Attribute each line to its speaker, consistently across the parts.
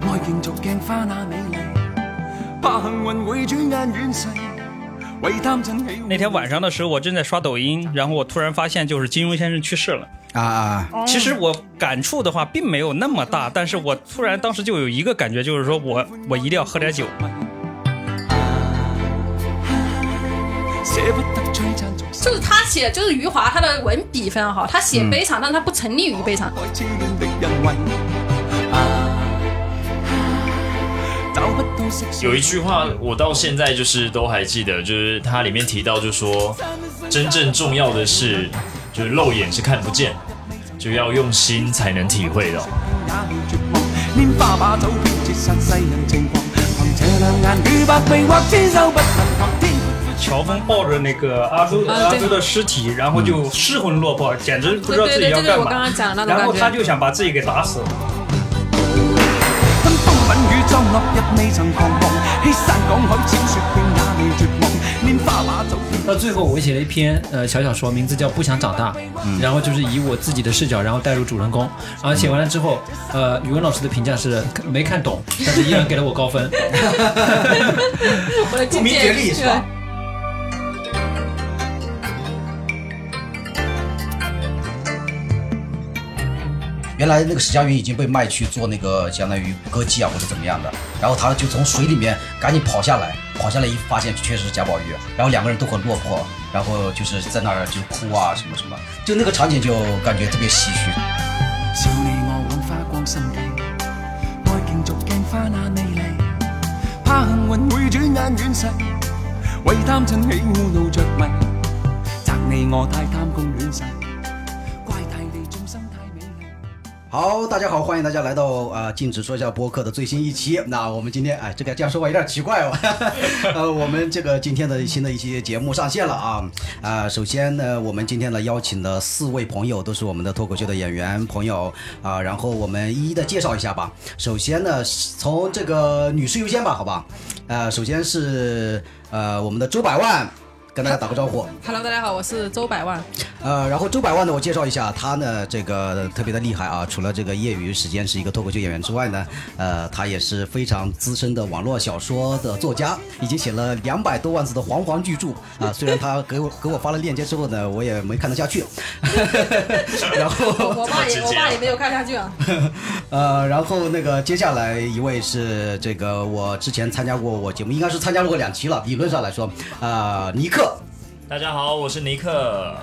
Speaker 1: 再競逐鏡花那美麗，怕幸運會轉眼遠逝，為貪真喜。
Speaker 2: 那天晚上的时候，我正在刷抖音，
Speaker 3: 嗯
Speaker 2: 然后我突然发现，就是金庸先生去世了。
Speaker 4: 啊啊，
Speaker 3: 哦
Speaker 2: 其实我感触的话，并没有那么
Speaker 3: 嗯
Speaker 2: 大，但是我突然当时就有一个感觉，就是说我我一定要喝点酒。
Speaker 1: 捨不得摧殘俗世
Speaker 3: 就是他写，就是余华，他的文笔非常好，他写悲惨，但是他不沉溺于悲惨。
Speaker 1: 愛青春的人為，啊，找不到色素
Speaker 5: 有一句话我到现在就是都还记得，就是它里面提到，就说真正重要的是，就是肉眼是看不见，就要用心才能体会
Speaker 1: 也
Speaker 5: 到。
Speaker 1: 會絕望，拈花把酒偏折煞世人情狂，憑這兩眼與百臂或千手不能抗天。
Speaker 2: 乔峰抱着那个阿周
Speaker 3: 啊
Speaker 2: 阿
Speaker 3: 对
Speaker 2: 周的尸体，然后就失魂落魄，简直不知道自己要
Speaker 3: 对对对对
Speaker 2: 干
Speaker 3: 我刚
Speaker 2: 嘛
Speaker 3: 刚讲的那。种
Speaker 2: 然后
Speaker 3: 感觉
Speaker 2: 他就想把自己给打死。
Speaker 1: 跟風品與裝落入未曾彷徨，欺山趕海淺雪片也未絕望，拈花把酒偏
Speaker 6: 到最后，我写了一篇呃小小说，名字叫《不想长大》，然后就是以我自己的视角，然后带入主人公。然后写完了之后，呃，语文老师的评价是没看懂，但是依然给了我高 分。
Speaker 3: 我的境
Speaker 4: 嗯明
Speaker 3: 界
Speaker 4: 觉厉是吧？原来那个史家云已经被卖去做那个相当于歌妓啊或者怎么样的，然后他就从水里面赶紧跑下来，跑下来一发现确实是贾宝玉，啊然后两个人都很落魄，然后就是在那儿就哭啊什么什么，就那个场景就感觉特别唏嘘。
Speaker 1: 笑你我枉花光心機，愛競逐鏡花那美麗，怕幸運會轉眼遠逝，為貪嗔喜苦惱着迷，責你我太貪功戀世，怪大地眾生太美麗。
Speaker 4: 好，大家好，欢迎大家来到啊、呃禁止说笑播客的最新一期。那我们今天，哎，这个这样说话有点奇怪哦。 呃，我们这个今天的新的一期节目上线了啊。啊、首先呢，我们今天呢邀请了四位朋友，都是我们的脱口秀的演员朋友啊、然后我们一一的介绍一下吧。首先呢，是从这个女士优先吧，好吧。呃，首先是呃我们的周百万，跟大家打个招呼。
Speaker 3: Hello，大家好，我是周百万。
Speaker 4: 呃，然后周百万呢，我介绍一下，他呢这个特别的厉害啊，除了这个业余时间是一个脱口秀演员之外呢，呃，他也是非常资深的网络小说的作家，已经写了两百多万字的煌煌巨著啊、虽然他给我给我发了链接之后呢，我也没看得下去， 然
Speaker 3: 我
Speaker 4: 后
Speaker 3: 我爸
Speaker 5: 这
Speaker 3: 也我
Speaker 5: 么直接啊
Speaker 3: 爸也没有看下去啊。
Speaker 4: 呃，然后那个接下来一位是这个我之前参加过我节目，应该是参加过两期了，理论上来说，呃，尼克。
Speaker 5: 大家好，我是尼克。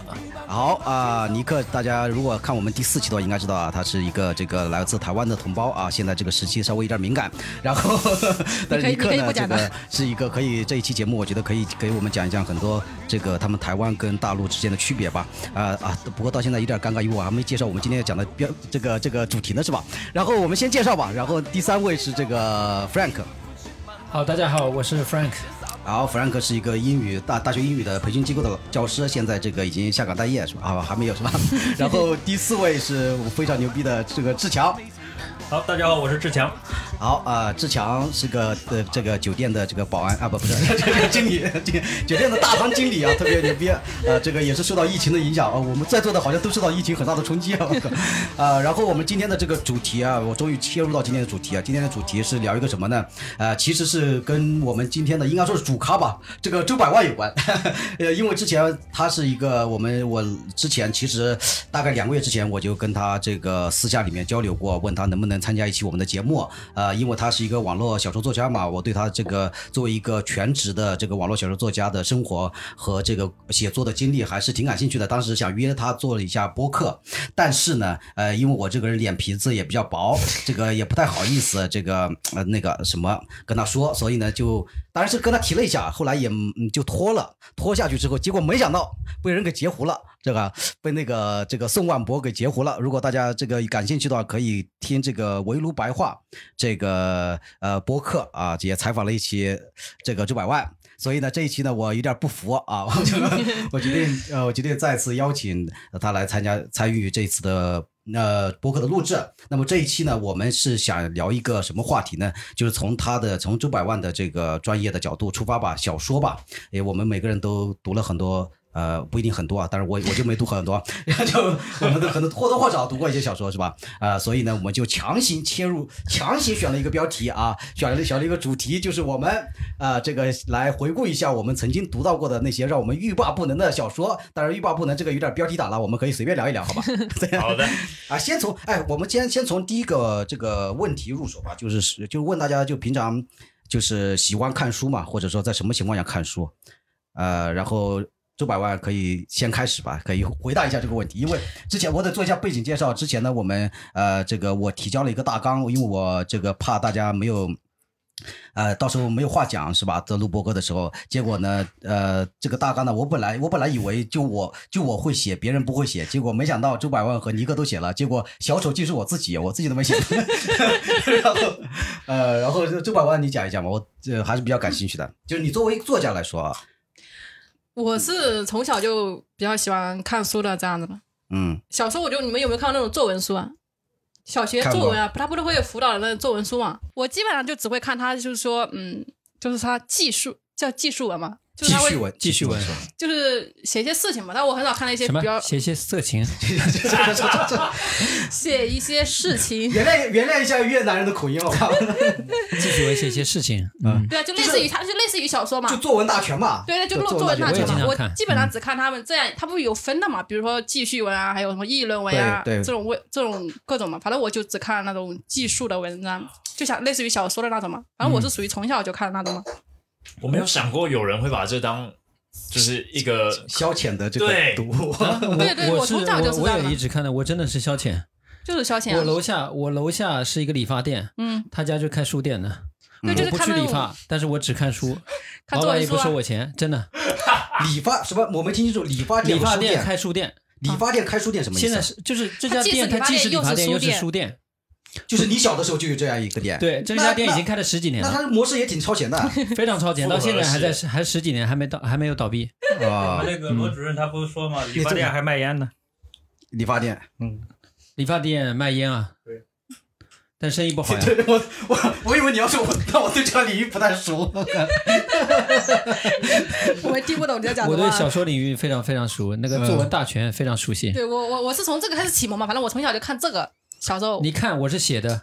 Speaker 4: 好啊、尼克，大家如果看我们第四期的话，应该知道啊，他是一个这个来自台湾的同胞啊，现在这个时期稍微有点敏感。然后， 但是尼克
Speaker 3: 你可以
Speaker 4: 呢，
Speaker 3: 不
Speaker 4: 这
Speaker 3: 讲的
Speaker 4: 个是一个可以这一期节目，我觉得可以给我们讲一讲很多这个他们台湾跟大陆之间的区别吧。啊、啊，不过到现在有点尴尬，因为我还没介绍我们今天要讲的标这个这个主题呢，是吧？然后我们先介绍吧。然后第三位是这个 Frank。
Speaker 6: 好，大家好，我是 Frank。
Speaker 4: 然后弗兰克是一个英语大大学英语的培训机构的教师，现在这个已经下岗待业是吧？啊，还没有是吧？ 然后第四位是我非常牛逼的这个志强，
Speaker 2: 好，大家好，我是志强。
Speaker 4: 好啊、呃志强是个呃这个酒店的这个保安啊，不不是 这个经理，这个酒店的大堂经理啊，特别牛逼。呃，这个也是受到疫情的影响啊、我们在座的好像都受到疫情很大的冲击啊。 我靠呃，然后我们今天的这个主题啊，我终于切入到今天的主题啊，今天的主题是聊一个什么呢？呃，其实是跟我们今天的应该说是主咖吧，这个周百万有关。 呃，因为之前他是一个我们我之前其实大概两个月之前我就跟他这个私下里面交流过，问他能不能参加一期我们的节目。呃，因为他是一个网络小说作家嘛，我对他这个作为一个全职的这个网络小说作家的生活和这个写作的经历还是挺感兴趣的。当时想约他做了一下播客，但是呢，呃，因为我这个人脸皮子也比较薄，这个也不太好意思，这个呃那个什么跟他说，所以呢就当然是跟他提了一下，后来也嗯就拖了，拖下去之后，结果没想到被人给截胡了，这个被那个这个宋万博给截胡了。如果大家这个感兴趣的话，可以听这个围炉白话这个呃播客啊，也采访了一期这个周百万。所以呢，这一期呢，我有点不服啊， 我就我决定呃，我决定再次邀请他来参加参与这次的呃播客的录制。那么这一期呢，我们是想聊一个什么话题呢？就是从他的从周百万的这个专业的角度出发吧，小说吧，诶，我们每个人都读了很多呃，不一定很多啊，但是我我就没读很多，然后 就我们都可能或多或少读过一些小说，是吧？啊、所以呢，我们就强行切入，强行选了一个标题啊，选了选了一个主题，就是我们啊、这个来回顾一下我们曾经读到过的那些让我们欲罢不能的小说。当然，欲罢不能这个有点标题党了，我们可以随便聊一聊，好吧？对啊
Speaker 5: 好的，
Speaker 4: 啊，先从哎，我们先先从第一个这个问题入手吧，就是是就问大家，就平常就是喜欢看书嘛，或者说在什么情况下看书？呃，然后周百万可以先开始吧，可以回答一下这个问题，因为之前我得做一下背景介绍。之前呢，我们呃这个我提交了一个大纲，因为我这个怕大家没有。呃，到时候没有话讲是吧？在录播客的时候，结果呢，呃，这个大纲呢，我本来我本来以为就我就我会写，别人不会写，结果没想到周百万和尼克都写了，结果小丑竟是我自己，我自己都没写。 然后，呃，然后就周百万你讲一讲吧，我这还是比较感兴趣的，就是你作为作家来说啊，
Speaker 3: 我是从小就比较喜欢看书的这样子的。
Speaker 4: 嗯，
Speaker 3: 小时候我就你们有没有看过那种作文书啊？小学
Speaker 4: 看过
Speaker 3: 作文啊，他不是会有辅导的那种作文书嘛？我基本上就只会看他，就是说，嗯，就是他记述叫记述文嘛，就是
Speaker 4: 继
Speaker 3: 他
Speaker 4: 续
Speaker 3: 会
Speaker 4: 文，
Speaker 6: 继续文
Speaker 3: 就是写一些事情嘛。但我很少看到一些
Speaker 6: 什
Speaker 3: 比
Speaker 6: 么
Speaker 3: 较
Speaker 6: 写一些色情，
Speaker 3: 写一些事情，
Speaker 4: 原谅原谅一下越南人的口音好吧，
Speaker 6: 继续文写一些事情，嗯，
Speaker 3: 对啊，就类似于他就类似于小说嘛
Speaker 4: 就。作文大全嘛，
Speaker 3: 啊对对，就
Speaker 4: 作
Speaker 3: 作文大全
Speaker 4: 全
Speaker 6: 我也经
Speaker 3: 嘛。
Speaker 6: 常
Speaker 3: 我
Speaker 6: 看嗯
Speaker 3: 基本上只看他们这样，他不是有分的嘛？比如说记叙文啊，还有什么议论文啊，
Speaker 4: 对对
Speaker 3: 这种文这种各种嘛。反正我就只看那种记述的文章，就像类似于小说的那种嘛。反正我是属于从小就看的那种嘛。
Speaker 5: 我没有想过有人会把这当就是一个
Speaker 4: 消遣的这个
Speaker 5: 对
Speaker 4: 读物，
Speaker 3: 对对
Speaker 6: 我
Speaker 3: 我
Speaker 6: 是
Speaker 3: 从小就知
Speaker 6: 我
Speaker 3: 道
Speaker 6: 也
Speaker 3: 了
Speaker 6: 一直看的，我真的是消遣。
Speaker 3: 就是消遣、
Speaker 6: 我
Speaker 3: 啊。
Speaker 6: 楼下我楼下是一个理发店，
Speaker 3: 嗯，
Speaker 6: 他家就开书店的，
Speaker 3: 对，就
Speaker 6: 嗯
Speaker 3: 是
Speaker 6: 我不
Speaker 3: 看
Speaker 6: 去
Speaker 3: 那
Speaker 6: 理
Speaker 3: 种
Speaker 6: 发，但是我只看 书，
Speaker 3: 看
Speaker 6: 老
Speaker 3: 作
Speaker 6: 板
Speaker 3: 文
Speaker 6: 也
Speaker 3: 书
Speaker 6: 不收
Speaker 3: 啊。
Speaker 6: 我钱，真的。
Speaker 4: 理发什么？我没听清楚，理发店
Speaker 6: 理
Speaker 4: 和
Speaker 6: 发
Speaker 4: 书
Speaker 6: 店开书店，
Speaker 4: 理发店开书店什么意思？啊
Speaker 6: 现在是就是这
Speaker 3: 它
Speaker 6: 家
Speaker 3: 既是
Speaker 6: 店，
Speaker 3: 理
Speaker 6: 它
Speaker 3: 发
Speaker 6: 既
Speaker 3: 店
Speaker 6: 是理
Speaker 3: 又
Speaker 6: 发
Speaker 3: 是
Speaker 6: 店
Speaker 3: 书
Speaker 6: 又是
Speaker 3: 店
Speaker 6: 书店，
Speaker 4: 就是你小的时候就有这样一个店，，
Speaker 6: 对，这
Speaker 4: 那
Speaker 6: 家店已
Speaker 4: 那
Speaker 6: 经开了十几年
Speaker 4: 那
Speaker 6: 了
Speaker 4: 它，模式也挺超前的
Speaker 6: 非常超前，
Speaker 5: 复合
Speaker 6: 到现在还在
Speaker 5: 式
Speaker 6: 还十几年还没倒还没有倒闭。
Speaker 4: 啊！
Speaker 2: 那个罗
Speaker 5: 嗯
Speaker 2: 主任他不是说嘛，理
Speaker 4: 发店
Speaker 2: 还卖烟呢。
Speaker 4: 理发店，
Speaker 6: 理发店卖烟啊，对，但生意不好呀。
Speaker 4: 对我我我以为你要说我，但我对这个领域不太熟。
Speaker 3: 我也听不懂你在讲什么
Speaker 6: 我对
Speaker 3: 啊。
Speaker 6: 小说领域非常非常熟，那个作文大全非常熟悉。
Speaker 3: 对我我我是从这个开始启蒙嘛，反正我从小就看这个。小时候
Speaker 6: 你，看，我是写的，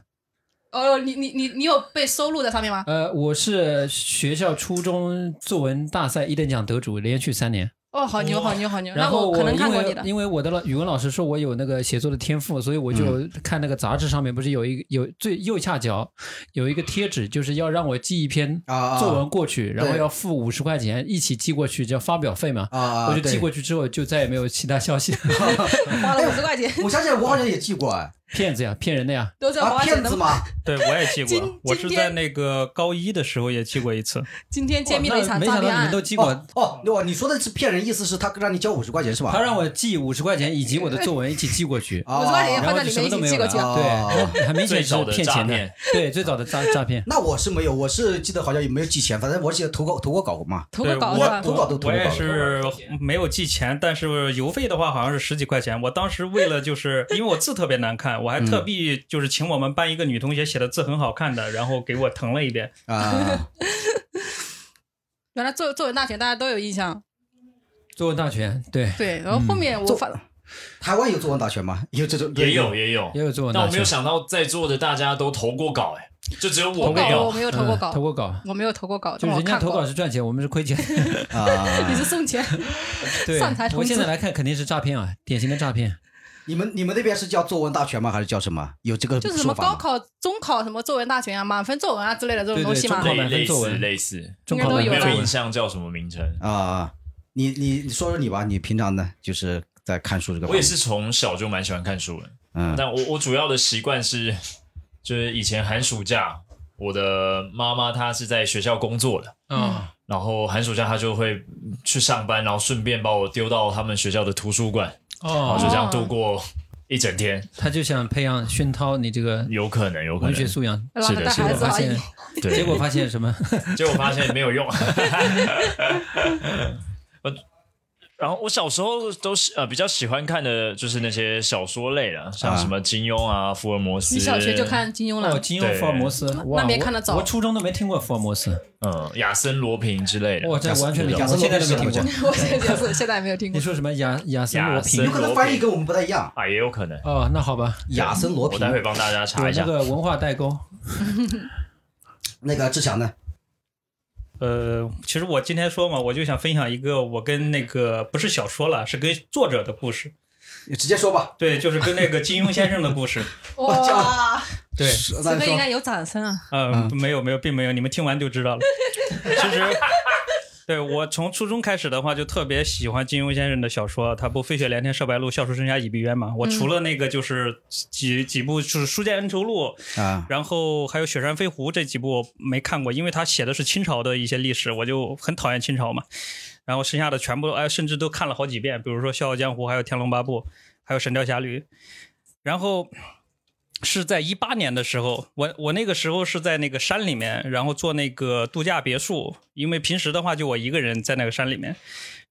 Speaker 3: 哦，你你你你有被收录在上面吗？
Speaker 6: 呃，我是学校初中作文大赛一等奖得主，连续三年。
Speaker 3: 哦，好牛，好牛，好牛！
Speaker 6: 然
Speaker 3: 那
Speaker 6: 后
Speaker 3: 可能
Speaker 6: 因
Speaker 3: 看过
Speaker 6: 为
Speaker 3: 你的。
Speaker 6: 因为我的老语文老师说我有那个写作的天赋，所以我
Speaker 4: 嗯
Speaker 6: 就看那个杂志上面不是有一个有最右下角有一个贴纸，就是要让我寄一篇
Speaker 4: 啊啊
Speaker 6: 作文过去，然后
Speaker 4: 对
Speaker 6: 要付五十块钱一起寄过去，叫发表费嘛。
Speaker 4: 啊啊
Speaker 6: 我就寄
Speaker 4: 对
Speaker 6: 过去之后就再也没有其他消息。
Speaker 3: 花了五十块钱，
Speaker 4: 我想起来，我好像也记过哎，
Speaker 6: 骗子呀，骗人的呀！
Speaker 3: 都在
Speaker 4: 啊，
Speaker 3: 花钱
Speaker 4: 骗
Speaker 3: 的
Speaker 4: 子。嘛，
Speaker 2: 对，我也记
Speaker 3: 今
Speaker 2: 过，我是
Speaker 3: 今
Speaker 2: 在
Speaker 3: 天
Speaker 2: 那个高一的时候也记过一次。
Speaker 3: 今天 揭秘
Speaker 6: 哇
Speaker 3: 了一
Speaker 6: 哦那
Speaker 3: 场啊
Speaker 6: 没
Speaker 3: 诈
Speaker 6: 想到
Speaker 3: 骗
Speaker 6: 你们
Speaker 3: 案
Speaker 6: 都，记
Speaker 4: 哦
Speaker 6: 过。
Speaker 4: 哦，那我你说的是骗人，意思是他让你交五十块钱是吧？
Speaker 6: 他让我寄五十块钱以及我的作文一起寄过去，
Speaker 4: 啊
Speaker 3: 五十块钱
Speaker 6: 然
Speaker 3: 放
Speaker 6: 后
Speaker 3: 在
Speaker 6: 就
Speaker 3: 里
Speaker 6: 什
Speaker 3: 面
Speaker 6: 么
Speaker 3: 一
Speaker 6: 都
Speaker 3: 起
Speaker 6: 没
Speaker 3: 寄
Speaker 6: 有
Speaker 3: 过
Speaker 6: 了。
Speaker 3: 去。啊
Speaker 4: 哦
Speaker 6: 对，很明显是
Speaker 5: 最早的
Speaker 6: 骗钱
Speaker 5: 诈骗
Speaker 6: 的。对，最早的诈诈骗。
Speaker 4: 那我是没有，我是记得好像也没有寄钱，反正我记得投稿投过稿嘛。
Speaker 3: 投
Speaker 2: 对
Speaker 3: 个稿
Speaker 2: 我
Speaker 3: 是吧
Speaker 4: 投？稿都投
Speaker 2: 我也
Speaker 4: 稿
Speaker 2: 是没有寄钱，但是邮费的话好像是十几块钱。我当时为了就是因为我字特别难看，我还特地就是请我们班一个女同学写的字很好看的，然后给我誊了一遍。
Speaker 4: 啊，
Speaker 3: 原来作作文大全大家都有印象，
Speaker 6: 作文大全，对，
Speaker 3: 对。然后后面我发，
Speaker 4: 台湾有作文大全吗？有这种
Speaker 5: 也有也有
Speaker 6: 也有作文
Speaker 5: 但
Speaker 6: 大
Speaker 5: 我没有
Speaker 6: 全。
Speaker 5: 想到在座的大家都投过稿，哎，就只有我
Speaker 3: 投
Speaker 5: 没
Speaker 3: 稿我
Speaker 5: 有。
Speaker 3: 没有投过
Speaker 6: 嗯投
Speaker 3: 稿，
Speaker 6: 过稿。
Speaker 3: 我没有投过稿，
Speaker 6: 就
Speaker 3: 但
Speaker 6: 是
Speaker 3: 我
Speaker 6: 人家
Speaker 3: 哦看
Speaker 6: 投
Speaker 3: 过
Speaker 6: 稿。是赚钱，我们是 亏钱。
Speaker 4: 啊
Speaker 3: 你。 是送钱，
Speaker 6: 对
Speaker 3: 上台，通
Speaker 6: 我现
Speaker 3: 知
Speaker 6: 在来看肯定是诈骗啊，典型的诈骗。
Speaker 4: 你们你们那边是叫作文大全吗？还是叫什么？有这个
Speaker 3: 就是什么
Speaker 4: 说法
Speaker 3: 高
Speaker 4: 吗
Speaker 3: 考、中考什么作文大全啊、满分作文啊之类的这种
Speaker 6: 对对
Speaker 3: 东西嘛
Speaker 6: 中。考
Speaker 5: 类
Speaker 6: 满分
Speaker 5: 类
Speaker 6: 作
Speaker 5: 似
Speaker 6: 文
Speaker 5: 类似，
Speaker 6: 中
Speaker 3: 应
Speaker 6: 考
Speaker 3: 该都
Speaker 6: 的
Speaker 3: 有
Speaker 5: 没
Speaker 6: 没
Speaker 5: 有
Speaker 3: 吧
Speaker 5: 印象叫什么名称。
Speaker 4: 啊？你你你说说你吧，你平常呢就是在看书这个方面。
Speaker 5: 我也是从小就蛮喜欢看书的，
Speaker 4: 嗯
Speaker 5: 但我我主要的习惯是， 就是以前寒暑假，我的妈妈她是在学校工作的，
Speaker 3: 嗯
Speaker 6: 啊，
Speaker 5: 然后寒暑假她就会去上班，然后顺便把我丢到他们学校的图书馆，然后
Speaker 6: 哦，
Speaker 5: 就这样度过一整天，
Speaker 6: 他就想培养熏陶你这个
Speaker 5: 有可能，有可
Speaker 6: 文学
Speaker 5: 能。
Speaker 6: 素养，
Speaker 3: 然后带
Speaker 5: 是的
Speaker 3: 孩
Speaker 5: 是
Speaker 3: 子啊
Speaker 5: 的
Speaker 6: 发
Speaker 3: 而已
Speaker 6: 现。
Speaker 5: 对，
Speaker 6: 哦结果发现什么？
Speaker 5: 结果发现没有用。我然后我小时候都是呃比较喜欢看的就是那些小说类的，像
Speaker 4: 啊
Speaker 5: 什么金庸啊、福尔摩斯。
Speaker 3: 你小学就看金 庸
Speaker 6: 哦，
Speaker 3: 了？
Speaker 6: 金庸、福尔摩斯，哇
Speaker 3: 那边
Speaker 6: 我
Speaker 3: 看得早
Speaker 6: 我初中都没听过福尔摩斯，
Speaker 5: 嗯亚森罗平之类的。
Speaker 6: 我这完全没听
Speaker 4: 亚
Speaker 6: 过，
Speaker 4: 森
Speaker 6: 我现在都没
Speaker 4: 罗
Speaker 6: 听
Speaker 4: 平
Speaker 6: 过。
Speaker 3: 我现在是现在没有听
Speaker 6: 你
Speaker 3: 过。
Speaker 6: 说什么亚亚森
Speaker 5: 亚
Speaker 6: 罗
Speaker 5: 森
Speaker 6: 平
Speaker 4: 有？可能翻译跟我们不太一样。
Speaker 5: 啊，也有可能。
Speaker 6: 哦，那好吧，
Speaker 4: 亚森罗
Speaker 5: 我
Speaker 4: 平
Speaker 5: 待，会帮大家查
Speaker 6: 有
Speaker 5: 一下
Speaker 6: 那。个文化代沟。
Speaker 4: 那个志强呢？
Speaker 2: 呃，其实我今天说嘛，我就想分享一个我跟那个不是小说了，是跟作者的故事。
Speaker 4: 你直接说吧。
Speaker 2: 对，就是跟那个金庸先生的故事。
Speaker 3: 哇，
Speaker 2: 对，
Speaker 4: 那
Speaker 3: 这个
Speaker 4: 你
Speaker 3: 应该
Speaker 4: 说
Speaker 3: 有掌声啊！
Speaker 2: 呃，没有没有，并没有，你们听完就知道了。其实，对我从初中开始的话，就特别喜欢金庸先生的小说，他不《飞雪连天射白鹿，笑书生涯倚碧鸳》嘛。我除了那个就是几几部就是《书剑恩仇录》，
Speaker 4: 啊，
Speaker 2: 然后还有《雪山飞狐》这几部我没看过，因为他写的是清朝的一些历史，我就很讨厌清朝嘛。然后剩下的全部哎，甚至都看了好几遍，比如说《笑傲江湖》，还有《天龙八部》，还有《神雕侠侣》。然后是在一八年的时候，我我那个时候是在那个山里面，然后做那个度假别墅，因为平时的话就我一个人在那个山里面。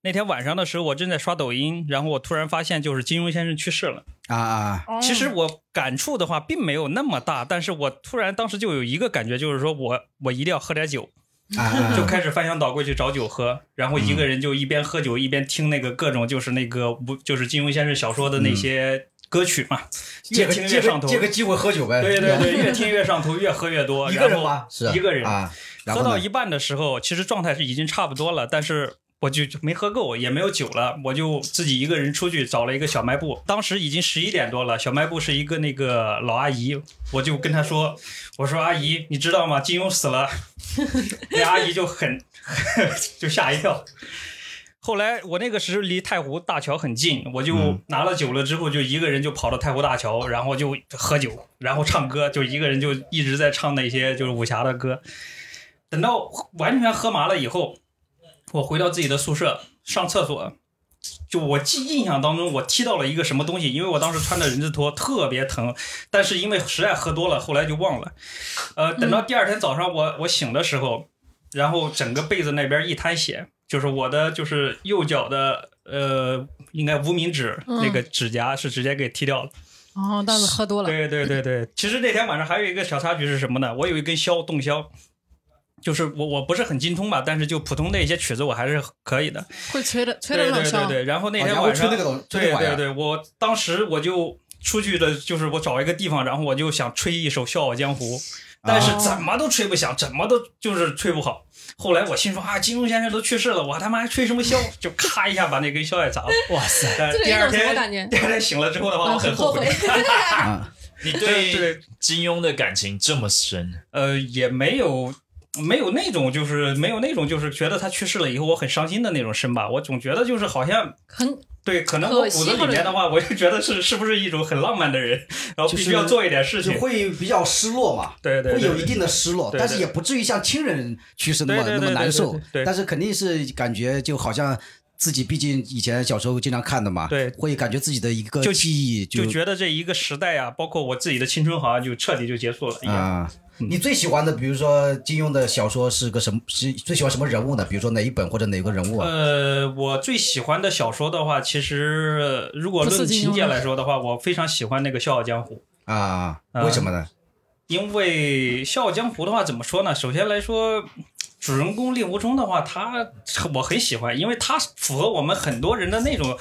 Speaker 2: 那天晚上的时候，我正在刷抖音，然后我突然发现就是金庸先生去世了。
Speaker 4: 啊啊，
Speaker 3: 哦
Speaker 2: 其实我感触的话并没有那么大，但是我突然当时就有一个感觉，就是说我我一定要喝点酒，
Speaker 4: 啊 啊，
Speaker 2: 就开始翻箱倒柜去找酒喝，然后一
Speaker 4: 嗯
Speaker 2: 个人就一边喝酒一边听那个各种就是那个不就是金庸先生小说的那些歌曲嘛，
Speaker 4: 嗯借
Speaker 2: 越
Speaker 4: 个
Speaker 2: 听
Speaker 4: 借
Speaker 2: 越上头。
Speaker 4: 个借个机会喝酒呗。
Speaker 2: 对 对对，越听越上头，越喝越多。
Speaker 4: 一
Speaker 2: 哦
Speaker 4: 个
Speaker 2: 然
Speaker 4: 人
Speaker 2: 后
Speaker 4: 吗？是
Speaker 2: 一个人
Speaker 4: 啊。然
Speaker 2: 喝
Speaker 4: 后
Speaker 2: 到
Speaker 4: 呢
Speaker 2: 一半的时候，其实状态是已经差不多了，但是我就就没喝够，也没有酒了，我就自己一个人出去找了一个小卖部。当时已经十一点多了，小卖部是一个那个老阿姨，我就跟她说：“我说阿姨，你知道吗？金庸死 了。”那阿姨就很 就吓一跳。后来我那个时候离太湖大桥很近，我
Speaker 4: 嗯
Speaker 2: 就拿了酒了之后，就一个人就跑到太湖大桥，然后就喝酒，然后唱歌，就一个人就一直在唱那些就是武侠的歌。等到完全喝麻了以后，我回到自己的宿舍上厕所，就我记印象当中我踢到了一个什么东西，因为我当时穿的人字拖特别疼，但是因为实在喝多了，后来就忘了。呃，等到第二天早上我我醒的时候，然后整个被子那边一滩血，就是我的就是右脚的呃应该无名指、
Speaker 3: 嗯
Speaker 2: 那个指甲是直接给踢掉了。
Speaker 3: 哦，但是喝多了，
Speaker 2: 对对对对，其实那天晚上还有一个小插曲是什么呢？我有一根箫，洞箫，就是我我不是很精通吧，但是就普通的一些曲子我还是可以的。
Speaker 3: 会吹的吹的
Speaker 2: 对
Speaker 3: 那
Speaker 2: 对
Speaker 3: 种
Speaker 2: 对
Speaker 3: 箫。
Speaker 2: 对，然后那
Speaker 4: 哦
Speaker 2: 天
Speaker 4: 然后
Speaker 2: 晚上、
Speaker 4: 吹那个东吹那
Speaker 2: 对
Speaker 4: 个玩意
Speaker 2: 对
Speaker 4: 儿
Speaker 2: 对，我当时我就出去的，就是我找一个地方，然后我就想吹一首《笑傲江湖》。
Speaker 4: 啊
Speaker 2: 但是
Speaker 3: 哦
Speaker 2: 怎么都吹不响，怎么都就是吹不好。后来我心说啊，金庸先生都去世了，我他妈还吹什么箫？就咔一下把那根箫给砸了。哇塞！但
Speaker 3: 这
Speaker 2: 第
Speaker 3: 是一
Speaker 2: 二
Speaker 3: 种什么
Speaker 2: 天
Speaker 3: 感觉
Speaker 2: 第二天醒了之后的话，我
Speaker 3: 很
Speaker 2: 后
Speaker 3: 后
Speaker 2: 悔
Speaker 3: 悔。。
Speaker 4: 啊，
Speaker 5: 你
Speaker 2: 对
Speaker 5: 对金庸的感情这么深，
Speaker 2: 呃，也没有没有那种就是没有那种就是觉得他去世了以后我很伤心的那种深吧。我总觉得就是好像
Speaker 3: 很
Speaker 2: 对，可能我
Speaker 3: 可惜
Speaker 2: 骨子里面的话，我就觉得是是不是一种很浪漫的人，然后必须
Speaker 4: 就是
Speaker 2: 要做一点事
Speaker 4: 就
Speaker 2: 情。
Speaker 4: 会比较失落嘛。
Speaker 2: 对对
Speaker 4: 会
Speaker 2: 对
Speaker 4: 有一定的失落，
Speaker 2: 对对
Speaker 4: 但是也不至于像亲人去世那么
Speaker 2: 对对
Speaker 4: 那
Speaker 2: 对
Speaker 4: 么难
Speaker 2: 对
Speaker 4: 受
Speaker 2: 对对，
Speaker 4: 但是肯定是感觉就好像自己毕竟以前小时候经常看的嘛，
Speaker 2: 对
Speaker 4: 会感觉自己的一个
Speaker 2: 就
Speaker 4: 记忆
Speaker 2: 就觉得这一个时代啊，包括我自己的青春，好像就彻底就结束了一样。嗯
Speaker 4: 啊。你最喜欢的，比如说金庸的小说是个什么？是最喜欢什么人物呢？比如说哪一本或者哪个人物啊？
Speaker 2: 呃，我最喜欢的小说的话，其实呃如果
Speaker 3: 不是
Speaker 2: 论
Speaker 3: 金庸
Speaker 2: 情节
Speaker 3: 吗
Speaker 2: 来说的话，我非常喜欢那个《笑傲江湖》。
Speaker 4: 啊，为什么呢？
Speaker 2: 因为《笑傲江湖》的话，怎么说呢？首先来说，主人公令狐冲的话，他我很喜欢，因为他符合我们很多人的那种，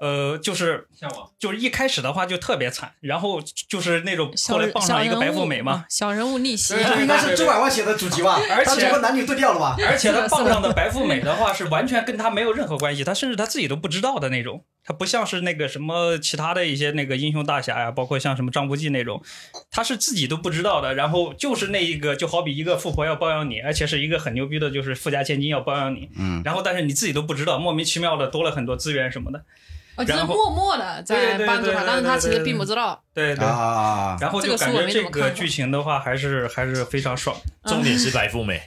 Speaker 2: 呃，就是
Speaker 6: 向往。
Speaker 2: 就是一开始的话就特别惨，然后就是那种
Speaker 3: 小
Speaker 2: 后来
Speaker 3: 人
Speaker 2: 傍
Speaker 3: 小
Speaker 2: 上一
Speaker 3: 人
Speaker 2: 个
Speaker 3: 物
Speaker 2: 白富美嘛
Speaker 3: 啊，小人物逆 袭
Speaker 2: 对，
Speaker 4: 这不应该是周百万写的主题吧？
Speaker 2: 呃 而且
Speaker 4: 他只不过男女对调了吧？
Speaker 2: 而且他
Speaker 3: 是的
Speaker 2: 傍上的白富美的话是完全跟他没有任何关系，他甚至他自己都不知道的那种。他不像是那个什么其他的一些那个英雄大侠呀、包括像什么张无忌那种，他是自己都不知道的。然后就是那一个，就好比一个富婆要包养你，而且是一个很牛逼的，就是富家千金要包养你。嗯。然后但是你自己都不知道，莫名其妙的多了很多资源什么的。
Speaker 3: 哦，就是
Speaker 2: 然后
Speaker 3: 默默的在帮助他，但是他其实并不知道。
Speaker 2: 对对。
Speaker 4: 啊，
Speaker 2: 然后就感
Speaker 3: 这个是我
Speaker 2: 觉
Speaker 3: 没
Speaker 2: 这
Speaker 3: 怎么看
Speaker 2: 个
Speaker 3: 过
Speaker 2: 剧情的话，还是还是非常爽。
Speaker 6: 嗯
Speaker 5: 重点是白富 美，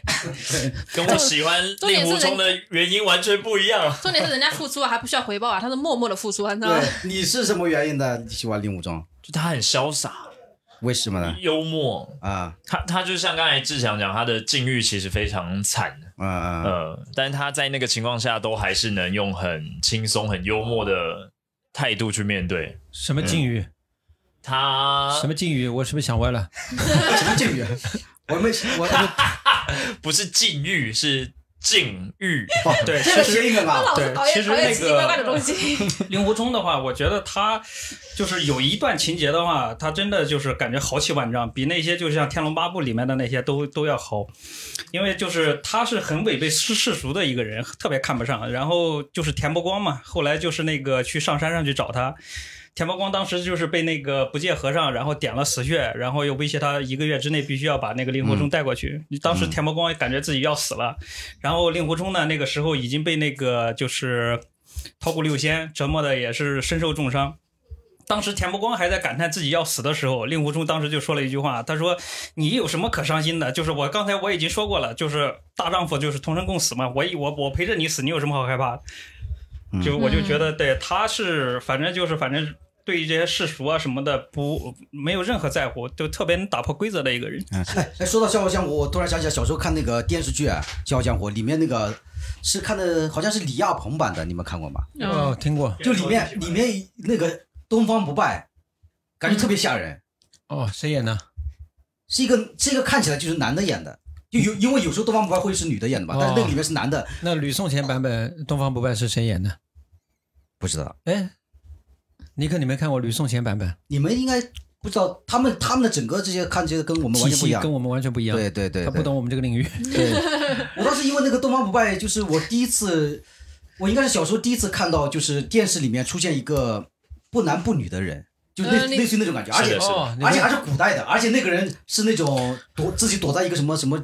Speaker 5: 跟我喜欢
Speaker 3: 重
Speaker 5: 令
Speaker 3: 点是
Speaker 5: 狐冲的原因完全不一样啊。
Speaker 3: 重点是人家付出啊，还不需要回报啊，他是默默的付出啊，你知道吗
Speaker 4: 对？，你是什么原因的？你喜欢令狐冲？
Speaker 5: 就他很潇洒，
Speaker 4: 为什么呢？
Speaker 5: 幽默。
Speaker 2: 嗯
Speaker 4: 啊
Speaker 5: 他他就像刚才志强讲，他的境遇其实非常惨，
Speaker 4: 啊啊！
Speaker 5: 呃，但他在那个情况下都还是能用很轻松、很幽默的态度去面对
Speaker 6: 什么境遇？
Speaker 5: 他。
Speaker 6: 什么境遇？我是不是想歪了？
Speaker 2: 嗯
Speaker 4: 什么境遇？ 我没我
Speaker 5: 不是禁欲，是禁欲。
Speaker 2: 对，
Speaker 4: 哦这
Speaker 2: 其
Speaker 4: 个
Speaker 2: 实
Speaker 4: 谐音梗啊，
Speaker 3: 老
Speaker 2: 对
Speaker 3: 是搞一
Speaker 2: 其
Speaker 3: 些
Speaker 2: 实
Speaker 3: 搞一些
Speaker 2: 那
Speaker 3: 奇奇怪
Speaker 2: 个
Speaker 3: 怪的东西。
Speaker 2: 令狐冲的话，我觉得他就是有一段情节的话，他真的就是感觉豪气万丈，比那些就像《天龙八部》里面的那些都都要豪。因为就是他是很违背世世俗的一个人，特别看不上。然后就是田伯光嘛，后来就是那个去上山上去找他。田伯光当时就是被那个不戒和尚，然后点了死穴，然后又威胁他一个月之内必须要把那个令狐冲带过去。当时田伯光感觉自己要死了，然后令狐冲呢，那个时候已经被那个就是桃谷六仙折磨的也是身受重伤。当时田伯光还在感叹自己要死的时候，令狐冲当时就说了一句话，他说：“你有什么可伤心的？就是我刚才我已经说过了，就是大丈夫就是同生共死嘛， 我我我陪着你死，你有什么好害怕的？”就我就觉得，对他是反正就是反正对于这些世俗啊什么的不没有任何在乎，就特别能打破规则的一个人。
Speaker 4: 哎哎，说到《笑傲江湖》，我突然想起来小时候看那个电视剧啊《笑傲江湖》，里面那个是看的好像是李亚鹏版的，你们看过吗？
Speaker 3: 嗯，
Speaker 6: 哦，听过。
Speaker 4: 就里面里面那个东方不败，感觉特别吓人。
Speaker 6: 哦，谁演的？
Speaker 4: 是一个是一个看起来就是男的演的，就有因为有时候东方不败会是女的演的嘛，
Speaker 6: 哦
Speaker 4: 但是那个里面是男的，
Speaker 6: 那吕颂贤版本《东方不败》是谁演的？
Speaker 4: 不知道
Speaker 6: 哎，尼克，你没看过吕颂贤版本？
Speaker 4: 你们应该不知道他们他们的整个这些看这个跟我们完
Speaker 6: 体
Speaker 4: 全不一
Speaker 6: 系
Speaker 4: 样
Speaker 6: 跟。我们完全不一样。
Speaker 4: 啊对对对，
Speaker 6: 他不
Speaker 4: 对。
Speaker 6: 懂我们这个领域。
Speaker 4: 对，我当时因为那个东方不败，就是我第一次，我应该是小时候第一次看到，就是电视里面出现一个不男不女的人，就类、
Speaker 3: 呃那
Speaker 4: 类似于那种感觉，而且
Speaker 5: 是的
Speaker 6: 哦，
Speaker 4: 而且还是古代的，而且那个人是那种躲自己躲在一个什么什么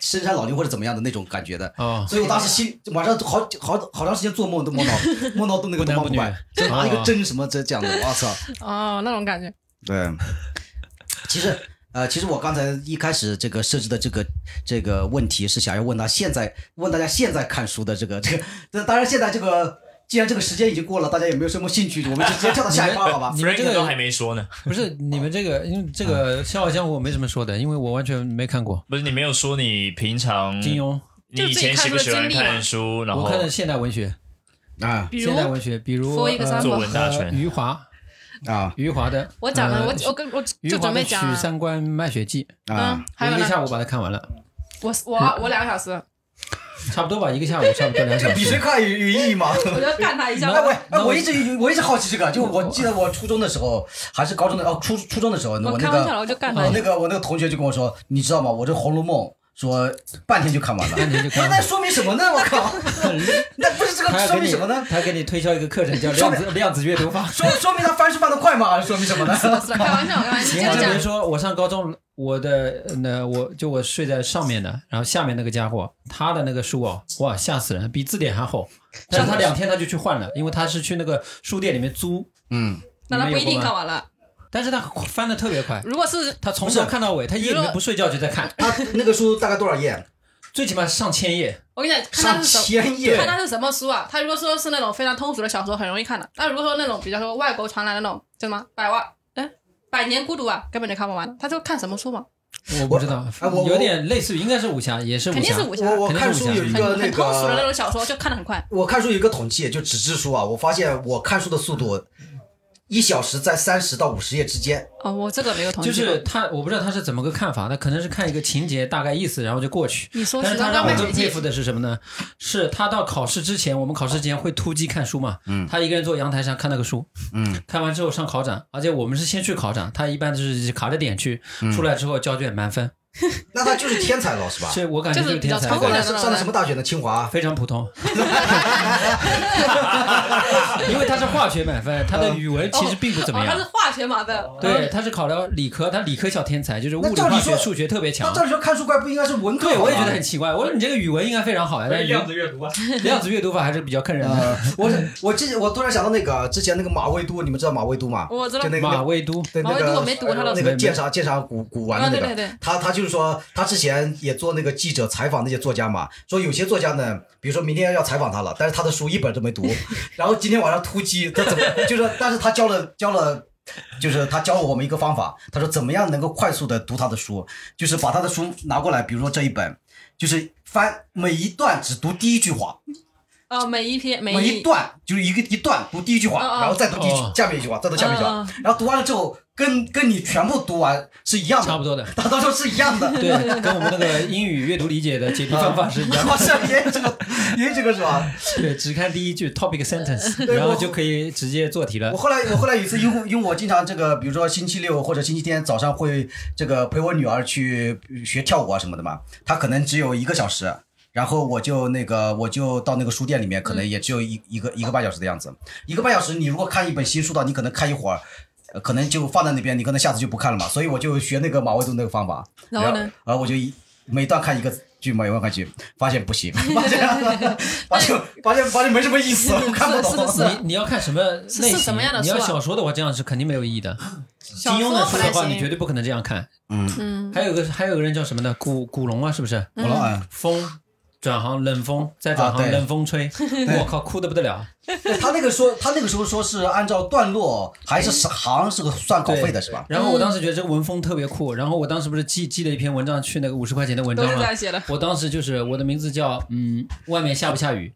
Speaker 4: 深山老林或者怎么样的那种感觉的。
Speaker 6: 哦，
Speaker 4: 所以我当时心晚上好好好长时间做梦 都梦到梦到那个东方不败，
Speaker 6: 不男不女
Speaker 4: 就拿一
Speaker 6: 哦
Speaker 4: 个针什么这这样的，我操！
Speaker 3: 哦，那种感觉。
Speaker 4: 对， 其实呃，其实我刚才一开始这个设置的这个这个问题是想要问他现在问大家现在看书的这个这个，那当然现在这个既然这个时间已经过了，大家也没有什么兴趣，我们就直接跳到下一趴好吧？
Speaker 6: 你们这
Speaker 5: Frank 都还
Speaker 6: 个
Speaker 5: 没说呢，
Speaker 6: 不是你们这个，因为这
Speaker 4: 嗯
Speaker 6: 个《笑傲江湖》我没什么说的，因为我完全没看过
Speaker 5: 不是你没有说你平
Speaker 4: 嗯
Speaker 5: 常
Speaker 6: 金庸，
Speaker 5: 你以前喜不喜欢看书，然
Speaker 6: 我
Speaker 5: 后
Speaker 6: 看的现代文学，
Speaker 4: 啊
Speaker 3: 比如
Speaker 6: 现代文学，比如
Speaker 3: ，for example
Speaker 5: 作文大全
Speaker 6: 呃余华，
Speaker 4: 啊
Speaker 6: 余华的，
Speaker 3: 我讲了，
Speaker 6: 呃
Speaker 3: 我我跟我
Speaker 6: 余
Speaker 3: 就
Speaker 6: 华
Speaker 3: 准备
Speaker 6: 的《许
Speaker 3: 讲，
Speaker 6: 三观卖血记
Speaker 3: 嗯
Speaker 4: 啊！，》，
Speaker 3: 还有
Speaker 6: 我一个
Speaker 3: 呢，
Speaker 6: 下午把它看完了，
Speaker 3: 我我我两个小时，
Speaker 6: 差不多吧，一个下午，差不多两小
Speaker 4: 比谁
Speaker 6: 时。
Speaker 4: 快有有意义 吗？
Speaker 3: 我就干他一下
Speaker 4: 哎喂，哎我一直我一直好奇这个，就我记得我初中的时候还是高中的哦，初初中的时候，
Speaker 3: 我
Speaker 4: 我
Speaker 3: 开
Speaker 4: 那
Speaker 3: 玩笑
Speaker 4: 个
Speaker 3: 了，我就干他
Speaker 4: 我
Speaker 3: 一下。
Speaker 4: 啊那个我那个同学就跟我说，你知道吗？我这《红楼梦》说半天就看完了，
Speaker 6: 半天就看完了
Speaker 4: 那说明什么呢？我靠， 那不是这
Speaker 6: 他
Speaker 4: 个
Speaker 6: 要
Speaker 4: 说
Speaker 6: 给
Speaker 4: 明
Speaker 6: 你
Speaker 4: 什么呢？
Speaker 6: 他给你推销一个课程叫量子量子阅读法。
Speaker 4: 说说明他翻书翻的快吗？说明什么呢？
Speaker 3: 是的开玩笑，开 玩笑，接
Speaker 6: 我
Speaker 3: 着
Speaker 6: 哦就比如
Speaker 3: 讲。
Speaker 6: 说，我上高中，我的呃那我就我睡在上面的，然后下面那个家伙，他的那个书哦，哇，吓死人，比字典还厚。但是他两天他就去换了，因为他是去那个书店里面租，
Speaker 4: 嗯，
Speaker 3: 那他
Speaker 6: 你
Speaker 3: 不
Speaker 6: 们
Speaker 3: 一
Speaker 6: 有过
Speaker 3: 定
Speaker 6: 吗
Speaker 3: 看完了，
Speaker 6: 但是他翻的特别快，
Speaker 3: 如果是
Speaker 6: 他从头看到尾，他夜里面不睡觉就在看，
Speaker 4: 他那个书大概多少页？
Speaker 6: 最起码上千页。
Speaker 3: 我跟你 讲，看他
Speaker 4: 上
Speaker 3: 是什么。
Speaker 4: 千页
Speaker 3: 看他是什么书啊？他如果说是那种非常通俗的小说，很容易看的；那如果说那种比较说外国传来的那种，叫什么百万哎百年孤独啊，根本就看不完。他就看什么书嘛？
Speaker 6: 我不知道
Speaker 4: 哎我，
Speaker 6: 有点类似于应该是武侠，也是武
Speaker 3: 肯定
Speaker 6: 侠
Speaker 3: 是。武侠，
Speaker 4: 我我
Speaker 6: 肯定是
Speaker 4: 看书有一
Speaker 3: 很
Speaker 4: 个那
Speaker 3: 很通俗的那
Speaker 4: 个，
Speaker 3: 种小说，就看得很快。
Speaker 4: 我看书有一个统计，就纸质书啊，我发现我看书的速度一小时在三十到五十页之间。
Speaker 3: 哦，我这个没有同意。
Speaker 6: 就是他，我不知道他是怎么个看法，他可能是看一个情节大概意思，然后就过去。
Speaker 3: 你说
Speaker 6: 但
Speaker 3: 是
Speaker 6: 是他让我更佩服的是什么呢？是他到考试之前，我们考试之前会突击看书嘛？嗯，他一个人坐阳台上看那个书，
Speaker 4: 嗯，
Speaker 6: 看完之后上考场，而且我们是先去考场，他一般就是卡着点去，
Speaker 4: 嗯
Speaker 6: 出来之后交卷满分，
Speaker 4: 那他就是天才了，是吧？
Speaker 6: 所以我感觉
Speaker 3: 就是
Speaker 6: 是
Speaker 3: 比
Speaker 6: 天
Speaker 3: 较
Speaker 6: 才
Speaker 3: 聪，
Speaker 4: 上
Speaker 3: 明
Speaker 4: 的上的什么大学呢？清华。
Speaker 6: 非常普通， 因为他是化学满分，他的语文其实并不怎么
Speaker 3: 哦，他是
Speaker 6: 样。
Speaker 3: 化学嘛的。
Speaker 6: 对，他是考了理科，他理科小天才，就是物
Speaker 4: 那
Speaker 6: 理、
Speaker 4: 照理
Speaker 6: 化
Speaker 4: 说
Speaker 6: 学、数学特别强
Speaker 4: 那。照理说看书快不应该是文科
Speaker 6: 对，
Speaker 4: 好吗
Speaker 6: 我也觉得很奇怪。我说你这个语文应该非常好呀， 但是
Speaker 2: 量子阅读啊，
Speaker 6: 量子阅读法还是比较坑人的。
Speaker 4: 呃，我是我之前我突然想到那个之前那个马未都，你们知道马未都吗？
Speaker 3: 我知道
Speaker 4: 就那 个
Speaker 6: 马未都，
Speaker 4: 对
Speaker 3: 马
Speaker 4: 那
Speaker 3: 未都
Speaker 4: 个呃
Speaker 3: 我没读他的
Speaker 4: 那个鉴赏鉴赏古古玩的那个，
Speaker 3: 啊对对对
Speaker 4: 他他就是说他之前也做那个记者采访那些作家嘛，说有些作家呢，比如说明天要采访 他了，但是他的书一本都没读，然后今天晚上突击，他怎么就是说，但是他交了交了。就是他教我们一个方法，他说怎么样能够快速的读他的书，就是把他的书拿过来，比如说这一本，就是翻每一段只读第一句话，
Speaker 3: 哦，每一篇每
Speaker 4: 每一段就是一个一段读第一句话，
Speaker 3: 嗯嗯
Speaker 4: 然后再读第一句
Speaker 6: 哦
Speaker 4: 下面一句话，再读下面一句话
Speaker 3: 嗯，
Speaker 4: 然后读完了之后，跟跟你全部读完是一样的，
Speaker 6: 差 不多的，
Speaker 4: 他他说是一样的，
Speaker 6: 对，跟我们那个英语阅读理解的解题方法 是一样的。
Speaker 4: 好像也有这个也有这个是吧？
Speaker 6: 对，只看第一句 topic sentence，
Speaker 4: 对
Speaker 6: 然后
Speaker 4: 我
Speaker 6: 就可以直接做题了
Speaker 4: 我。后来我后来有一次因为因为我经常这个，比如说星期六或者星期天早上会这个陪我女儿去学跳舞啊什么的嘛，她可能只有一个小时。然后我就那个，我就到那个书店里面，可
Speaker 3: 嗯
Speaker 4: 能也只有一、一个一个半小时的样子。一个半小时，你如果看一本新书的话，你可能看一会儿，呃可能就放在那边，你可能下次就不看了嘛。所以我就学那个马未都那个方法，
Speaker 3: 然后呢？
Speaker 4: 然后我就一每段看一个剧嘛，每段看剧，发现不行，发现 发现发现发现没什么意思，我看不懂。
Speaker 3: 是的是的
Speaker 6: 你你要看什么类
Speaker 3: 是是
Speaker 6: 型？
Speaker 3: 什么样的
Speaker 6: 你
Speaker 3: 书啊
Speaker 6: 要小说的话，这样是肯定没有意义的。金
Speaker 3: 小
Speaker 6: 庸的
Speaker 3: 说
Speaker 6: 书
Speaker 3: 不
Speaker 6: 的
Speaker 3: 太
Speaker 6: 话，你绝
Speaker 3: 行，
Speaker 6: 对不可能这样看。
Speaker 3: 嗯，
Speaker 6: 还有个还有个人叫什么呢？古古龙啊，是不是？
Speaker 4: 我哎老板，
Speaker 6: 风转行，冷风再转
Speaker 4: 啊
Speaker 6: 行，
Speaker 4: 对
Speaker 6: 冷风吹，我靠，哭的不得了。
Speaker 4: 对他那个说，他那个时候说是按照段落还是行是个算稿费的是吧？
Speaker 6: 然后我当时觉得这个文风特别酷，然后我当时不是寄寄了一篇文章去那个五十块钱的文
Speaker 3: 都
Speaker 6: 章
Speaker 3: 是这
Speaker 6: 吗
Speaker 3: 样？写的。
Speaker 6: 我当时就是我的名字叫嗯，外面下不下雨？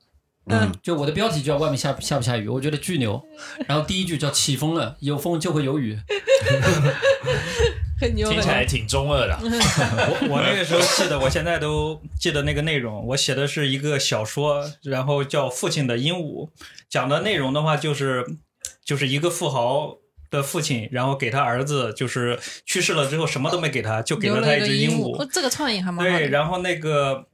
Speaker 3: 嗯，
Speaker 6: 就我的标题就叫外面下下不下雨，我觉得巨牛。然后第一句叫起风了，有风就会有雨。
Speaker 3: 很牛
Speaker 5: 听起来挺中 二的啊。
Speaker 2: 我我那个时候记得，我现在都记得那个内容。我写的是一个小说，然后叫《父亲的鹦鹉》，讲的内容的话就是就是一个富豪。的父亲，然后给他儿子，就是去世了之后什么都没给他，就给
Speaker 3: 留
Speaker 2: 了他
Speaker 3: 一个
Speaker 2: 只
Speaker 3: 鹦
Speaker 2: 鹦
Speaker 3: 哦这个创意还蛮好
Speaker 2: 对，
Speaker 3: 的。
Speaker 2: 然后那个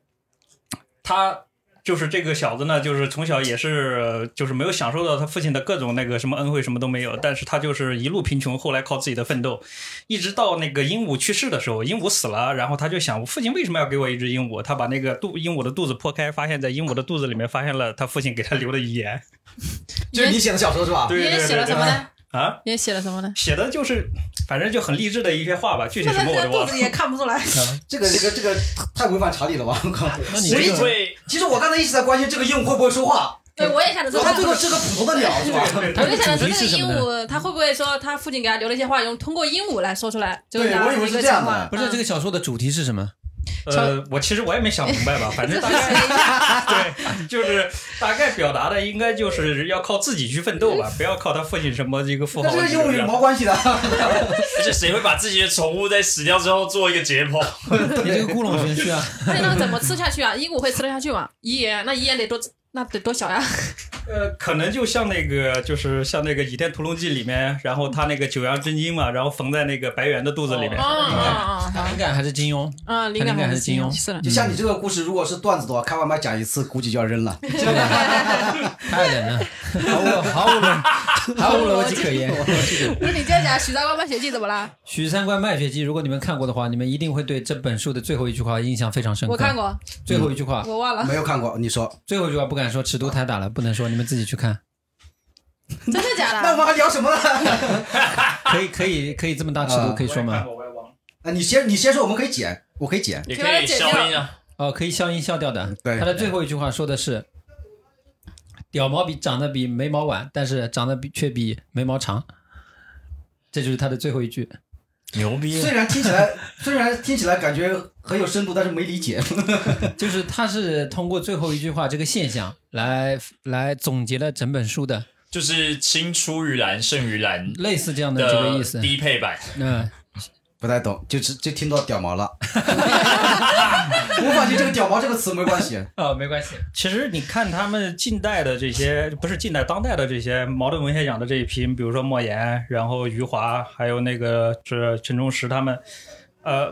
Speaker 2: 他就是这个小子呢，就是从小也是呃就是没有享受到他父亲的各种那个什么恩惠，什么都没有，但是他就是一路贫穷，后来靠自己的奋斗，一直到那个鹦鹉去世的时候，鹦鹉死了，然后他就想，父亲为什么要给我一只鹦鹉？他把那个肚鹦鹉的肚子破开，发现在鹦鹉的肚子里面发现了他父亲给他留的遗言
Speaker 4: 就是你写的小说是吧？
Speaker 2: 对
Speaker 3: 你也
Speaker 2: 对
Speaker 3: 啊写
Speaker 2: 对
Speaker 3: 了
Speaker 2: 对
Speaker 3: 什么呢？
Speaker 2: 啊。
Speaker 3: 你也写了什么呢？
Speaker 2: 写的就是，反正就很励志的一些话吧，具体
Speaker 3: 放
Speaker 2: 什
Speaker 3: 在
Speaker 2: 么我
Speaker 3: 这
Speaker 2: 都忘
Speaker 3: 肚
Speaker 2: 了
Speaker 3: 子。也看不出来。
Speaker 4: 这个这个这个太违反常理了吧？我靠！
Speaker 6: 那你
Speaker 5: 谁
Speaker 6: 这个
Speaker 5: 会
Speaker 4: 其实我刚才一直在关心这个鹦鹉会不会说话，
Speaker 3: 对，我也想的是
Speaker 4: 它
Speaker 3: 他
Speaker 4: 最后是个普通的鸟是吧？
Speaker 3: 我就想着说，
Speaker 6: 主题
Speaker 3: 那个
Speaker 6: 是什
Speaker 3: 鹦
Speaker 6: 么呢
Speaker 3: 鹉它会不会说他父亲给他留了一些话，用通过鹦鹉来说出来？就
Speaker 4: 对
Speaker 3: 拿
Speaker 4: 我以为是
Speaker 3: 一个
Speaker 4: 这样
Speaker 3: 情况
Speaker 4: 的
Speaker 6: 不是这个小说的主题是什么？
Speaker 2: 呃，我其实我也没想明白吧，反正大
Speaker 3: 嗯
Speaker 2: 概对，就是大概表达的应该就是要靠自己去奋斗吧，不要靠他父亲什么一个富
Speaker 4: 那
Speaker 2: 豪
Speaker 4: 这。个鹦鹉有毛关 系的？
Speaker 5: 而且谁会把自己的宠物在死掉之后做一个解剖？
Speaker 6: 你这个故弄玄虚 啊！
Speaker 3: 那那个怎么吃下去啊？鹦鹉会吃得下去吗？遗言，那遗言得多，那得多小呀？
Speaker 2: 呃，可能就像那个，就是像那个《倚天屠龙记》里面，然后他那个九阳真经嘛，然后缝在那个白猿的肚子里面。
Speaker 6: 哦
Speaker 3: 啊
Speaker 6: 灵感还是金庸？
Speaker 3: 啊！灵
Speaker 6: 嗯灵
Speaker 3: 感
Speaker 6: 感还是金庸
Speaker 3: 是的。
Speaker 4: 就像你这个故事，如果是段子的话，开外卖讲一次估计就要 扔了。
Speaker 6: 太冷了，毫无毫无逻毫无逻辑可言。
Speaker 3: 那你接着讲《许三观卖血记》怎么啦？
Speaker 6: 许三观卖血记，如果你们看过的话，你们一定会对这本书的最后一句话印象非常深刻。
Speaker 3: 我看，过，
Speaker 6: 最后一句话，
Speaker 3: 我忘 了，
Speaker 4: 没有看过，你说？
Speaker 6: 最后一句话不敢说，尺度太大了，不能说，你们自己去看。
Speaker 3: 真的
Speaker 6: 啊
Speaker 3: 假
Speaker 4: 那我
Speaker 3: 的？
Speaker 4: 们还聊什么呢？
Speaker 6: 可以可以可以这么大尺度可以说吗？
Speaker 4: 啊，你先你先说，我们可以剪，我可以剪。
Speaker 5: 也可以消音啊，
Speaker 6: 哦，可以消音消掉的。
Speaker 4: 对
Speaker 6: 他的最后一句话说的是：“屌毛比长得比眉毛晚，但是长得比却比眉毛长。”这就是他的最后一句。
Speaker 5: 牛逼
Speaker 4: 虽然听起来虽然听起来感觉很有深度，但是没理解。
Speaker 6: 就是他是通过最后一句话这个现象来来总结了整本书的，
Speaker 5: 就是青出于蓝胜于蓝
Speaker 6: 类似这样的这个
Speaker 5: 的
Speaker 6: 意思。
Speaker 5: 低配版，
Speaker 6: 嗯，
Speaker 4: 不太懂，就只就听到“屌毛”了。 我感觉这个“屌毛”这个词没关系。
Speaker 6: 哦，没关系。
Speaker 2: 其实你看他们近代的这些，不是近代当代的这些茅盾文学奖的这一批，比如说莫言，然后余华，还有那个是陈忠实他们，呃，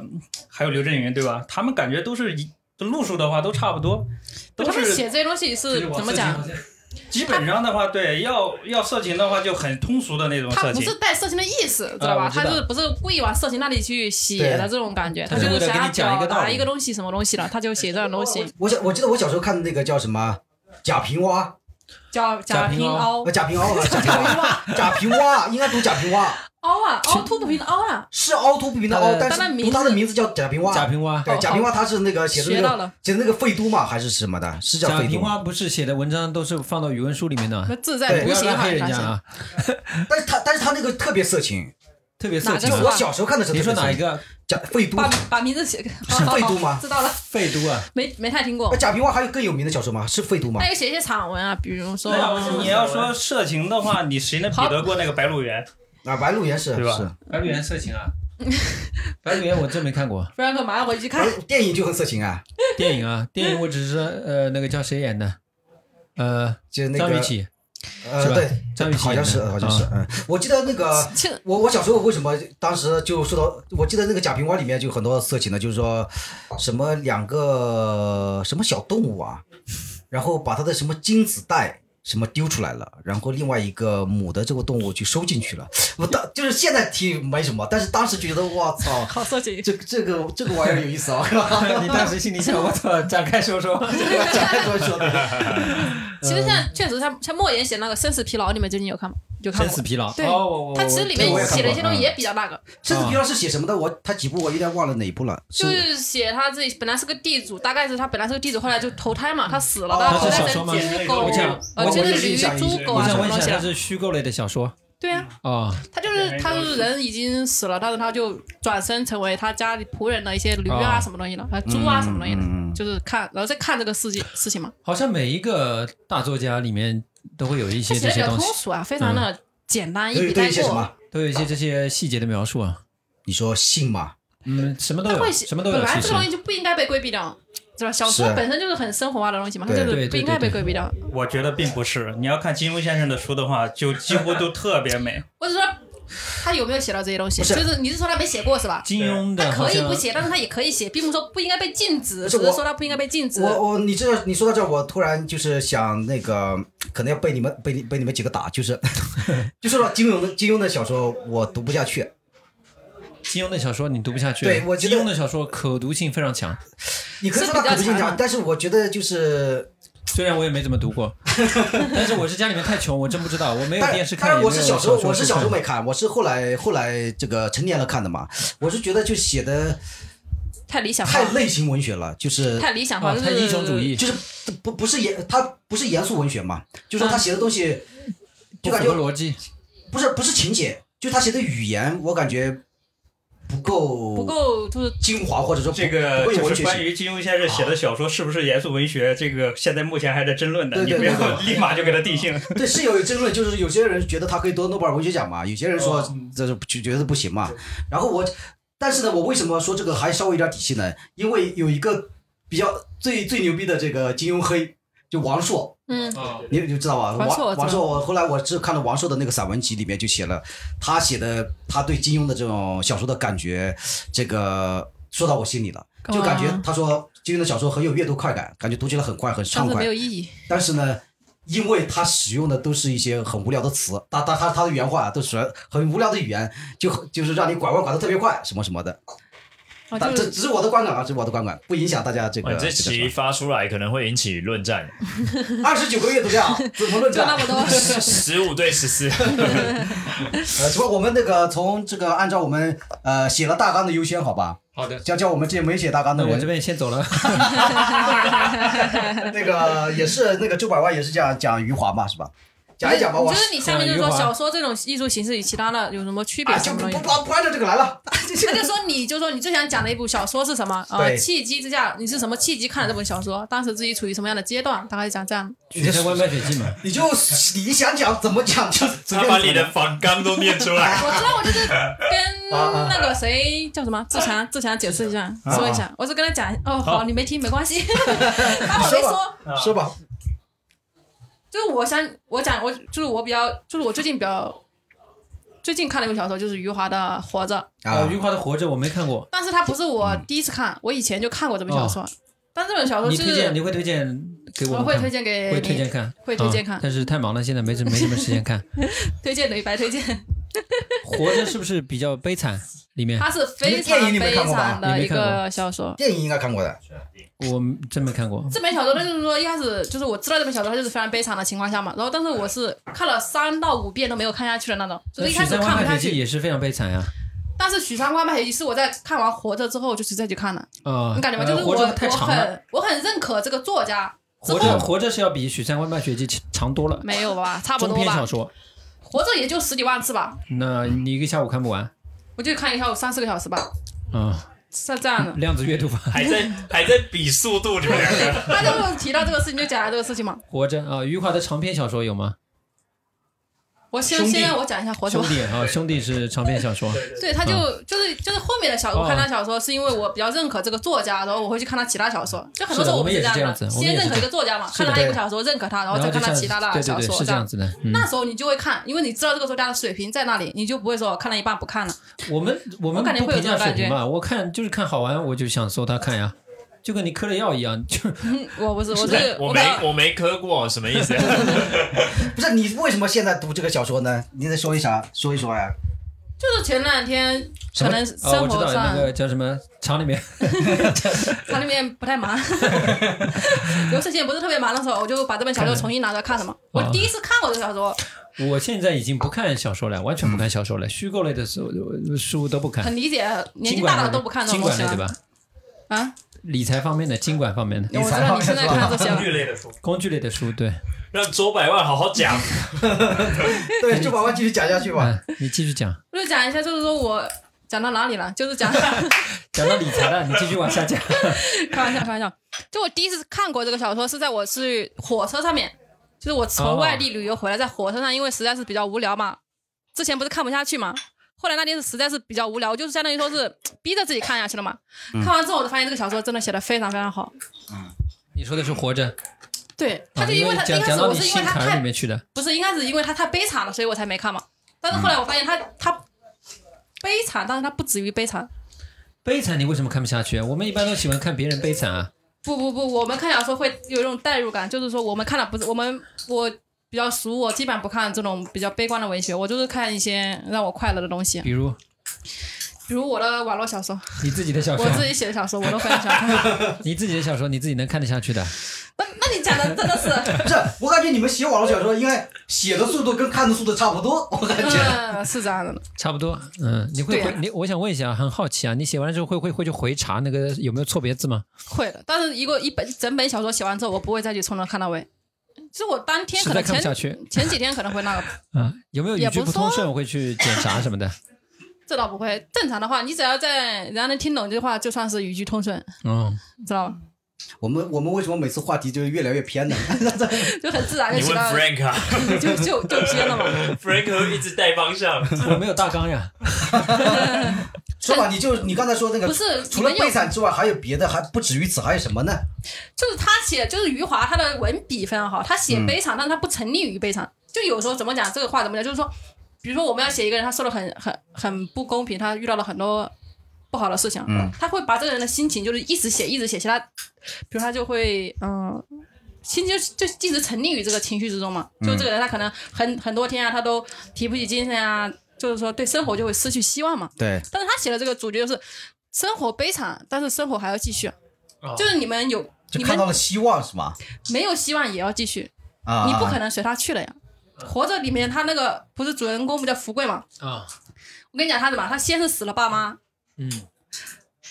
Speaker 2: 还有刘震云，对吧？他们感觉都是一路数的话都差不多，都
Speaker 3: 他们
Speaker 2: 是
Speaker 3: 写这些东西是怎么讲？
Speaker 2: 基本上的话，对，要要色情的话就很通俗的那种
Speaker 3: 他
Speaker 2: 色
Speaker 3: 不
Speaker 2: 情。
Speaker 3: 是带色情的意思，知道吧？
Speaker 6: 啊我知
Speaker 3: 他
Speaker 6: 道
Speaker 3: 就是不是故意往色情那里去写的这种感觉，
Speaker 6: 他
Speaker 3: 他
Speaker 6: 是
Speaker 3: 就是
Speaker 6: 为了
Speaker 3: 想
Speaker 6: 给
Speaker 3: 要
Speaker 6: 你讲一
Speaker 3: 表
Speaker 6: 个道理
Speaker 3: 达一个东西什么东西了，他就写这种东西。
Speaker 4: 我小我记得我小时候看那个叫什么“贾平凹
Speaker 3: 叫
Speaker 6: 贾
Speaker 3: 贾
Speaker 6: 平
Speaker 3: 平
Speaker 6: 凹
Speaker 3: 凹”，
Speaker 4: 呃，贾平凹啊，贾平凹，贾平凹应该读贾平凹。
Speaker 3: 凹啊，凹凸不平的凹啊，
Speaker 4: 是凹凸不平的凹，
Speaker 6: 呃
Speaker 4: 但
Speaker 3: 但那
Speaker 4: 是
Speaker 3: 名
Speaker 4: 读他的
Speaker 3: 字哦
Speaker 4: 名字叫贾平凹。
Speaker 6: 贾平凹
Speaker 4: 对，贾平凹他是那个写的
Speaker 3: 学
Speaker 4: 那
Speaker 3: 到
Speaker 4: 个
Speaker 3: 了
Speaker 4: 写的那个废都嘛，还是什么的？是叫
Speaker 6: 贾
Speaker 4: 废都
Speaker 6: 平
Speaker 4: 吗。
Speaker 6: 凹不是写的文章都是放到语文书里面的
Speaker 3: 什么
Speaker 6: 吗，
Speaker 3: 自在
Speaker 4: 对
Speaker 6: 不
Speaker 3: 独
Speaker 6: 要
Speaker 3: 行
Speaker 6: 拉
Speaker 3: 啊，
Speaker 6: 黑人
Speaker 3: 啥
Speaker 6: 家
Speaker 3: 啥
Speaker 6: 啊，
Speaker 4: 但是他但是他那个特别色情，
Speaker 6: 特别色
Speaker 3: 哪
Speaker 6: 情
Speaker 3: 个
Speaker 4: 就
Speaker 3: 啊
Speaker 4: 是我小时候看的时候。
Speaker 6: 你说哪一？个
Speaker 4: 贾废都
Speaker 3: 把把名字 写个，好
Speaker 4: 是
Speaker 3: 好
Speaker 4: 废
Speaker 3: 好
Speaker 4: 都吗
Speaker 3: 知道了，
Speaker 6: 废都啊？
Speaker 3: 没没太听过
Speaker 4: 那。呃贾平凹还有更有名的小说吗？是废都吗
Speaker 3: 他？也写一些散文啊，比如说
Speaker 2: 那你要说色情的话，你谁能比得过那个《白鹿原》？
Speaker 4: 啊，白鹿原是
Speaker 2: 对吧
Speaker 4: 是，
Speaker 6: 白鹿原色 情啊？白鹿原我真没看过
Speaker 3: f r a 马上回去看
Speaker 6: 呃
Speaker 4: 哎。电影就很色情啊，
Speaker 6: 电影啊，电影我只是呃那个叫谁演的？呃，
Speaker 4: 就是那
Speaker 6: 张雨
Speaker 4: 个
Speaker 6: 绮，是
Speaker 4: 呃
Speaker 6: 吧
Speaker 4: 对，
Speaker 6: 张雨绮
Speaker 4: 好像是
Speaker 6: 演的啊
Speaker 4: 好像是，嗯，我记得那个
Speaker 3: 这
Speaker 4: 我我小时候为什么当时就说到，我记得那个贾平凹里面就很多色情的，就是说什么两个什么小动物啊，然后把它的什么精子带什么丢出来了，然后另外一个母的这个动物去收进去了。我当就是现在听没什么，但是当时觉得我操，
Speaker 3: 好色情，
Speaker 4: 这这个这个玩意儿有意思啊！
Speaker 6: 哎你当时心里想，我操，展开说说。
Speaker 4: 讲太多 说的，
Speaker 3: 其
Speaker 6: 呃
Speaker 3: 实像确实像像莫言写那个《生死疲劳》，你们最近有看吗？有看
Speaker 6: 生
Speaker 3: 过
Speaker 6: 死。疲劳。
Speaker 3: 对
Speaker 6: 哦我我
Speaker 3: 他其实里面
Speaker 4: 对我也看
Speaker 3: 写了一些
Speaker 4: 过
Speaker 3: 东
Speaker 6: 啊
Speaker 3: 西也比较那个，
Speaker 4: 甚至平常是写什么的，我他几部我有点忘了哪一部了，
Speaker 3: 就是是写他自己本来是个地主，大概是他本来是个地主，后来就投胎嘛，他死了，
Speaker 4: 哦
Speaker 3: 他投
Speaker 6: 他是
Speaker 3: 胎
Speaker 6: 小说
Speaker 3: 成
Speaker 6: 吗
Speaker 3: 只狗
Speaker 6: 我讲，
Speaker 3: 呃，
Speaker 4: 我
Speaker 3: 就
Speaker 4: 我
Speaker 3: 是
Speaker 4: 有印
Speaker 3: 驴
Speaker 4: 象、有
Speaker 3: 猪
Speaker 4: 印象
Speaker 3: 狗
Speaker 6: 我
Speaker 3: 啊什
Speaker 6: 想
Speaker 3: 么
Speaker 6: 问一
Speaker 3: 东西
Speaker 6: 下，它
Speaker 3: 的。
Speaker 6: 是虚构类的小说
Speaker 3: 对啊，
Speaker 6: 哦，
Speaker 3: 他就是他人已经死了，但是他就转身成为他家里仆人的一些驴啊
Speaker 6: 哦
Speaker 3: 什么东西的，还有猪啊什么东西的
Speaker 4: 嗯嗯嗯，
Speaker 3: 就是看，然后再看这个世界事情嘛。
Speaker 6: 好像每一个大作家里面都会有一
Speaker 3: 他
Speaker 6: 些
Speaker 3: 写
Speaker 6: 这
Speaker 3: 的比
Speaker 6: 些
Speaker 3: 较
Speaker 6: 东
Speaker 3: 通
Speaker 6: 西，
Speaker 3: 俗啊，非常的简单，一
Speaker 4: 对
Speaker 3: 笔
Speaker 4: 对
Speaker 3: 带
Speaker 4: 一些什
Speaker 3: 过。
Speaker 4: 么？
Speaker 6: 都有一些这些细节的描述啊。
Speaker 4: 你说性吗？
Speaker 6: 嗯，什么都
Speaker 3: 他
Speaker 6: 有，
Speaker 3: 会写，
Speaker 6: 什么都
Speaker 3: 本
Speaker 6: 有，
Speaker 3: 来
Speaker 6: 其
Speaker 3: 这
Speaker 6: 实
Speaker 3: 个东西就不应该被规避掉，对吧？小说
Speaker 4: 是
Speaker 3: 本身就是很生活化的东西嘛，它
Speaker 4: 对
Speaker 3: 就
Speaker 6: 对
Speaker 3: 是
Speaker 6: 对
Speaker 3: 不应该
Speaker 6: 对
Speaker 3: 被规避掉。
Speaker 2: 我觉得并不是。你要看金庸先生的书的话，就几乎都特别美。
Speaker 3: 我只说他有没有写到这些东西，
Speaker 4: 不是
Speaker 3: 就是你是说他没写过是吧？
Speaker 6: 金庸
Speaker 3: 他
Speaker 6: 的好
Speaker 3: 可以
Speaker 6: 像
Speaker 3: 不写，但是他也可以写，并不是说不应该被禁止，
Speaker 4: 不
Speaker 3: 只
Speaker 4: 是
Speaker 3: 是
Speaker 4: 我
Speaker 3: 说他不应该被禁止。
Speaker 4: 我我你这你说到这儿，我突然就是想那个，可能要被你们被你被你们几个打，就是 就说到金庸的金庸的小说，我读不下去。
Speaker 6: 金庸的小说你读不下去，
Speaker 4: 对我觉得
Speaker 6: 金庸的小说可读性非常强，
Speaker 4: 你可以说他可
Speaker 3: 是比
Speaker 4: 不
Speaker 3: 较
Speaker 4: 经
Speaker 3: 长
Speaker 4: 常，
Speaker 3: 的
Speaker 4: 但是我觉得就是，
Speaker 6: 虽然我也没怎么读过，但是我是家里面太穷，我真不知道，我没有
Speaker 4: 但
Speaker 6: 电视看，
Speaker 4: 但是我
Speaker 6: 也
Speaker 4: 是
Speaker 6: 没有
Speaker 4: 小时候
Speaker 6: 说
Speaker 4: 我是小时候
Speaker 6: 看
Speaker 4: 没看，我是后来后来这个成年了看的嘛。我是觉得就写的
Speaker 3: 太理想化，
Speaker 4: 太类型文学了，就是
Speaker 3: 太理想化，
Speaker 6: 啊，
Speaker 3: 就是
Speaker 6: 他英雄主义，
Speaker 4: 就是不不是严他不是严肃文学嘛，就
Speaker 3: 嗯
Speaker 4: 说他写的东西
Speaker 6: 不符
Speaker 4: 就感觉
Speaker 6: 合逻辑，
Speaker 4: 不是不是情节，就他写的语言，我感觉不够
Speaker 3: 不够，就是
Speaker 4: 精华，或者说不
Speaker 2: 这
Speaker 4: 不
Speaker 2: 个
Speaker 4: 够有
Speaker 2: 就
Speaker 4: 文
Speaker 2: 是
Speaker 4: 学
Speaker 2: 关
Speaker 4: 性。
Speaker 2: 于金庸先生写的小说是不是严肃文学，这个现在目前还在争论的，
Speaker 4: 对
Speaker 2: 你
Speaker 4: 对
Speaker 2: 不
Speaker 4: 对
Speaker 2: 要立马就给他定性。
Speaker 4: 对，是有争论，就是有些人觉得他可以得诺贝尔文学奖嘛，有些人说这是就觉得不行嘛。然后我，但是呢，我为什么说这个还稍微有点底气呢？因为有一个比较最最牛逼的这个金庸黑，就王朔，
Speaker 3: 嗯，
Speaker 4: 你你知道吧？
Speaker 3: 王朔我
Speaker 4: 王
Speaker 3: 知道
Speaker 4: 王朔，我后来我是看了王朔的那个散文集，里面就写了他写的他对金庸的这种小说的感觉，这个说到我心里了，就感觉
Speaker 3: 啊
Speaker 4: 他说金庸的小说很有阅读快感，感觉读起来很快很畅
Speaker 3: 但是
Speaker 4: 快
Speaker 3: 没有。意义。
Speaker 4: 但是呢，因为他使用的都是一些很无聊的词，他他他他的原话啊都是很无聊的语言，就就是让你拐弯拐的特别快，什么什么的。
Speaker 3: 啊，
Speaker 4: 但
Speaker 3: 就
Speaker 4: 这
Speaker 3: 是
Speaker 4: 只是我的观感啊，这是我的观感，不影响大家这
Speaker 5: 哇
Speaker 4: 个。
Speaker 5: 哦你这期发出来可能会引起论战，
Speaker 4: 二十九个月都这样，怎么论
Speaker 3: 就
Speaker 4: 战？
Speaker 3: 那么 多。
Speaker 5: 十五对十四，
Speaker 4: 呃，什么？我们那个从这个按照我们呃写了大纲的优先，好吧？
Speaker 6: 好的。
Speaker 4: 叫叫我们这没写大纲的
Speaker 6: 那我这
Speaker 4: 人，
Speaker 6: 边先走了，
Speaker 4: 嗯那个也是那个周百万也是这样讲余华嘛，是吧？讲一讲吧，我
Speaker 3: 就是你下面就是说小说这种艺术形式与其他的有什么区别
Speaker 4: 啊
Speaker 3: 什
Speaker 4: 就
Speaker 3: 么
Speaker 4: 不
Speaker 3: 东西
Speaker 4: 不？不不按照这个来了，
Speaker 3: 那就说你就说你最想讲的一部小说是什么？呃，
Speaker 4: 对
Speaker 3: 契机之下，你是什么契机看了这本小说？当时自己处于什么样的阶段？大概讲这样。
Speaker 6: 许三观卖血记嘛，
Speaker 4: 你就你想讲怎么讲就随
Speaker 5: 他
Speaker 4: 便
Speaker 5: 把
Speaker 4: 怎么
Speaker 5: 你的反纲都念 出来。
Speaker 3: 我知道，我 就是跟
Speaker 4: 啊啊
Speaker 3: 那个谁叫什么志强，志强解释一下，说一下。我是跟他讲，哦，好，你没听没关 系，他我没
Speaker 4: 说吧
Speaker 3: 说。
Speaker 4: 讲说吧，
Speaker 3: 就是我想我讲我就是我比较就是我最近比较最近看了一本小说，就是余华的《活着》，
Speaker 6: 啊，
Speaker 5: 哦
Speaker 4: 啊
Speaker 6: 余，华的《活着》我没看过，
Speaker 3: 但是它不是我第一次看，我以前就看过这本小说，但这本小说
Speaker 6: 嗯哦你
Speaker 3: 就
Speaker 6: 推荐
Speaker 3: 哦是
Speaker 6: 你会推荐给我
Speaker 3: 我
Speaker 6: 们
Speaker 3: 会
Speaker 6: 看
Speaker 3: 推
Speaker 6: 吗？
Speaker 3: 荐给
Speaker 6: 会推
Speaker 3: 你
Speaker 6: 荐看，
Speaker 3: 会推荐看
Speaker 6: 啊但是太忙了，现在没什没什么时间看。
Speaker 3: 推荐等于白推荐。
Speaker 6: 活着是不是比较悲惨？里面
Speaker 3: 它是非常
Speaker 4: 电影你没
Speaker 3: 非
Speaker 4: 看过吧
Speaker 3: 常的
Speaker 6: 你
Speaker 3: 一
Speaker 6: 没看过
Speaker 3: 个小说。
Speaker 4: 电影应该看过的，
Speaker 6: 我真没 看过。
Speaker 3: 这本小说呢，就是说一开始就是我知道这本小说它就是非常悲惨的情况下嘛，然后但是我是看了三到五遍都没有看下去的那种，就
Speaker 6: 那
Speaker 3: 是一
Speaker 6: 许
Speaker 3: 开始
Speaker 6: 三观
Speaker 3: 看不
Speaker 6: 卖
Speaker 3: 下
Speaker 6: 血记
Speaker 3: 去。
Speaker 6: 也是非常悲惨呀。
Speaker 3: 但是《许三观卖血记》是我在看完《活着》之后就是再去看的，
Speaker 6: 啊，
Speaker 3: 你感觉吗？
Speaker 6: 呃
Speaker 3: 就是我
Speaker 6: 活
Speaker 3: 我
Speaker 6: 着太长了。
Speaker 3: 很我很认可这个作家，之
Speaker 6: 活着
Speaker 3: 后
Speaker 6: 活着是要比《许三观卖血记》长多了，
Speaker 3: 没有吧，差不
Speaker 6: 中
Speaker 3: 多
Speaker 6: 篇
Speaker 3: 吧
Speaker 6: 小，说。
Speaker 3: 活着也就十几万字吧，
Speaker 6: 那你一个下午看不完
Speaker 3: 我就看一下午三四个小时吧，
Speaker 6: 啊？
Speaker 3: 是这样的。
Speaker 6: 量子阅读法，
Speaker 5: 还在还在比速度，这两个
Speaker 3: 他就提到这个事情，就讲了这个事情嘛。
Speaker 6: 活着啊。余华的长篇小说有吗？
Speaker 3: 我先
Speaker 6: 兄弟
Speaker 3: 先让我讲一下活着
Speaker 6: 兄嗯
Speaker 3: 吧。
Speaker 6: 弟啊，兄弟是长篇小说。
Speaker 3: 哦对，他就、就是就是后面的小，
Speaker 6: 哦
Speaker 3: 我看他小说是因为我比较认可这个作家，然后我会去看他其他小说。就很多时
Speaker 6: 是的
Speaker 3: 候
Speaker 6: 我们也
Speaker 3: 是
Speaker 6: 是这
Speaker 3: 样的，
Speaker 6: 样子我们
Speaker 3: 先
Speaker 6: 也是
Speaker 3: 认可一个作家嘛，
Speaker 6: 是
Speaker 3: 看
Speaker 6: 的
Speaker 3: 他一部小说，认可他，然后再
Speaker 6: 就
Speaker 3: 看他
Speaker 6: 像
Speaker 3: 其他的
Speaker 6: 对对
Speaker 3: 小
Speaker 6: 对，
Speaker 3: 说，
Speaker 6: 是这样。子的。嗯，
Speaker 3: 那时候你就会看，因为你知道这个作家的水平在那里，你就不会说看了一半不看 了。
Speaker 6: 我们我们
Speaker 3: 我感觉
Speaker 6: 不
Speaker 3: 会有
Speaker 6: 评
Speaker 3: 这
Speaker 6: 价
Speaker 3: 种
Speaker 6: 水
Speaker 3: 感
Speaker 6: 平
Speaker 3: 觉
Speaker 6: 吧，我看就是看好玩，我就想搜他看呀，就跟你嗑了药一样，就是
Speaker 3: 嗯，我不是，我是
Speaker 5: 我
Speaker 3: 看
Speaker 5: 没我没磕过，什么意思？啊
Speaker 4: 不是你为什么现在读这个小说呢？你得说一啥，说一说呀。
Speaker 3: 就是前两天
Speaker 6: 什
Speaker 3: 可
Speaker 6: 么
Speaker 3: 能
Speaker 6: 哦，
Speaker 3: 生
Speaker 6: 我知
Speaker 3: 活
Speaker 6: 道那
Speaker 3: 上
Speaker 6: 个叫什么厂里面，
Speaker 3: 厂里面不太忙， 有事情不是特别忙的时候，我就把这本小说重新拿出来看了 嘛。
Speaker 6: 哦
Speaker 3: 我第一次看过这小说，
Speaker 6: 我现在已经不看小说了，完全不看小说了，虚构类的书呃书都不 看，
Speaker 3: 很理解年纪
Speaker 6: 经
Speaker 3: 大
Speaker 6: 管类
Speaker 3: 了
Speaker 6: 的
Speaker 3: 都不看这
Speaker 6: 经
Speaker 3: 种东
Speaker 6: 管
Speaker 3: 西
Speaker 6: 类对吧
Speaker 3: 了？啊。
Speaker 6: 理财方面的，经管方面的，
Speaker 3: 我知道你现在看这些
Speaker 2: 工
Speaker 3: 了，
Speaker 2: 具类的书，
Speaker 6: 工具类的书，对，
Speaker 5: 让周百万好好讲，
Speaker 4: 对，就把我继续讲下去吧。
Speaker 6: 嗯，你继续讲，
Speaker 3: 我就讲一下，就是说我讲到哪里了，就是 讲
Speaker 6: 讲到理财了，你继续往下讲。
Speaker 3: 开玩笑，开玩笑。就我第一次看过这个小说是在我去火车上面，就是我
Speaker 6: 哦
Speaker 3: 从外地旅游回来，在火车上，因为实在是比较无聊嘛，之前不是看不下去嘛。后来那天是实在是比较无聊，就是相当于说是逼着自己看下去了嘛。
Speaker 6: 嗯
Speaker 3: 看完之后，我就发现这个小说真的写的非常非常
Speaker 6: 哦
Speaker 3: 好。
Speaker 6: 你说的是活着，
Speaker 3: 对，他
Speaker 6: 啊，
Speaker 3: 就
Speaker 6: 因
Speaker 3: 为他一
Speaker 6: 讲
Speaker 3: 开
Speaker 6: 讲
Speaker 3: 始
Speaker 6: 到
Speaker 3: 我
Speaker 6: 你
Speaker 3: 是因为
Speaker 6: 心
Speaker 3: 他
Speaker 6: 坎
Speaker 3: 太
Speaker 6: 里面去的，
Speaker 3: 不是，应该是因为他太悲惨了，所以我才没看嘛。但是后来我发现他、
Speaker 6: 嗯
Speaker 3: 他悲惨，但是他不止于悲惨。
Speaker 6: 悲惨你为什么看不下去？我们一般都喜欢看别人悲惨啊，
Speaker 3: 不不不，我们看小说会有一种代入感，就是说我们看了不是我们我比较熟，我基本不看这种比较悲观的文学，我就是看一些让我快乐的东西，
Speaker 6: 比如
Speaker 3: 比如我的网络小说，
Speaker 6: 你自己的小说
Speaker 3: 我，自己写的小说，我都非常喜欢看。
Speaker 6: 你自己的小说，你自己能看得下去的。
Speaker 3: 那那你讲的真的 是，
Speaker 4: 不是，我感觉你们写网络小说应该写的速度跟看的速度差不多，我感觉。
Speaker 3: 嗯，是这样的。
Speaker 6: 差不多，嗯，你会
Speaker 3: 对啊
Speaker 6: 回、你？我想问一下，很好奇啊，你写完了之后会会会去回查那个有没有错别字吗？
Speaker 3: 会的，但是一个一本整本小说写完之后，我不会再去从头看到尾。就是我当天
Speaker 6: 实
Speaker 3: 可
Speaker 6: 在
Speaker 3: 能
Speaker 6: 看
Speaker 3: 前
Speaker 6: 不下去
Speaker 3: 前几天可能会那个，
Speaker 6: 啊，有没有语
Speaker 3: 也
Speaker 6: 句
Speaker 3: 不
Speaker 6: 不通顺会去检查什么的？
Speaker 3: 这倒不会。正常的话，你只要在人家能听懂这句话，就算是语句通顺，
Speaker 6: 嗯，
Speaker 3: 知道吗？
Speaker 4: 我们我们为什么每次话题就是越聊越偏呢？
Speaker 3: 就很自然
Speaker 5: 你
Speaker 3: 就
Speaker 5: 问
Speaker 3: 知道，
Speaker 5: Frank 啊
Speaker 3: 就就就接了嘛。
Speaker 5: ，Frank 会一直带方向。
Speaker 6: 我 没有大纲呀，
Speaker 4: 说吧，你就你刚才说那个，
Speaker 3: 不是
Speaker 4: 除了
Speaker 3: 你们有
Speaker 4: 悲惨之外，还有别的，还不止于此，还有什么呢？
Speaker 3: 就是他写，就是余华他的文笔非常好，他写悲惨，但是他不沉溺于悲惨。就有时候怎么讲这个话怎么讲，就是说，比如说我们要写一个人，他受了很很很不公平，他遇到了很多不好的事情，他会把这个人的心情就是一直写，一直写，其他，比如他就会嗯。心就就一直沉溺于这个情绪之中嘛，就这个人他可能很很多天啊，他都提不起精神啊，就是说对生活就会失去希望嘛。
Speaker 4: 对，
Speaker 3: 但是他写的这个主角就是生活悲惨，但是生活还要继续，啊就是你们有
Speaker 4: 啊就
Speaker 3: 你
Speaker 4: 看
Speaker 3: 们
Speaker 4: 到了希望是吗？
Speaker 3: 没有希望也要继续，
Speaker 4: 啊，
Speaker 3: 你不可能随他去了呀。活着里面他那个不是主人公不叫福贵嘛？
Speaker 6: 啊，
Speaker 3: 我跟你讲他怎么，他先是死了爸妈，
Speaker 6: 嗯，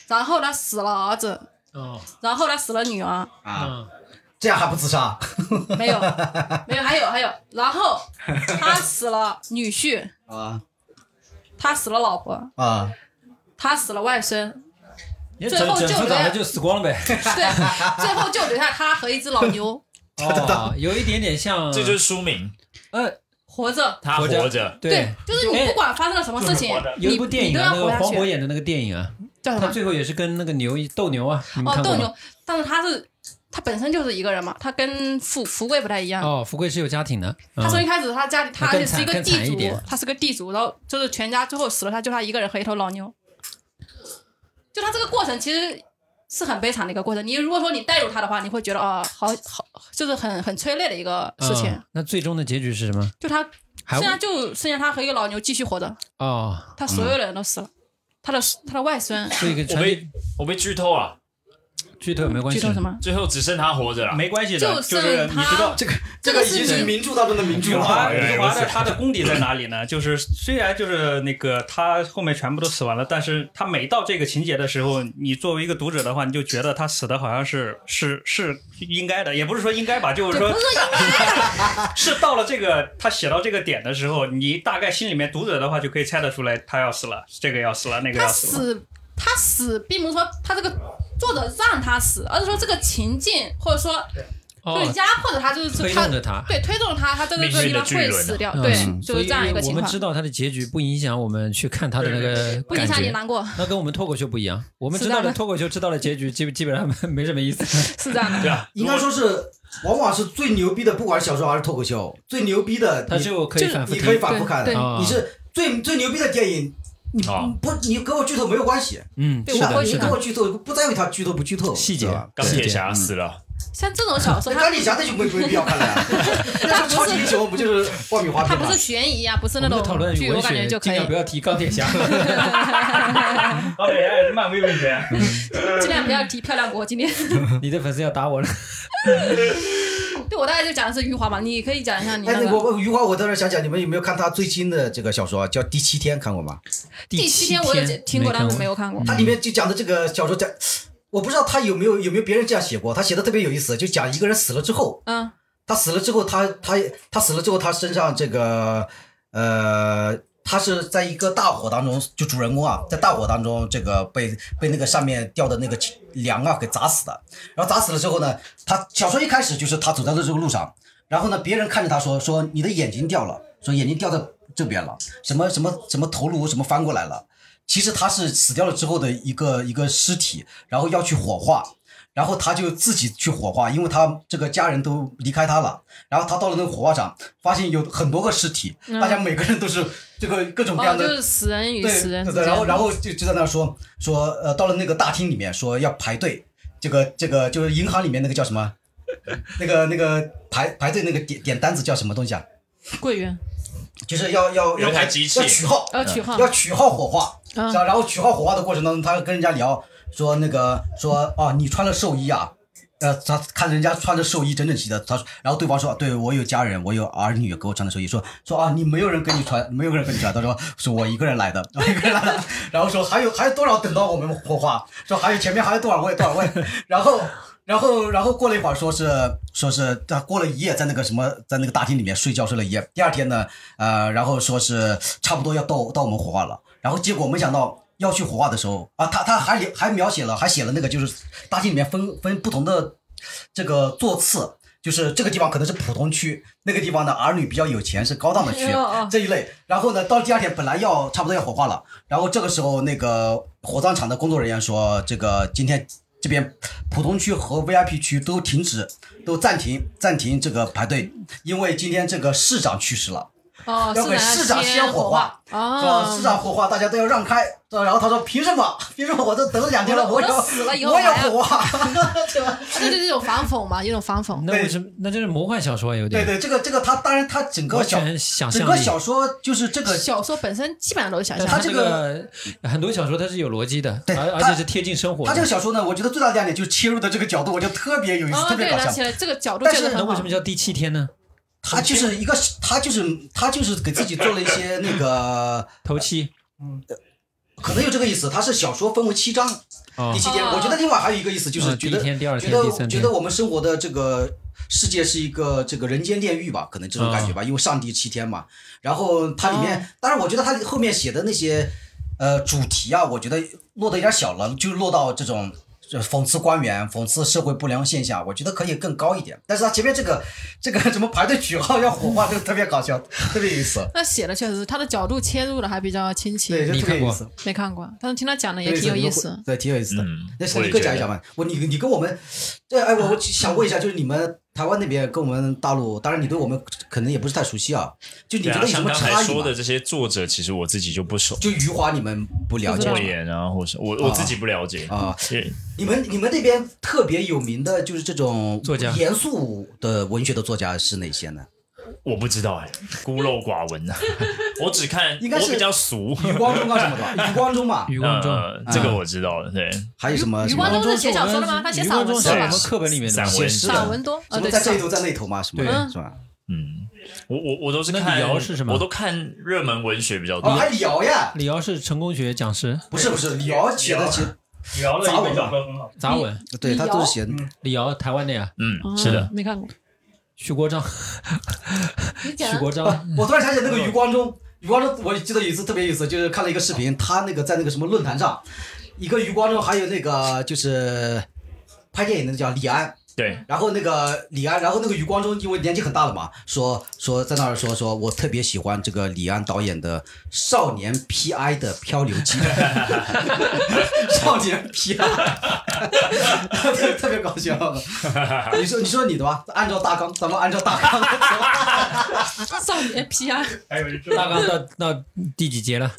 Speaker 3: 然后他死了儿子，
Speaker 6: 哦，
Speaker 3: 然后他死了女儿，
Speaker 2: 嗯
Speaker 4: 啊，
Speaker 6: 啊，
Speaker 4: 这样还不自杀？
Speaker 3: 没 有，没有，还有还有，然后他死了女婿，
Speaker 4: 啊
Speaker 3: 他死了老婆，
Speaker 4: 啊，
Speaker 3: 他死了外甥，
Speaker 6: 你
Speaker 3: 最
Speaker 6: 整
Speaker 3: 后
Speaker 6: 整
Speaker 3: 就
Speaker 6: 副
Speaker 3: 没
Speaker 6: 脑袋
Speaker 3: 有
Speaker 6: 就死光了呗。
Speaker 3: 对，最后就留下他和一只老牛
Speaker 6: 哦， 有一点点像，
Speaker 5: 这就是书名，
Speaker 6: 呃，
Speaker 3: 活着。
Speaker 5: 他
Speaker 6: 活着
Speaker 5: 活着。
Speaker 3: 对，就是你不管发生了什么事
Speaker 2: 就
Speaker 3: 情
Speaker 2: 是活着，
Speaker 6: 哎有
Speaker 3: 你
Speaker 6: 一部电
Speaker 3: 你
Speaker 6: 影
Speaker 3: 都
Speaker 6: 啊，
Speaker 3: 要
Speaker 6: 那个
Speaker 3: 活下
Speaker 6: 黄渤
Speaker 3: 去。
Speaker 6: 演的那个电影啊，
Speaker 3: 叫什
Speaker 6: 他
Speaker 3: 么？
Speaker 6: 最后也是跟那个牛一斗牛啊，你
Speaker 3: 哦，
Speaker 6: 们看过
Speaker 3: 斗
Speaker 6: 吗
Speaker 3: 牛？，但是他是他本身就是一个人嘛，他跟富富贵不太一样。
Speaker 6: 哦，富贵是有家庭的，
Speaker 3: 嗯
Speaker 6: 嗯
Speaker 3: 他从一开始他家里，他
Speaker 6: 那
Speaker 3: 而
Speaker 6: 更
Speaker 3: 且是一
Speaker 6: 惨
Speaker 3: 个
Speaker 6: 更
Speaker 3: 地
Speaker 6: 惨一点
Speaker 3: 主，他是个地主，然后就是全家最后死了，他就他一个人和一头老牛。就他这个过程其实是很悲惨的一个过程。你如果说你带入他的话，你会哦
Speaker 6: 嗯
Speaker 3: 觉得啊、好好就是很很催泪的一个事情。啊
Speaker 6: 嗯那最终的结局是什么？
Speaker 3: 就他
Speaker 6: 还
Speaker 3: 剩下就剩下他和一个老牛继续活着，
Speaker 6: 哦，
Speaker 3: 他所有人都死了，他的他的外孙
Speaker 6: 这个
Speaker 5: 我
Speaker 6: 传
Speaker 5: 被我被剧透了，
Speaker 6: 剧透有没有关
Speaker 3: 剧
Speaker 6: 系？
Speaker 3: 透什么？
Speaker 5: 最后只剩他活着了。
Speaker 2: 没关系的，
Speaker 3: 就
Speaker 2: 就是是你知道
Speaker 3: 他
Speaker 4: 这个
Speaker 3: 这
Speaker 4: 这
Speaker 3: 个
Speaker 4: 个
Speaker 3: 是
Speaker 4: 已经是名著当中 的名
Speaker 2: 余
Speaker 4: 著
Speaker 2: 华，
Speaker 4: 了。
Speaker 2: 余华的他的功底在哪里呢？就是虽然就是那个他后面全部都死完了，但是他每到这个情节的时候，你作为一个读者的话，你就觉得他死的好像是是是应该的，也不是说应该吧，就是说
Speaker 3: 不是说应
Speaker 2: 是到了这个他写到这个点的时候，你大概心里面读者的话就可以猜得出来，他要死了，这个要死了，那个
Speaker 3: 他
Speaker 2: 要死了。
Speaker 3: 死，他死，并不是说他这个作者让他死，而是说这个情境或者说
Speaker 6: 哦
Speaker 3: 就，压迫着他，就是
Speaker 6: 推
Speaker 3: 他
Speaker 6: 动着他。
Speaker 3: 对推动他，他这个
Speaker 5: 命运的
Speaker 3: 地方
Speaker 5: 巨轮
Speaker 3: 会
Speaker 5: 啊
Speaker 3: 死掉，
Speaker 6: 嗯
Speaker 3: 对，就
Speaker 6: 所
Speaker 3: 是
Speaker 6: 以
Speaker 3: 这样一个情
Speaker 6: 我们知
Speaker 3: 况，
Speaker 6: 道他的结局，不影响我们去看他的那个
Speaker 3: 不影
Speaker 6: 感
Speaker 3: 响你
Speaker 6: 觉。
Speaker 3: 难过，
Speaker 6: 那跟我们脱口秀不一样，我们知道
Speaker 3: 是的
Speaker 6: 了脱口秀，知道了结局，基基本上没什么 意思。
Speaker 3: 是这样的。
Speaker 5: 对啊，
Speaker 4: 应该说是，往往是最牛逼的，不管是小说还是脱口秀，最牛逼的
Speaker 6: 他
Speaker 4: 你
Speaker 6: 就可以反复
Speaker 4: 你可以
Speaker 6: 听。
Speaker 4: 反复看
Speaker 3: 对，对
Speaker 6: 啊
Speaker 4: 你是最最牛逼的电影，你
Speaker 5: 啊
Speaker 4: 不你给我剧透没有关系，
Speaker 6: 嗯，
Speaker 3: 对
Speaker 6: 是
Speaker 3: 我
Speaker 6: 的，
Speaker 3: 会
Speaker 4: 你
Speaker 6: 是
Speaker 4: 给
Speaker 6: 的。
Speaker 4: 我剧透不在乎他剧透不剧透
Speaker 6: 细节
Speaker 4: 对吧
Speaker 5: 钢铁侠
Speaker 4: 嗯
Speaker 5: 死了，
Speaker 3: 像这种小说，
Speaker 4: 那
Speaker 3: 它
Speaker 4: 钢铁侠那就没没必要 看了呀，
Speaker 3: 它
Speaker 4: 那超
Speaker 3: 不
Speaker 4: 级英
Speaker 3: 是
Speaker 4: 雄不就是爆米花
Speaker 3: 它
Speaker 4: 片吗
Speaker 3: 不是？悬疑啊，不是
Speaker 6: 我
Speaker 3: 那
Speaker 6: 们在
Speaker 3: 种
Speaker 6: 讨论
Speaker 3: 剧，我
Speaker 6: 文
Speaker 3: 感觉
Speaker 6: 学，
Speaker 3: 就
Speaker 6: 尽
Speaker 3: 可以
Speaker 6: 量不，要提钢铁侠。
Speaker 2: 钢铁侠也是漫威文学，
Speaker 3: 尽量不要提漂亮国。今天
Speaker 6: 你的粉丝要打我了。
Speaker 3: 对我大概就讲的是余华嘛，你可以讲一下你
Speaker 4: 哎，
Speaker 3: 那
Speaker 4: 那
Speaker 3: 个
Speaker 4: 我我余华，我当时想讲，你们有没有看他最新的这个小说啊，叫《第七天》，看过吗？
Speaker 3: 第七
Speaker 6: 七
Speaker 3: 天，我有听过，但是没有看过。
Speaker 4: 它里面就讲的这个小说讲，我不知道他有没有有没有别人这样写过，他写的特别有意思，就讲一个人死了之后，
Speaker 3: 嗯，
Speaker 4: 他死了之后，他他他死了之后，他身上这个呃，他是在一个大火当中，就主人公啊，在大火当中，这个被被那个上面掉的那个梁啊给砸死的。然后砸死了之后呢，他小说一开始就是他走在了这个路上，然后呢，别人看着他说说你的眼睛掉了，说眼睛掉在这边了，什么什么什么头颅什么翻过来了。其实他是死掉了之后的一个一个尸体，然后要去火化，然后他就自己去火化，因为他这个家人都离开他了。然后他到了那个火化场，发现有很多个尸体，大家每个人都是这个各种
Speaker 3: 嗯
Speaker 4: 各
Speaker 3: 哦，
Speaker 4: 样
Speaker 3: 就
Speaker 4: 的
Speaker 3: 是死人与死人之间
Speaker 4: 对对，然后然后就就在那说说呃，到了那个大厅里面说要排队，这个这个就是银行里面那个叫什么， 那个那个排排队那个点点单子叫什么东西啊？
Speaker 3: 桂圆，
Speaker 4: 就是要要要
Speaker 5: 有台
Speaker 4: 排
Speaker 5: 机器
Speaker 4: 要取号，
Speaker 3: 要呃哦取号
Speaker 4: 嗯要取号火化。
Speaker 3: 嗯
Speaker 4: 然后取号火化的过程当中，他跟人家聊说那个说哦，你穿了寿衣啊。呃，他看人家穿着寿衣整整齐的，他说，然后对方说，对我有家人，我有儿女给我穿的寿衣，说说啊，你没有人跟你穿，没有人跟你穿，他说是我一个人来的，我一个人来的，然后说还有还有多少等到我们火化，说还有前面还有多少位多少位，然后然后然后过了一会儿说是说是他过了一夜在那个什么在那个大厅里面睡觉睡了一夜，第二天呢呃，然后说是差不多要到到我们火化了，然后结果没想到要去火化的时候啊，他他还还描写了，还写了那个就是大厅里面分分不同的这个座次，就是这个地方可能是普通区，那个地方呢儿女比较有钱是高档的区
Speaker 3: 哎呦哦
Speaker 4: 这一类。然后呢，到第二天本来要差不多要火化了，然后这个时候那个火葬场的工作人员说，这个今天。这边普通区和 VIP 区都停止，都暂停暂停这个排队，因为今天这个市长去世了。
Speaker 3: 哦，
Speaker 4: 要给市长
Speaker 3: 先
Speaker 4: 先火化，
Speaker 3: 哦，
Speaker 4: 说市长火化，大家都要让开。然后他说：“凭什么？ 凭什么？我都等了两天了，
Speaker 3: 我
Speaker 4: 要
Speaker 3: 都死了以后
Speaker 4: 我也要
Speaker 3: 还要 啊
Speaker 4: 火化。
Speaker 3: 这就是一种反讽嘛，一种反讽。
Speaker 6: 那为什么？那就是魔幻小说有”
Speaker 4: 对
Speaker 6: 点，
Speaker 4: 对，这个这个他当然他整个
Speaker 6: 完
Speaker 4: 小
Speaker 6: 全想
Speaker 4: 整
Speaker 6: 象
Speaker 4: 个
Speaker 6: 力。
Speaker 4: 小说就是这个
Speaker 3: 小说本身基本上都是想
Speaker 6: 但
Speaker 3: 象
Speaker 6: 他
Speaker 4: 它
Speaker 3: 的，
Speaker 6: 这
Speaker 4: 这
Speaker 6: 个很多小说它是有逻辑的，
Speaker 4: 对
Speaker 6: 而而
Speaker 4: 它
Speaker 6: 且是贴近生活的。
Speaker 4: 他这个小说呢，我觉得最大的亮点就是切入的这个角度，我觉得特别有意思，
Speaker 3: 哦，
Speaker 4: 特别
Speaker 3: 对，
Speaker 4: 搞
Speaker 3: 而
Speaker 4: 笑。
Speaker 3: 且这个角度
Speaker 4: 但
Speaker 3: 确实
Speaker 4: 是
Speaker 6: 那
Speaker 3: 很
Speaker 6: 为什
Speaker 3: 好
Speaker 6: 么。叫第七天呢？
Speaker 4: 他就是一个他就是他就是给自己做了一些那个，
Speaker 6: 头七
Speaker 4: 可能有这个意思。他是小说分为七章，
Speaker 6: 哦
Speaker 4: 第，七天。
Speaker 3: 哦
Speaker 4: 我觉得另外还有一个意思就是
Speaker 6: 嗯第
Speaker 4: 觉
Speaker 6: 一
Speaker 4: 得
Speaker 6: 天第二
Speaker 4: 觉
Speaker 6: 天
Speaker 4: 得
Speaker 6: 第三天
Speaker 4: 觉得我们生活的这个世界是一个这个人间炼狱吧，可能这种感
Speaker 6: 嗯
Speaker 4: 觉吧，因为上帝七天嘛。然后它里面，当然我觉得它后面写的那些呃主题啊，我觉得落得有点小了，就落到这种。呃讽刺官员、讽刺社会不良现象，我觉得可以更高一点。但是他前面这个、这个什么排队取号要火化，这个特别搞笑，特别有意思。
Speaker 3: 那写的确实，他的角度切入的还比较亲
Speaker 4: 对，
Speaker 3: 切，
Speaker 4: 就
Speaker 6: 你
Speaker 4: 特别
Speaker 6: 看
Speaker 4: 有
Speaker 6: 过
Speaker 4: 意思，
Speaker 3: 没看过，但是听他讲的也
Speaker 4: 特别
Speaker 3: 挺有意
Speaker 4: 你会
Speaker 3: 思。
Speaker 4: 对，挺有意思的。
Speaker 5: 嗯，
Speaker 4: 那
Speaker 5: 我
Speaker 4: 是
Speaker 5: 也
Speaker 4: 你各
Speaker 5: 觉
Speaker 4: 讲一
Speaker 5: 得
Speaker 4: 讲吧。我你你跟我们，这哎，我我想问一下，就是你们台湾那边跟我们大陆，当然你对我们可能也不是太熟悉啊。就你
Speaker 5: 对
Speaker 4: 觉
Speaker 5: 啊，
Speaker 4: 得有什
Speaker 5: 像
Speaker 4: 么
Speaker 5: 刚
Speaker 4: 差
Speaker 5: 才
Speaker 4: 异
Speaker 5: 说
Speaker 4: 吗？
Speaker 5: 的这些作者，其实我自己就不熟，
Speaker 4: 就余华你们不了解
Speaker 5: 莫言啊，或是我我自己不了解
Speaker 4: 啊？
Speaker 5: 也
Speaker 4: 你们你们那边特别有名的就是这种
Speaker 6: 作家
Speaker 4: 严肃的文学的作家是哪些呢？
Speaker 5: 我不知道哎、孤陋寡闻啊， 我只看
Speaker 4: 应该是
Speaker 5: 我比较俗。
Speaker 4: 余光中啊什么 的，余光中嘛，
Speaker 6: 余光中，
Speaker 5: 呃，这
Speaker 4: 嗯
Speaker 5: 个我知道了，对，
Speaker 4: 还有什么
Speaker 3: 余
Speaker 4: 什
Speaker 3: 光
Speaker 4: 么
Speaker 3: 中
Speaker 6: 中
Speaker 3: 是写小说的吗？他写
Speaker 6: 余
Speaker 3: 散
Speaker 6: 光
Speaker 3: 文
Speaker 6: 中
Speaker 3: 是
Speaker 6: 是我
Speaker 3: 吧
Speaker 6: 们？课本里面的
Speaker 5: 散文
Speaker 4: 是
Speaker 3: 散文多，
Speaker 4: 什
Speaker 3: 呃，
Speaker 4: 么
Speaker 3: 对，
Speaker 4: 在这一
Speaker 3: 散
Speaker 4: 头在那头嘛，什么
Speaker 6: 对
Speaker 4: 是吧？
Speaker 5: 嗯，我我我都是
Speaker 6: 那李
Speaker 5: 看
Speaker 6: 敖是什么
Speaker 5: 我都看热门文学比较多
Speaker 4: 哦，。还聊呀？
Speaker 6: 李敖是成功学讲师，
Speaker 4: 不是不是，聊写的写，
Speaker 2: 聊了一本小
Speaker 4: 杂文吧
Speaker 2: 说很好，
Speaker 6: 杂文。
Speaker 4: 对他都是写
Speaker 6: 李敖，台湾的呀，
Speaker 5: 嗯，
Speaker 4: 哦
Speaker 3: 文
Speaker 5: 是的，，
Speaker 3: 没看过。
Speaker 6: 徐国璋，
Speaker 3: 你讲
Speaker 6: 徐
Speaker 3: 啊
Speaker 6: 国璋，
Speaker 4: 我突然想起那个余光中，余光中，我记得有一次特别有意思，就是看了一个视频，他那个在那个什么论坛上，一个余光中，还有那个就是拍电影的那叫李安，
Speaker 5: 对，
Speaker 4: 然后那个李安，然后那个余光中，因为年纪很大了嘛，说说在那儿说说我特别喜欢这个李安导演的《少年 P.I. 的漂流记》， 少年 P.I. 特 特别搞笑。 你说你说你的吧，按照大纲，咱们按照大纲走。
Speaker 3: 少年 P R，
Speaker 2: 还有人知
Speaker 6: 大
Speaker 2: 道
Speaker 6: 纲到到第几节了？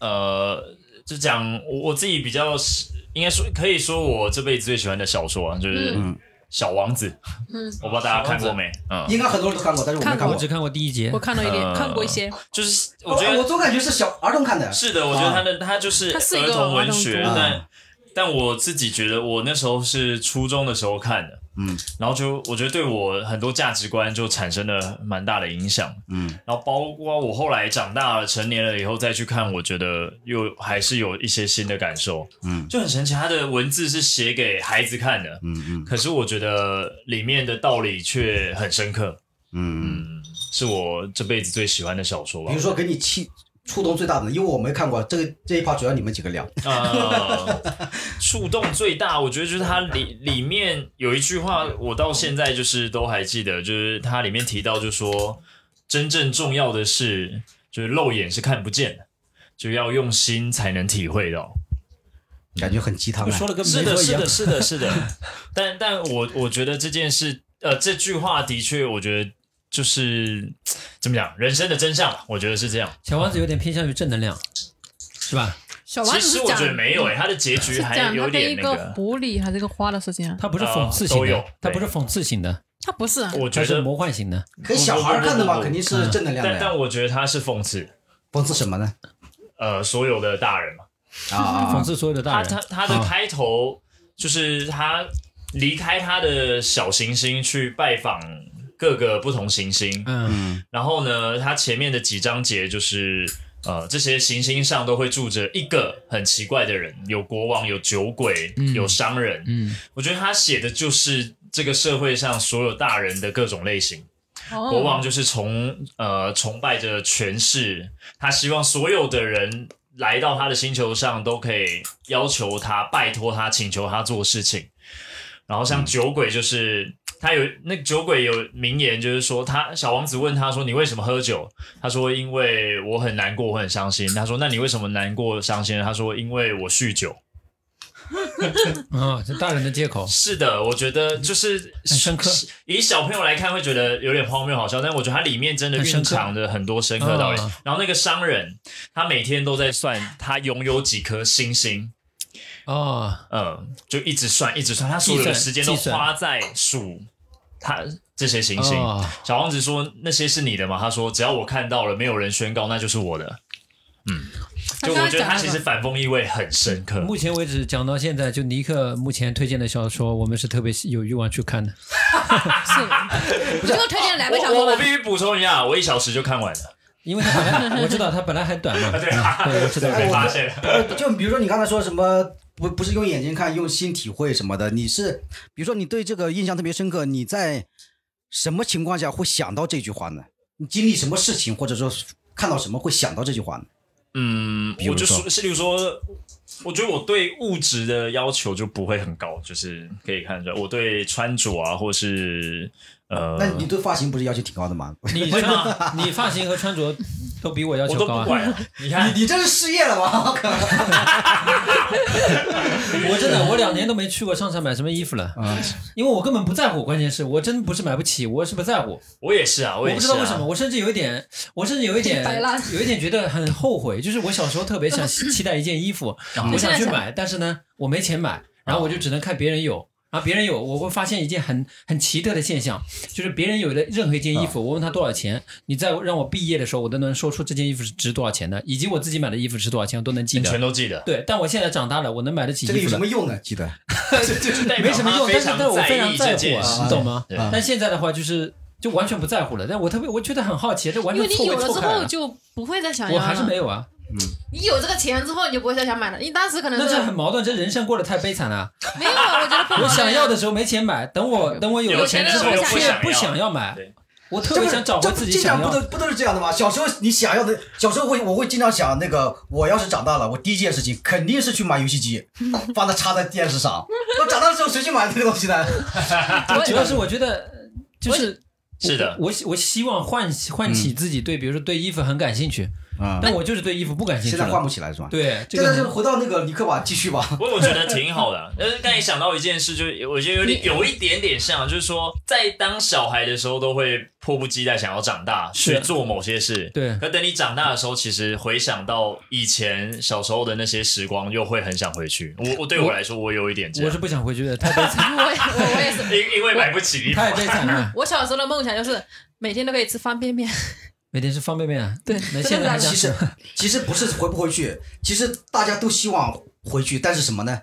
Speaker 5: 呃，就讲我我自己比较喜应该说可以说我这辈子最喜欢的小说啊就是《小王子》，
Speaker 3: 嗯
Speaker 5: 我不知道大家看过没？嗯，
Speaker 4: 应该很多人都看过，但是我没
Speaker 3: 看过
Speaker 4: 看
Speaker 6: 我
Speaker 4: 过。
Speaker 6: 只看过第一节
Speaker 3: 我。看到一点，
Speaker 5: 呃
Speaker 3: 看过一些，
Speaker 5: 就是我
Speaker 4: 我
Speaker 5: 觉
Speaker 4: 我
Speaker 5: 得
Speaker 4: 总感觉是小儿童看的，
Speaker 5: 是的，我觉得他的他就是
Speaker 3: 它是一
Speaker 5: 儿
Speaker 3: 个
Speaker 5: 童文学，
Speaker 3: 儿
Speaker 4: 童读物
Speaker 5: 但但我自己觉得我那时候是初中的时候看的，
Speaker 4: 嗯，
Speaker 5: 然后就我觉得对我很多价值观就产生了蛮大的影响，
Speaker 4: 嗯，
Speaker 5: 然后包括我后来长大了成年了以后再去看，我觉得又还是有一些新的感受，
Speaker 4: 嗯
Speaker 5: 就很神奇，他的文字是写给孩子看的，
Speaker 4: 嗯嗯
Speaker 5: 可是我觉得里面的道理却很深刻，
Speaker 4: 嗯。
Speaker 5: 嗯，是我这辈子最喜欢的小说吧
Speaker 4: 比如，说给你气触动最大的，因为我没看过这个这一趴，主要你们几个聊。
Speaker 5: 呃，触动最大，我觉得就是它里里面有一句话，我到现在就是都还记得，就是它里面提到，就说真正重要的是，就是肉眼是看不见的，就要用心才能体会到。
Speaker 4: 感觉很鸡汤
Speaker 6: 就
Speaker 4: 啊
Speaker 6: 说！了跟
Speaker 5: 是
Speaker 6: 没
Speaker 5: 的，
Speaker 6: 说一
Speaker 5: 是
Speaker 6: 样
Speaker 5: 的，。是的， 是的。但但我我觉得这件事，呃，这句话的确，我觉得就是怎么讲，人生的真相，我觉得是这样。
Speaker 6: 小王子有点偏向于正能量，是吧？
Speaker 3: 小王
Speaker 5: 其
Speaker 3: 子是
Speaker 5: 实我
Speaker 3: 讲
Speaker 5: 觉得没有哎诶、它的结局
Speaker 3: 是
Speaker 5: 还
Speaker 3: 讲他
Speaker 5: 有
Speaker 3: 跟
Speaker 5: 点
Speaker 3: 一
Speaker 5: 那
Speaker 3: 个
Speaker 5: 个。
Speaker 3: 狐狸还是一个花的事情啊？
Speaker 6: 它不是讽刺型
Speaker 5: 呃都有
Speaker 6: 的，它不是讽刺型的，
Speaker 3: 他不是啊，
Speaker 5: 我
Speaker 6: 它
Speaker 5: 觉
Speaker 6: 是
Speaker 5: 得
Speaker 6: 魔幻型
Speaker 5: 嗯
Speaker 6: 的。
Speaker 4: 给小孩看的嘛，肯定是正能量
Speaker 5: 但
Speaker 4: 的呀。
Speaker 5: 但我觉得他是讽刺，
Speaker 4: 讽刺什么呢？
Speaker 5: 呃，所有的大人嘛。
Speaker 4: 啊啊！
Speaker 6: 讽
Speaker 4: 啊
Speaker 6: 刺所有的
Speaker 5: 他
Speaker 6: 大人
Speaker 5: 他。他的
Speaker 6: 啊
Speaker 5: 开头就是他离开他的小行星去拜访各个不同行星，
Speaker 6: 嗯，
Speaker 5: 然后呢，他前面的几章节就是。呃，这些行星上都会住着一个很奇怪的人，有国王，有酒鬼，
Speaker 6: 嗯
Speaker 5: 有商人。
Speaker 6: 嗯，
Speaker 5: 我觉得他写的就是这个社会上所有大人的各种类型。
Speaker 3: 哦
Speaker 5: 国王就是崇呃崇拜着权势，他希望所有的人来到他的星球上都可以要求他、拜托他、请求他做事情。然后像酒鬼就是。他有那个酒鬼有名言，就是说他小王子问他说：“你为什么喝酒？”他说：“因为我很难过，我很伤心。”他说：“那你为什么难过伤心呢？”他说：“因为我酗酒。”嗯
Speaker 6: 啊，这大人的借口。
Speaker 5: 是的，我觉得就是
Speaker 6: 很深刻
Speaker 5: 是以小朋友来看会觉得有点荒谬好笑，但我觉得它里面真的
Speaker 6: 很深
Speaker 5: 蕴
Speaker 6: 刻
Speaker 5: 藏着很多深刻道理
Speaker 6: 嗯。
Speaker 5: 然后那个商人，他每天都在算他拥有几颗星星，
Speaker 6: 哦，
Speaker 5: 嗯，就一直算一直算，他所有的
Speaker 6: 计算
Speaker 5: 时间都
Speaker 6: 计算
Speaker 5: 花在数他这些星星。
Speaker 6: 哦，
Speaker 5: 小王子说：“那些是你的吗？”他说：“只要我看到了，没有人宣告，那就是我的。”
Speaker 3: 他
Speaker 5: 就
Speaker 3: 刚
Speaker 5: 我
Speaker 3: 才
Speaker 5: 觉得
Speaker 3: 讲
Speaker 5: 他
Speaker 3: 那
Speaker 5: 其实
Speaker 3: 个
Speaker 5: 反讽意味很深刻。
Speaker 6: 目前为止讲到现在，就尼克目前推荐的小说，我们是特别有欲望去看的。
Speaker 3: 是，你就推荐两
Speaker 5: 我
Speaker 3: 本小说
Speaker 5: 我我
Speaker 3: 吧
Speaker 5: 必。须补充一下，我一小时就看完了，
Speaker 6: 因为它本来我知道它本来还短嘛，
Speaker 5: 对
Speaker 6: 嗯对，我知道。
Speaker 5: 被发现了。
Speaker 4: 呃就比如说你刚才说什么，不不是用眼睛看，用心体会什么的，你是比如说你对这个印象特别深刻，你在什么情况下会想到这句话呢？你经历什么事情，或者说看到什么会想到这句话呢？
Speaker 5: 嗯，
Speaker 4: 如
Speaker 5: 我就
Speaker 4: 说
Speaker 5: 说，是例如说，我觉得我对物质的要求就不会很高，就是可以看出来，我对穿着啊，或是呃
Speaker 4: 那，你对发型不是要求挺高的吗？
Speaker 6: 你穿你发型和穿着都比我要
Speaker 5: 我
Speaker 6: 求
Speaker 5: 都
Speaker 6: 高
Speaker 5: 不
Speaker 6: 啊！
Speaker 5: 管了。你看，
Speaker 4: 你这是失业了吗？
Speaker 6: 我真的我两年都没去过商场买什么衣服了，因为我根本不在乎。关键是我真不是买不起，我是不在乎。
Speaker 5: 我也是啊，
Speaker 6: 我
Speaker 5: 也
Speaker 6: 不
Speaker 5: 是、
Speaker 6: 知
Speaker 5: 啊。
Speaker 6: 道为什么，我甚至有一点，我甚至有一点
Speaker 3: 摆烂，
Speaker 6: 有一点觉得很后悔。就是我小时候特别想期待一件衣服，我想去买，但是呢，我没钱买，然后我就只能看别人有。然后别人有，我会发现一件很很奇特的现象，就是别人有的任何一件衣服，我问他多少钱，你在让我毕业的时候，我都能说出这件衣服是值多少钱的，以及我自己买的衣服是多少钱，我都能记
Speaker 5: 你全
Speaker 6: 得。
Speaker 5: 都记 得，
Speaker 6: 对，但我现在长大了，我能买得起
Speaker 4: 这个
Speaker 6: 衣
Speaker 4: 有
Speaker 6: 服
Speaker 4: 什
Speaker 6: 了
Speaker 4: 么，用呢？记得
Speaker 6: 没什么用，但是但是我非常
Speaker 5: 这
Speaker 6: 在乎
Speaker 5: 件
Speaker 6: 啊，
Speaker 5: 事
Speaker 6: 你。懂吗？
Speaker 5: 对
Speaker 4: 啊
Speaker 6: 但现在的话就是就完全不在乎了，但我特别我觉得很好奇，这完
Speaker 3: 因为
Speaker 6: 全
Speaker 3: 你
Speaker 6: 错位
Speaker 3: 有了
Speaker 6: 错
Speaker 3: 之
Speaker 6: 开
Speaker 3: 后
Speaker 6: 了，
Speaker 3: 就不会再想要
Speaker 6: 我
Speaker 3: 了。
Speaker 6: 还是没有啊。
Speaker 3: 你有这个钱之后，你就不会再想买了。你当时可能
Speaker 6: 那
Speaker 3: 是
Speaker 6: 这很矛盾，这人生过得太悲惨了。
Speaker 3: 没有啊，我觉得不好。
Speaker 6: 我想要的时候没钱买，等我等我
Speaker 5: 有
Speaker 6: 了
Speaker 5: 钱
Speaker 6: 钱
Speaker 5: 之
Speaker 6: 之
Speaker 5: 后
Speaker 6: 后
Speaker 5: 又不
Speaker 6: 却
Speaker 5: 想
Speaker 6: 不
Speaker 5: 要
Speaker 6: 想要买
Speaker 5: 对，
Speaker 6: 我特
Speaker 4: 这
Speaker 6: 别
Speaker 4: 不
Speaker 6: 想找
Speaker 4: 这
Speaker 6: 回自己
Speaker 4: 经
Speaker 6: 想
Speaker 4: 常
Speaker 6: 要
Speaker 4: 不
Speaker 6: 的。
Speaker 4: 都不都是这样的吗？小时候你想要的，小时候会我会经常想那个，我要是长大了，我第一件事情肯定是去买游 戏机，把它插在电视上。我长大的时候谁去买这个东西呢？
Speaker 3: 我
Speaker 6: 主要是我觉得呃就是
Speaker 5: 是的，
Speaker 6: 我我希望唤起
Speaker 5: 嗯
Speaker 6: 唤起自己对，比如说对衣服很感兴趣，
Speaker 4: 啊，
Speaker 6: 但我就是对衣服不感兴趣
Speaker 4: 现在换
Speaker 6: 了。
Speaker 4: 不起来是吧？
Speaker 6: 对，这
Speaker 4: 现在就
Speaker 6: 个
Speaker 4: 回到那个尼克吧，继 续吧。
Speaker 5: 不过我觉得挺好的。啊 但是刚才想到一件事，就是我觉得有点有一点点像，就是说在当小孩的时候，都会迫不及待想要长大
Speaker 6: 是
Speaker 5: 去做某些事。
Speaker 6: 对
Speaker 5: 可等你长大的时候，其实回想到以前小时候的那些时光，又会很想回去。我我对我来说，我有一点这
Speaker 6: 我
Speaker 5: 样
Speaker 6: 是，不想回去的，太悲惨，
Speaker 3: 我也我我也是，
Speaker 5: 因因为买不 起衣服。
Speaker 6: 太悲惨了。
Speaker 3: 我小时候的梦想就是每天都可以吃方便 面。
Speaker 6: 每天吃方便面啊，
Speaker 3: 对
Speaker 6: 那现在还想
Speaker 4: 其实其实不是回不回去，其实大家都希望回去，但是什么呢？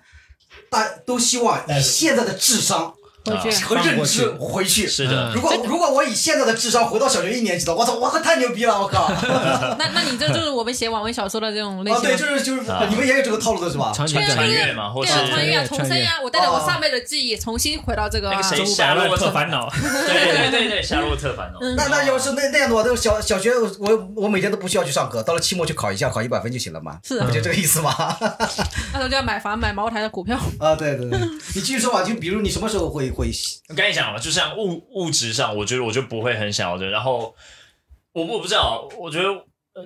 Speaker 4: 大都希望以现在的智商
Speaker 3: 回去
Speaker 4: 和认知回去。
Speaker 5: 是
Speaker 6: 嗯
Speaker 5: 的，
Speaker 4: 如果如果我以现在的智商回到小学一年级的，我操，我太牛逼了，我靠！啊，
Speaker 3: 那那你这就是我们写网文小说的这
Speaker 6: 哦
Speaker 3: 种类型
Speaker 4: 对，
Speaker 3: 吗。
Speaker 4: 就是就是
Speaker 5: 啊，
Speaker 4: 你们也有这个套路的是吧？
Speaker 6: 场景
Speaker 3: 对啊
Speaker 6: 感
Speaker 5: 穿越嘛，或
Speaker 3: 对
Speaker 5: 是
Speaker 3: 啊，穿越啊，
Speaker 6: 穿
Speaker 3: 重
Speaker 6: 越
Speaker 3: 生呀！我带着
Speaker 6: 哦
Speaker 3: 我上辈的记忆重新回到这个
Speaker 5: 那
Speaker 3: 啊
Speaker 5: 个谁
Speaker 2: 周百万特烦恼，
Speaker 5: 对对对对，夏洛特烦恼。
Speaker 4: 那那要是那那样的话，那个小小学我我每天都不需要去上课，到了期末去考一下，考一百分就行了嘛，
Speaker 3: 是
Speaker 4: 不就这个意思吗？
Speaker 3: 那时候就要买房买茅台的股票。
Speaker 4: 啊，对对对，你继续说吧，就比如你什么时候会会
Speaker 5: 我跟你讲了，啊就像物物质上，我觉得我就不会很想要这。然后我我不知道，啊我觉得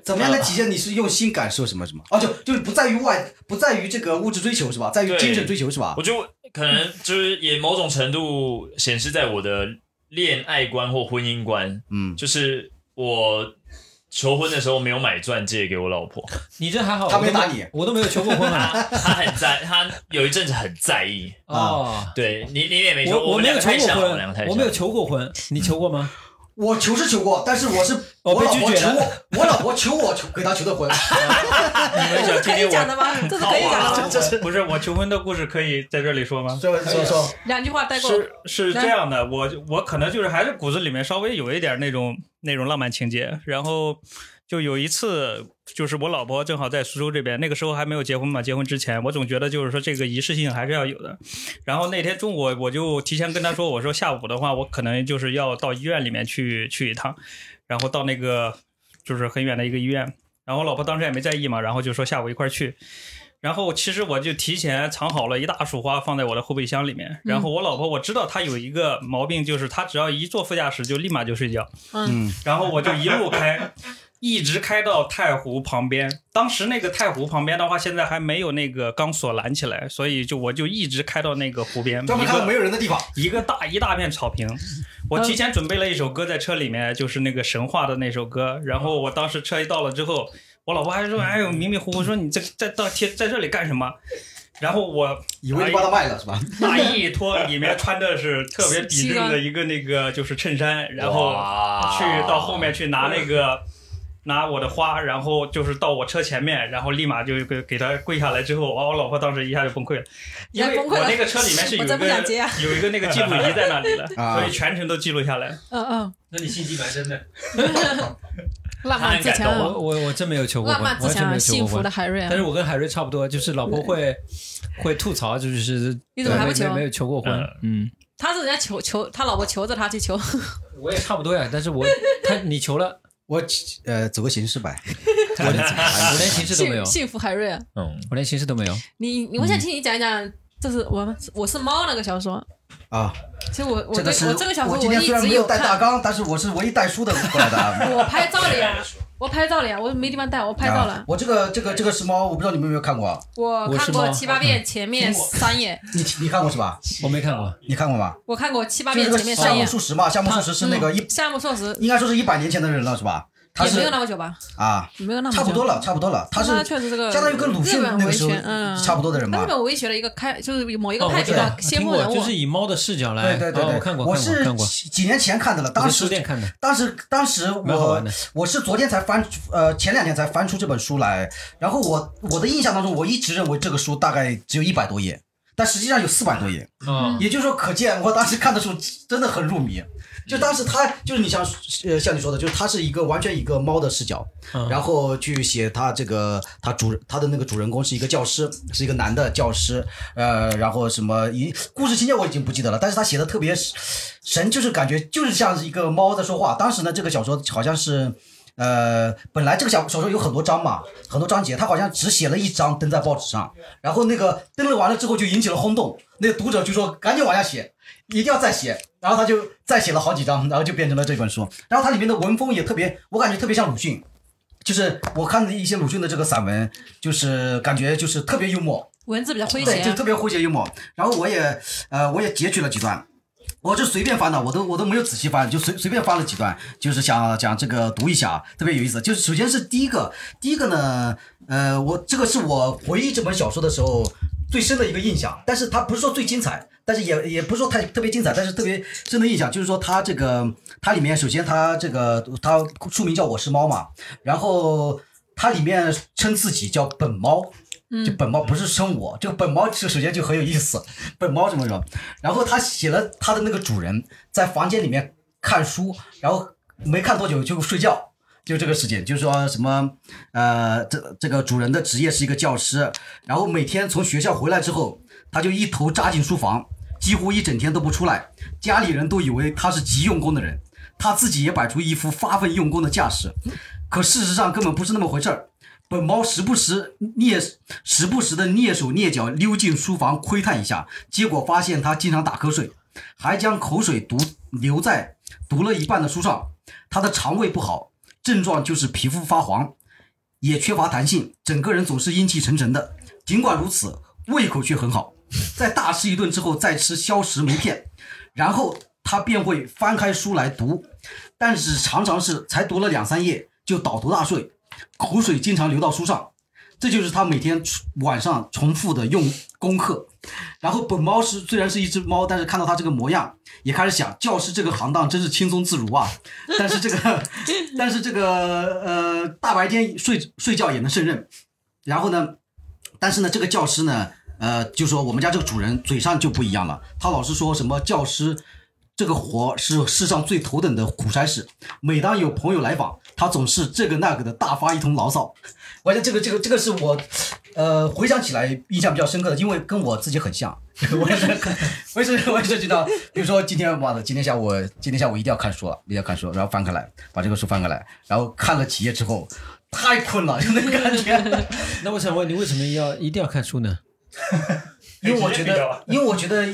Speaker 4: 怎么样能体现你是用心感受什么什么？哦，就就是不在于外，不在于这个物质追求是吧？在于
Speaker 5: 对
Speaker 4: 精神追求是吧？
Speaker 5: 我觉得我可能就是也某种程度显示在我的恋爱观或婚姻观，
Speaker 4: 嗯，
Speaker 5: 就是我求婚的时候没有买钻戒给我老婆，
Speaker 6: 你这还好，
Speaker 4: 他
Speaker 6: 我都
Speaker 4: 没打你
Speaker 6: 我都没有求过婚啊。
Speaker 5: 她她很在，她有一阵子很在意。
Speaker 6: 哦，
Speaker 4: 啊
Speaker 5: 对你你也没说，
Speaker 6: 我
Speaker 5: 们
Speaker 6: 没
Speaker 5: 两
Speaker 6: 有
Speaker 5: 个
Speaker 6: 求
Speaker 5: 太
Speaker 6: 过
Speaker 5: 像了，我们两个太
Speaker 6: 婚，我
Speaker 5: 像
Speaker 6: 没有
Speaker 5: 了。
Speaker 6: 求过婚，你求过吗？
Speaker 4: 我求是求过，但是我是
Speaker 6: 哦
Speaker 4: 我
Speaker 6: 被
Speaker 4: 老
Speaker 6: 拒
Speaker 4: 婆
Speaker 6: 绝
Speaker 4: 求
Speaker 6: 了
Speaker 4: 我，我老婆求我求给她求的 婚，啊
Speaker 2: 你
Speaker 6: 啊
Speaker 2: 们想听
Speaker 3: 可
Speaker 2: 听
Speaker 3: 以讲
Speaker 2: 我？
Speaker 3: 的吗？这是可以讲 的吗？
Speaker 4: 这是
Speaker 2: 不是我求婚的故事，可以在这里说吗？
Speaker 4: 说说
Speaker 6: 哎
Speaker 4: 说，
Speaker 3: 两句话带过。
Speaker 2: 是是这样的，我我可能就是还是骨子里面稍微有一点那种那种浪漫情节。然后就有一次，就是我老婆正好在苏州这边，那个时候还没有结婚嘛，结婚之前，我总觉得就是说这个仪式性还是要有的。然后那天中午我就提前跟她说，我说下午的话，我可能就是要到医院里面去去一趟，然后到那个就是很远的一个医院。然后我老婆当时也没在意嘛，然后就说下午一块儿去。然后其实我就提前藏好了一大束花放在我的后备箱里面。然后我老婆我知道她有一个毛病，就是她只要一坐副驾驶就立马就睡觉。
Speaker 3: 嗯，
Speaker 2: 然后我就一路开，一直开到太湖旁边。当时那个太湖旁边的话，现在还没有那个钢索拦起来，所以就我就一直开到那个湖边。
Speaker 4: 专门
Speaker 2: 一
Speaker 4: 看到
Speaker 2: 个
Speaker 4: 没有人的地方，
Speaker 2: 一个大一大片草坪，我提前准备了一首歌在车里面，就是那个神话的那首歌。然后我当时车一到了之后，我老婆还说：“哎呦，迷迷糊糊说你这在到贴在这里干什么？”然后我
Speaker 4: 以为你把她卖了是吧？
Speaker 2: 大衣一脱，里面穿的是特别笔直的一个那个就是衬衫，然后
Speaker 5: 哇
Speaker 2: 去到后面去拿那个。拿我的花，然后就是到我车前面，然后立马就给给他跪下来之后，哇！我老婆当时一下就崩溃了，因为
Speaker 3: 崩溃
Speaker 2: 我
Speaker 3: 了
Speaker 2: 那个车里面是有
Speaker 3: 我
Speaker 2: 一
Speaker 3: 再不想接
Speaker 2: 个
Speaker 3: 啊
Speaker 2: 有一个那个记录仪在那里 的，
Speaker 4: 啊
Speaker 2: 所以全程都记录下来。
Speaker 3: 嗯嗯，
Speaker 6: 那你心机蛮深的。
Speaker 3: 浪漫啊自
Speaker 5: 他很感
Speaker 3: 强
Speaker 5: 动，
Speaker 6: 我我我真没有求
Speaker 3: 嗯
Speaker 6: 过
Speaker 3: 浪
Speaker 6: 婚，
Speaker 3: 漫
Speaker 6: 我
Speaker 3: 自
Speaker 6: 完全没有
Speaker 3: 强，
Speaker 6: 求过
Speaker 3: 幸福
Speaker 6: 婚
Speaker 3: 的。海瑞啊
Speaker 6: 但是！我跟海瑞差不多，就是老婆会会吐槽，就是
Speaker 3: 你怎么还不
Speaker 6: 没没
Speaker 3: 求
Speaker 6: 没有求过婚
Speaker 5: 呃？
Speaker 6: 嗯，
Speaker 3: 他是人家求求他老婆求着他去求，
Speaker 6: 我也差不多呀。但是我他你求了，
Speaker 4: 我呃走个形 式呗，
Speaker 6: 我连形式都没有
Speaker 3: 幸，幸福海瑞啊！
Speaker 5: 嗯，
Speaker 6: 我连形式都没有。
Speaker 3: 你你，我
Speaker 4: 嗯
Speaker 3: 想听你讲一讲，就是我们我是猫那个小说。
Speaker 4: 啊，
Speaker 3: 其实我我
Speaker 4: 这
Speaker 3: 对
Speaker 4: 个是
Speaker 3: 我这个小说
Speaker 4: 我今天
Speaker 3: 一
Speaker 4: 虽然
Speaker 3: 直
Speaker 4: 没有带大
Speaker 3: 看，
Speaker 4: 纲，但是我是唯一带书的过来的啊。
Speaker 3: 我拍照了呀，我拍照了呀，我没地方带，我拍照了
Speaker 4: 啊，我这个这个这个是猫，我不知道你们有没有看过啊，
Speaker 3: 我
Speaker 6: 我
Speaker 3: 看
Speaker 6: 是
Speaker 3: 过
Speaker 6: 猫
Speaker 3: 七八遍前面三页，
Speaker 4: 你你看过是吧？
Speaker 6: 我没看过，
Speaker 4: 你看过吧？
Speaker 3: 我看过七八
Speaker 4: 就是
Speaker 3: 遍嗯
Speaker 4: 这个
Speaker 3: 前面
Speaker 4: 夏
Speaker 3: 三
Speaker 4: 目
Speaker 3: 页。嗯
Speaker 4: 漱石嘛，夏目漱石是那个一
Speaker 3: 夏目漱石
Speaker 4: 应该说是一百年前的人了，是吧？他
Speaker 3: 也没
Speaker 4: 是
Speaker 3: 有那么久吧，
Speaker 4: 啊，
Speaker 3: 没有那么久
Speaker 4: 差不多了，差不多了，他是
Speaker 3: 他确实这个
Speaker 4: 相当于跟鲁迅
Speaker 3: 日本
Speaker 4: 那个时候
Speaker 3: 维权嗯
Speaker 4: 差不多的人
Speaker 3: 那
Speaker 4: 吧
Speaker 3: 日。本围棋的一个开，就是某一个
Speaker 6: 哦，
Speaker 3: 派
Speaker 6: 我
Speaker 3: 别
Speaker 6: 知
Speaker 3: 的
Speaker 6: 道，
Speaker 3: 先
Speaker 6: 听
Speaker 3: 锋
Speaker 6: 过，
Speaker 3: 人物，
Speaker 6: 就是以猫的视角来，
Speaker 4: 对对对
Speaker 6: 哦
Speaker 4: 对，
Speaker 6: 我看过，
Speaker 4: 我
Speaker 6: 看过，
Speaker 4: 是
Speaker 6: 看过，
Speaker 4: 几几年前看的了，
Speaker 6: 我
Speaker 4: 当
Speaker 6: 在
Speaker 4: 时
Speaker 6: 书店看的，
Speaker 4: 当时当时
Speaker 6: 蛮好玩
Speaker 4: 我
Speaker 6: 的
Speaker 4: 我是昨天才翻呃前两天才翻出这本书来，然后我我的印象当中，我一直认为这个书大概只有一百多页，但实际上有四百多页，
Speaker 5: 嗯，
Speaker 4: 也就是说，可见我当时看的时候真的很入迷。就当时他就是你像呃像你说的，就是他是一个完全一个猫的视角，
Speaker 6: 嗯
Speaker 4: 然后去写他这个他主他的那个主人公是一个教师，是一个男的教师，呃，然后什么一故事情节我已经不记得了，但是他写的特别神，就是感觉就是像是一个猫在说话。当时呢，这个小说好像是。呃，本来这个小小说有很多章嘛，很多章节，他好像只写了一章登在报纸上，然后那个登了完了之后就引起了轰动，那个读者就说赶紧往下写，一定要再写，然后他就再写了好几章，然后就变成了这本书。然后它里面的文风也特别，我感觉特别像鲁迅，就是我看的一些鲁迅的这个散文，就是感觉就是特别幽默，
Speaker 3: 文字比较诙
Speaker 4: 对，就
Speaker 3: 谐。
Speaker 4: 特别诙谐幽默。然后我也呃，我也截取了几段，我就随便翻的，我都我都没有仔细翻，就随随便翻了几段，就是想想这个读一下，特别有意思。就是首先是第一个，第一个呢，呃，我这个是我回忆这本小说的时候最深的一个印象，但是它不是说最精彩。但是也也不是说太特别精彩，但是特别深的印象就是说，它这个它里面首先它这个它书名叫我是猫嘛，然后它里面称自己叫本猫，就本猫不是生我，这个本猫这首先就很有意思，本猫什么什么，然后他写了他的那个主人在房间里面看书，然后没看多久就睡觉，就这个事情，就是说什么呃，这这个主人的职业是一个教师，然后每天从学校回来之后，他就一头扎进书房，几乎一整天都不出来，家里人都以为他是急用功的人，他自己也摆出一副发奋用功的架势，可事实上根本不是那么回事儿。本猫时不时蹑时不时的蹑手蹑脚溜进书房窥探一下，结果发现他经常打瞌睡，还将口水毒留在读了一半的书上。他的肠胃不好，症状就是皮肤发黄，也缺乏弹性，整个人总是阴气沉沉的。尽管如此，胃口却很好。在大吃一顿之后，再吃消食酶片，然后他便会翻开书来读，但是常常是才读了两三页就倒头大睡，口水经常流到书上，这就是他每天晚上重复的用功课。然后本猫是虽然是一只猫，但是看到它这个模样，也开始想，教师这个行当真是轻松自如啊。但是这个，但是这个呃，大白天睡睡觉也能胜任。然后呢，但是呢，这个教师呢，呃，就说我们家这个主人嘴上就不一样了，他老是说什么教师这个活是世上最头等的苦差事。每当有朋友来访，他总是这个那个的大发一通牢骚。我觉得这个这个这个是我，呃，回想起来印象比较深刻的，因为跟我自己很像。 我也是，我也是，我也是知道。比如说今天，妈的，今天下午我今天下午一定要看书了，一定要看书，然后翻开来，把这个书翻开来，然后看了几页之后，太困了，就那个感觉。
Speaker 6: 那我想问你，为什么要一定要看书呢？
Speaker 4: 因为我觉
Speaker 2: 直接毙掉
Speaker 4: 得
Speaker 2: 吧，
Speaker 4: 因为我觉得，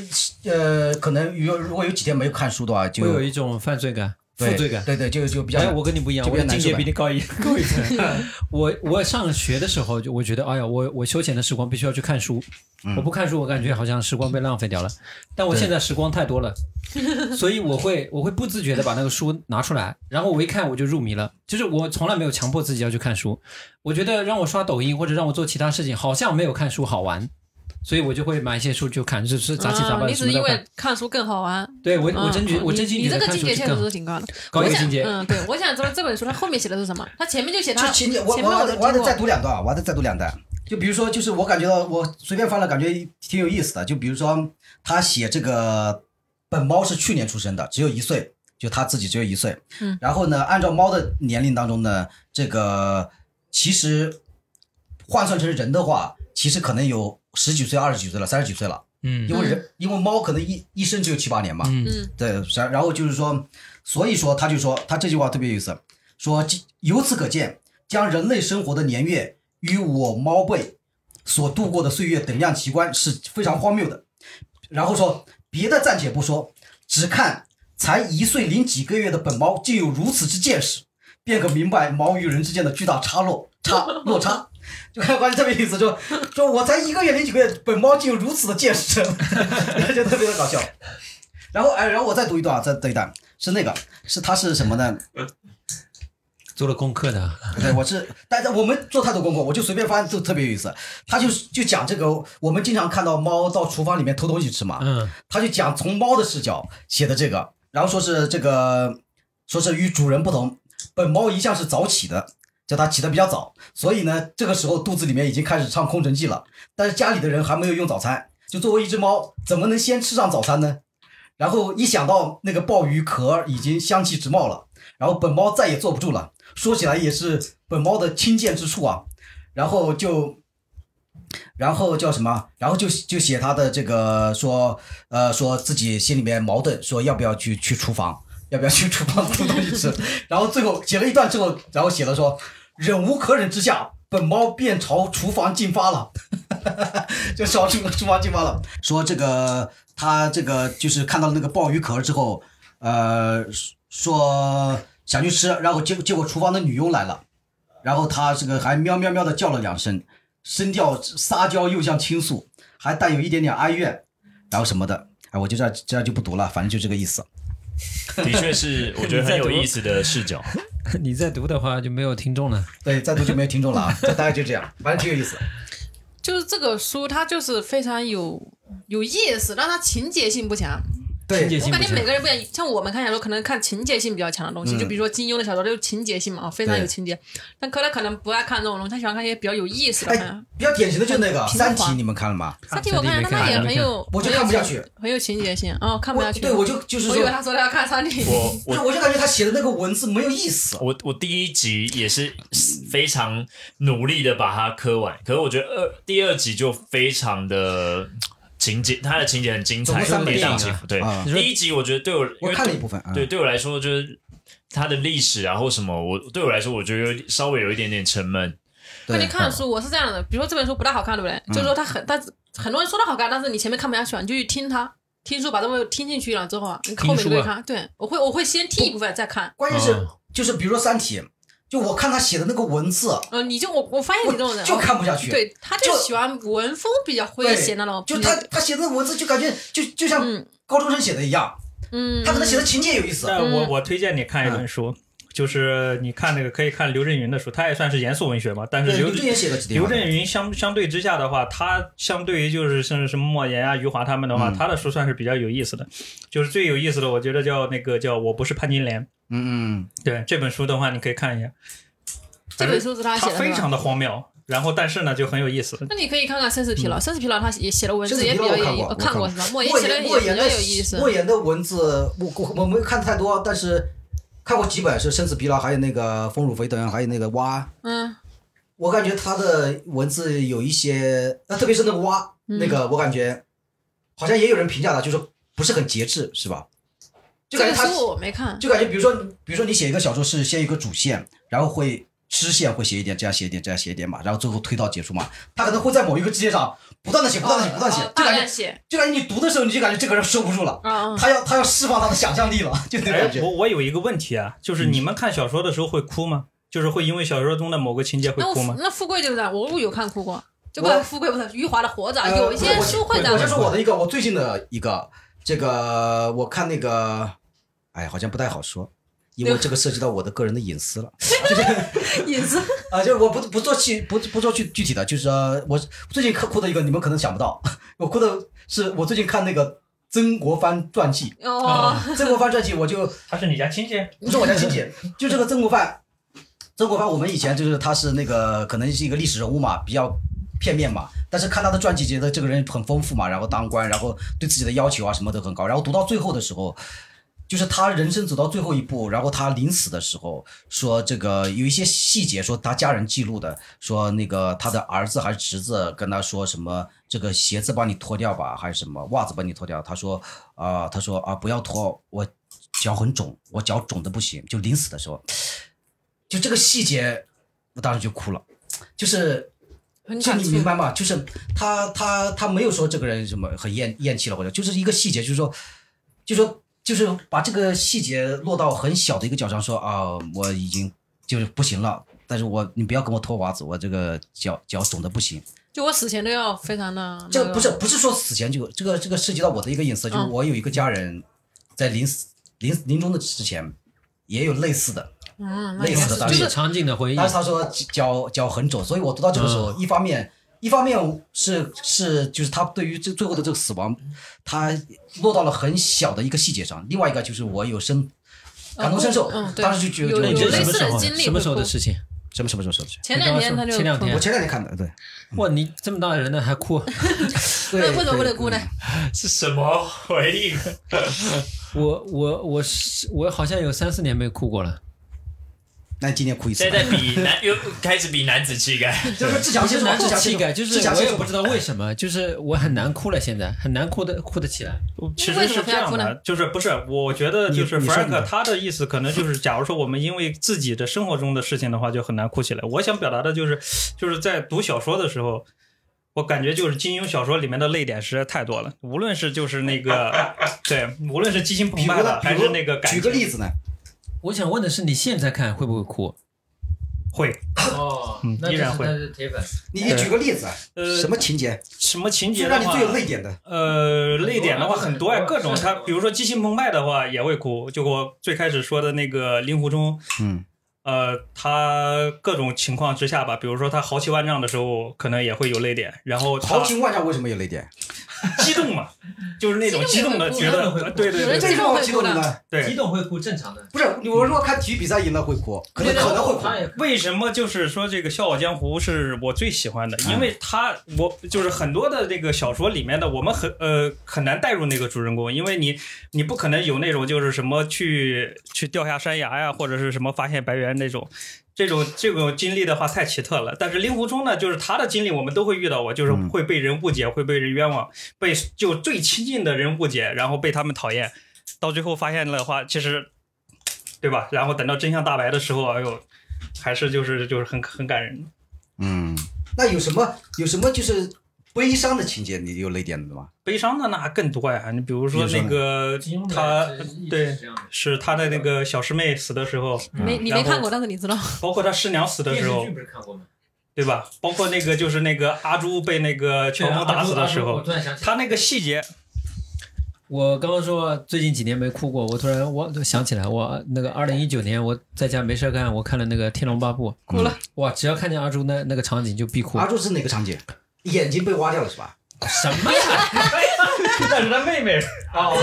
Speaker 4: 呃，可能有如果有几天没看书的话，就
Speaker 6: 会有一种犯罪感、负
Speaker 4: 对
Speaker 6: 罪感。
Speaker 4: 对对，就就比较
Speaker 6: 哎，我跟你不一样，
Speaker 4: 就
Speaker 6: 我
Speaker 4: 比
Speaker 6: 的
Speaker 4: 较
Speaker 6: 境
Speaker 4: 难
Speaker 6: 界
Speaker 4: 受
Speaker 6: 比
Speaker 4: 吧
Speaker 6: 你。 高一高一层。我我上学的时候就我觉得，哎呀，我我休闲的时光必须要去看书，我不看书，我感觉好像时光被浪费掉了。但我
Speaker 4: 嗯对
Speaker 6: 现在时光太多 了，所以我会我会不自觉的把那个书拿出来，然后我一看我就入迷了。就是我从来没有强迫自己要去看书，我觉得让我刷抖音或者让我做其他事情，好像没有看书好玩。所以我就会买一些书就看，就是杂七杂
Speaker 3: 嗯，
Speaker 6: 八的
Speaker 3: 你
Speaker 6: 什
Speaker 3: 只是
Speaker 6: 么
Speaker 3: 因
Speaker 6: 都看
Speaker 3: 为。看书更好玩。
Speaker 6: 对我，我
Speaker 3: 嗯
Speaker 6: 真觉，
Speaker 3: 嗯
Speaker 6: 我
Speaker 3: 你
Speaker 6: 真心
Speaker 3: 你
Speaker 6: 觉
Speaker 3: 这
Speaker 6: 得
Speaker 3: 个
Speaker 6: 看
Speaker 3: 境
Speaker 6: 书
Speaker 3: 界
Speaker 6: 是
Speaker 3: 确
Speaker 6: 更
Speaker 3: 实
Speaker 6: 好
Speaker 3: 是挺高的。
Speaker 6: 高一
Speaker 3: 我
Speaker 6: 个
Speaker 3: 想
Speaker 6: 境界。
Speaker 3: 嗯，对，我想知道这本书它后面写的是什么？它前面就写
Speaker 4: 就
Speaker 3: 它，
Speaker 4: 前面我
Speaker 3: 前
Speaker 4: 我
Speaker 3: 面
Speaker 4: 还
Speaker 3: 都
Speaker 4: 得我还得
Speaker 3: 听过
Speaker 4: 再读两段啊，我还得再读两段。就比如说，就是我感觉到我随便翻了，感觉挺有意思的。就比如说，他写这个本猫是去年出生的，只有一岁，就他自己只有一岁。
Speaker 3: 嗯。
Speaker 4: 然后呢，按照猫的年龄当中呢，这个其实换算成人的话，其实可能有十几岁、二十几岁了、三十几岁了，
Speaker 6: 嗯
Speaker 4: 因为人因为猫可能一一生只有七八年嘛。
Speaker 6: 嗯
Speaker 3: 嗯，
Speaker 4: 对，然然后就是说，所以说他就说他这句话特别有意思，说即由此可见，将人类生活的年月与我猫辈所度过的岁月等量齐观是非常荒谬的。然后说别的暂且不说，只看才一岁零几个月的本猫竟有如此之见识，便可明白猫与人之间的巨大差落差落差。 就看关系特别有意思，就说我才一个月零几个月，本猫竟有如此的见识， 就特别的搞笑。然后哎，然后我再读一段啊，再读一段，是那个是它是什么呢？
Speaker 6: 做了功课的，
Speaker 4: 对，我是，但是我们做太多功课，我就随便翻，就特别有意思。他就是就讲这个，我们经常看到猫到厨房里面偷东西吃嘛，
Speaker 6: 嗯，
Speaker 4: 他就讲从猫的视角写的这个，然后说是这个，说是与主人不同，本猫一向是早起的，叫它起得比较早，所以呢，这个时候肚子里面已经开始唱空城计了，但是家里的人还没有用早餐，就作为一只猫，怎么能先吃上早餐呢？然后一想到那个鲍鱼壳已经香气直冒了，然后本猫再也坐不住了。说起来也是本猫的亲见之处啊，然后就，然后叫什么？然后就就写他的这个说，呃，说自己心里面矛盾，说要不要去去厨房，要不要去厨房 偷东西吃？然后最后写了一段之后，然后写了说，忍无可忍之下，本猫便朝厨房进发了。 就烧出厨房进发了。说这个他这个就是看到那个鲍鱼壳之后，呃，说想去吃，然后结结果厨房的女佣来了，然后他这个还喵喵喵的叫了两声，声调撒娇又像倾诉，还带有一点点哀怨，然后什么的。哎，我就这样这样就不读了，反正就这个意思。
Speaker 5: 的确是，我觉得很有意思的视角。
Speaker 6: 你再读的话就没有听众了。
Speaker 4: 对，再读就没有听众了啊，大概就这样，反正挺有意思。
Speaker 3: 就是这个书，它就是非常有有意思，但它情节性不强。
Speaker 6: 情节
Speaker 4: 对，
Speaker 3: 我
Speaker 6: 性不
Speaker 3: 感觉
Speaker 6: 强
Speaker 3: 每个人不一样，像我们看小说，可能看情节性比较强的东西，
Speaker 6: 嗯
Speaker 3: 就比如说金庸的小说，就是情节性嘛，啊，非常有
Speaker 4: 对
Speaker 3: 情节。但柯他可能不爱看这种东西，他喜欢看一些比较有意思的。
Speaker 6: 啊
Speaker 4: 哎，比较典型的就是那个《
Speaker 3: 平
Speaker 4: 三体
Speaker 3: 滑》，
Speaker 4: 你们看了吗？
Speaker 3: 三体我看了，但
Speaker 6: 啊
Speaker 3: 他也很有，
Speaker 4: 我就看不下去，
Speaker 3: 很有情节性哦，看不下去。
Speaker 4: 对，我就就是
Speaker 3: 我
Speaker 4: 说
Speaker 3: 以，为他说他要看三体，
Speaker 5: 我
Speaker 4: 不
Speaker 5: 我
Speaker 4: 是，我就感觉他写的那个文字没有意思。
Speaker 5: 我我第一集也是非常努力的把它磕完，可是我觉得二第二集就非常的情节，它的情节很精
Speaker 4: 总
Speaker 5: 彩，
Speaker 4: 共三部
Speaker 5: 跌宕
Speaker 4: 电影
Speaker 5: 起
Speaker 4: 啊
Speaker 5: 伏。对
Speaker 4: 啊，
Speaker 5: 第一集我觉得对我因
Speaker 4: 我
Speaker 5: 为
Speaker 4: 看了一部分，啊
Speaker 5: 对，对我来说就是它的历史啊或什么，我对我来说我觉得有稍微有一点点沉闷。
Speaker 3: 关键
Speaker 4: 对
Speaker 3: 看书我是这样的，比如说这本书不大好看，对不对？就是说它很，但是很多人说它好看，但是你前面看不下去啊，你就去听它，听书把这东西听进去了之后啊，你后面就
Speaker 6: 听
Speaker 3: 会
Speaker 6: 书啊
Speaker 3: 看。对，我会我会先听一部分再看。
Speaker 4: 关键是、
Speaker 6: 嗯
Speaker 4: 就是比如说《三体》，就我看他写的那个文字，
Speaker 3: 呃，你就我我发现你
Speaker 4: 我
Speaker 3: 这种人
Speaker 4: 就
Speaker 3: 哦
Speaker 4: 看不下去。
Speaker 3: 对，他就
Speaker 4: 就
Speaker 3: 喜欢文风比较诙
Speaker 4: 对，
Speaker 3: 谐那种，
Speaker 4: 就
Speaker 3: 比
Speaker 4: 他
Speaker 3: 较
Speaker 4: 他写的文字就感觉就就像
Speaker 3: 嗯
Speaker 4: 高中生写的一样，
Speaker 3: 嗯，
Speaker 4: 他可能写的情节有意思。
Speaker 2: 但我我推荐你看一本书，就是你看那个可以看刘震云的书，他也算是严肃文学嘛，但是
Speaker 4: 对，
Speaker 2: 刘
Speaker 4: 刘震云写的几点嗯
Speaker 2: 刘？震云相相对之下的话，他相对于就是像什么莫言啊、余华他们的话，
Speaker 4: 嗯
Speaker 2: 他的书算是比较有意思的。就是最有意思的，我觉得叫那个叫我不是潘金莲。
Speaker 4: 嗯嗯，
Speaker 2: 对这本书的话，你可以看一下，
Speaker 3: 这本书是他
Speaker 2: 它
Speaker 3: 写的，
Speaker 2: 非常。的荒谬，然后但是呢就很有意思。
Speaker 3: 那你可以看看《生死疲劳》，《生死疲劳》他也写的文
Speaker 4: 生
Speaker 3: 字
Speaker 4: 死
Speaker 3: 也
Speaker 4: 疲
Speaker 3: 比
Speaker 4: 劳
Speaker 3: 较
Speaker 4: 我看
Speaker 3: 有，我看
Speaker 4: 过我看
Speaker 3: 过
Speaker 4: 过
Speaker 3: 是吧？莫
Speaker 4: 莫
Speaker 3: 言写的
Speaker 4: 言莫
Speaker 3: 也
Speaker 4: 言
Speaker 3: 比
Speaker 4: 的
Speaker 3: 较有意思。
Speaker 4: 莫言的文字，我我我没看太多，但是看过几本是《生死疲劳》，还有那个《丰乳肥臀》，还有那个蛙。
Speaker 3: 嗯，
Speaker 4: 我感觉他的文字有一些，那特别是那个蛙，
Speaker 3: 嗯
Speaker 4: 那个我感觉好像也有人评价他，就说不是很节制，是吧？就
Speaker 3: 这
Speaker 4: 感觉
Speaker 3: 个
Speaker 4: 他，
Speaker 3: 书我没看。
Speaker 4: 就感觉比如说，比如说你写一个小说是先有一个主线，然后会支线会写一点，这样写一点，这样写一点嘛，然后最后推到结束嘛。他可能会在某一个支线上不断的写，不断的写，不断的写
Speaker 3: 哦，
Speaker 4: 就
Speaker 3: 大
Speaker 4: 感
Speaker 3: 量
Speaker 4: 觉
Speaker 3: 写，
Speaker 4: 就感觉你读的时候你就感觉这个人收不住了，
Speaker 3: 嗯嗯，
Speaker 4: 他要他要释放他的想象力了，就那
Speaker 2: 哎
Speaker 4: 感，觉嗯
Speaker 2: 我。我有一个问题啊，就是你们看小说的时候会哭吗？就是会因为小说中的某个情节会
Speaker 3: 那我
Speaker 2: 哭吗？
Speaker 3: 那富贵就是这样，我我有看哭过，就
Speaker 4: 我
Speaker 3: 不富贵不是余华的《活着》，
Speaker 4: 呃
Speaker 3: 有一些
Speaker 4: 我
Speaker 3: 书会这样
Speaker 4: 我先
Speaker 3: 的。
Speaker 4: 说我的一个，我最近的一个，这个我看那个，哎，好像不太好说，因为这个涉及到我的个人的隐私了。
Speaker 3: 隐私，
Speaker 4: 啊，就是我不不做具不不做具具体的，就是说我最近哭的一个，你们可能想不到，我哭的是我最近看那个曾国藩传记，
Speaker 3: 哦，
Speaker 4: 曾国藩传记我就
Speaker 2: 他是你家亲戚？
Speaker 4: 不是我家亲戚，就这个曾国藩，曾国藩我们以前就是他是那个可能是一个历史人物嘛，比较片面嘛，但是看他的传记觉得这个人很丰富嘛，然后当官，然后对自己的要求啊什么都很高，然后读到最后的时候。就是他人生走到最后一步，然后他临死的时候说，这个有一些细节，说他家人记录的，说那个他的儿子还是侄子跟他说什么，这个鞋子帮你脱掉吧，还是什么袜子帮你脱掉？他说啊、他说啊、不要脱，我脚很肿，我脚肿的不行，就临死的时候，就这个细节，我当时就哭了，就是
Speaker 3: 很
Speaker 4: 就
Speaker 3: 感
Speaker 4: 你
Speaker 3: 触
Speaker 4: 明。白吗？就是他他他没有说这个人什么很厌厌弃了或者就是一个细节，就是说，就说就是把这个细节落到很小的一个角上说啊，我已经就是不行了，但是我你不要跟我脱袜子，我这个脚脚肿的不行。
Speaker 3: 就我死前都要非常 的，
Speaker 4: 这个不是不是说死前就有这个这个涉及到我的一个隐私，就是
Speaker 3: 哎嗯
Speaker 4: 我有一个家人在临死临临终的之前也有类似的，
Speaker 7: 嗯，那
Speaker 4: 类
Speaker 7: 应
Speaker 4: 似
Speaker 7: 该
Speaker 4: 的
Speaker 7: 是
Speaker 4: 大
Speaker 6: 就
Speaker 4: 学
Speaker 6: 是场景的回忆。
Speaker 4: 但是他说脚脚很肿，所以我读到这个时候，一方面一方面是是就是他对于这最后的这个死亡，他落到了很小的一个细节上；，另外一个就是我有深感同身受，
Speaker 7: 嗯对
Speaker 4: 当时就觉
Speaker 7: 有
Speaker 4: 得
Speaker 6: 那你
Speaker 4: 就
Speaker 6: 这
Speaker 4: 觉得
Speaker 7: 类似
Speaker 6: 什么时
Speaker 7: 的
Speaker 6: 候啊
Speaker 7: 经历
Speaker 6: 什么
Speaker 7: 会
Speaker 6: 时候的
Speaker 7: 哭
Speaker 6: 事情？
Speaker 4: 什么什么时候的事？
Speaker 3: 前两天他就
Speaker 6: 前两天
Speaker 4: 我前两天看的，对
Speaker 6: 哇，你这么大人了还哭？啊
Speaker 4: 对，
Speaker 3: 那为什么不能
Speaker 4: 对
Speaker 3: 哭呢？？
Speaker 5: 是什么回忆？
Speaker 6: 我我我是我好像有三四年没哭过了。
Speaker 4: 那你今天哭一次
Speaker 5: 现
Speaker 4: 吧，
Speaker 5: 在比男又开始比男子气概，
Speaker 4: 就是自强
Speaker 6: 就是
Speaker 4: 先说，
Speaker 6: 难
Speaker 4: 自
Speaker 6: 自
Speaker 4: 强
Speaker 6: 气概，就是
Speaker 4: 自强
Speaker 6: 我
Speaker 4: 先
Speaker 6: 也
Speaker 4: 说
Speaker 6: 不知道为什么，就是我很难哭了，现在很难哭的哭得起来。
Speaker 2: 其
Speaker 3: 为
Speaker 2: 实
Speaker 3: 什
Speaker 2: 是
Speaker 3: 么
Speaker 2: 这
Speaker 3: 非要
Speaker 2: 样
Speaker 3: 哭呢
Speaker 2: 的，就是不是？我觉得
Speaker 4: 你
Speaker 2: 就是
Speaker 4: 你说你
Speaker 2: Frank
Speaker 4: 的
Speaker 2: 他的意思可能就是，假如说我们因为自己的生活中的事情的话，就很难哭起来。我想表达的就是，就是在读小说的时候，我感觉就是金庸小说里面的泪点实在太多了，无论是就是那 个对，无论是激情澎
Speaker 4: 比如
Speaker 2: 湃
Speaker 4: 呢
Speaker 2: 的，，还
Speaker 4: 比如
Speaker 2: 是那个感
Speaker 4: 举
Speaker 2: 情，
Speaker 4: 个例子呢？
Speaker 6: 我想问的是，你现在看会不会哭？
Speaker 2: 会
Speaker 6: 哦
Speaker 2: 嗯那依然就是会他
Speaker 6: 是铁粉。
Speaker 4: 你
Speaker 2: 对
Speaker 4: 举个例子，
Speaker 2: 呃
Speaker 4: 什么情节
Speaker 2: 什么情
Speaker 4: 就
Speaker 2: 节
Speaker 4: 让
Speaker 2: 的
Speaker 4: 你
Speaker 2: 话
Speaker 4: 最有泪点的？
Speaker 2: 呃，泪点的话很多呀，
Speaker 6: 很多
Speaker 2: 各种
Speaker 6: 是
Speaker 2: 他，比如说激情澎湃的话也会哭，就我最开始说的那个令狐冲，
Speaker 4: 嗯，
Speaker 2: 呃，他各种情况之下吧，比如说他豪气万丈的时候，可能也会有泪点，然后他
Speaker 4: 豪情万丈为什么有泪点？
Speaker 2: 激动嘛， 就是那种激动的
Speaker 7: 激
Speaker 2: 觉
Speaker 7: 动也
Speaker 6: 会哭
Speaker 2: 得，对对
Speaker 3: 有
Speaker 2: 对
Speaker 3: 人
Speaker 4: 这
Speaker 3: 激
Speaker 2: 对
Speaker 3: 动
Speaker 4: 让我
Speaker 3: 会
Speaker 4: 激
Speaker 3: 哭
Speaker 4: 动的
Speaker 3: 的
Speaker 4: 呢？
Speaker 6: 激
Speaker 2: 对。
Speaker 6: 动会哭，正常的。
Speaker 4: 不是，我说看体育比赛赢了会哭，可能可能会哭。
Speaker 6: 他也
Speaker 2: 为什么就是说这个《笑傲江湖》是我最喜欢的？因为他我就是很多的这个小说里面的，我们很呃很难带入那个主人公，因为你你不可能有那种就是什么去去掉下山崖呀，啊或者是什么发现白猿那种。这种这种经历的话太奇特了，但是令狐冲呢，就是他的经历我们都会遇到过，就是会被人误解，会被人冤枉，被就最亲近的人误解，然后被他们讨厌，到最后发现的话，其实，对吧？然后等到真相大白的时候，哎呦，还是就是就是很很感人的。
Speaker 4: 嗯，那有什么有什么就是悲伤的情节，你有泪点的吗？
Speaker 2: 悲伤的那更多呀，你比如说
Speaker 4: 比如说
Speaker 2: 那
Speaker 4: 呢
Speaker 2: 个他对，是嗯他的那个小师妹死的时候，
Speaker 3: 没你没看过，但是你知道，
Speaker 2: 包括他师娘死的时候，
Speaker 6: 不是看过吗？
Speaker 2: 对吧？包括那个就是那个阿朱被那个乔峰打死的时候，
Speaker 6: 突然想
Speaker 2: 他那个细节，
Speaker 6: 我刚刚说最近几年没哭过，我突然我想起来，我那个二零一九年我在家没事儿干，我看了那个《天龙八部》，嗯
Speaker 3: 哭了。
Speaker 6: 哇，只要看见阿朱那那个场景就必哭
Speaker 4: 阿。柱是哪个场景？眼睛被挖掉了是吧？
Speaker 6: 什么呀？
Speaker 2: 那是他妹妹，
Speaker 4: 哦，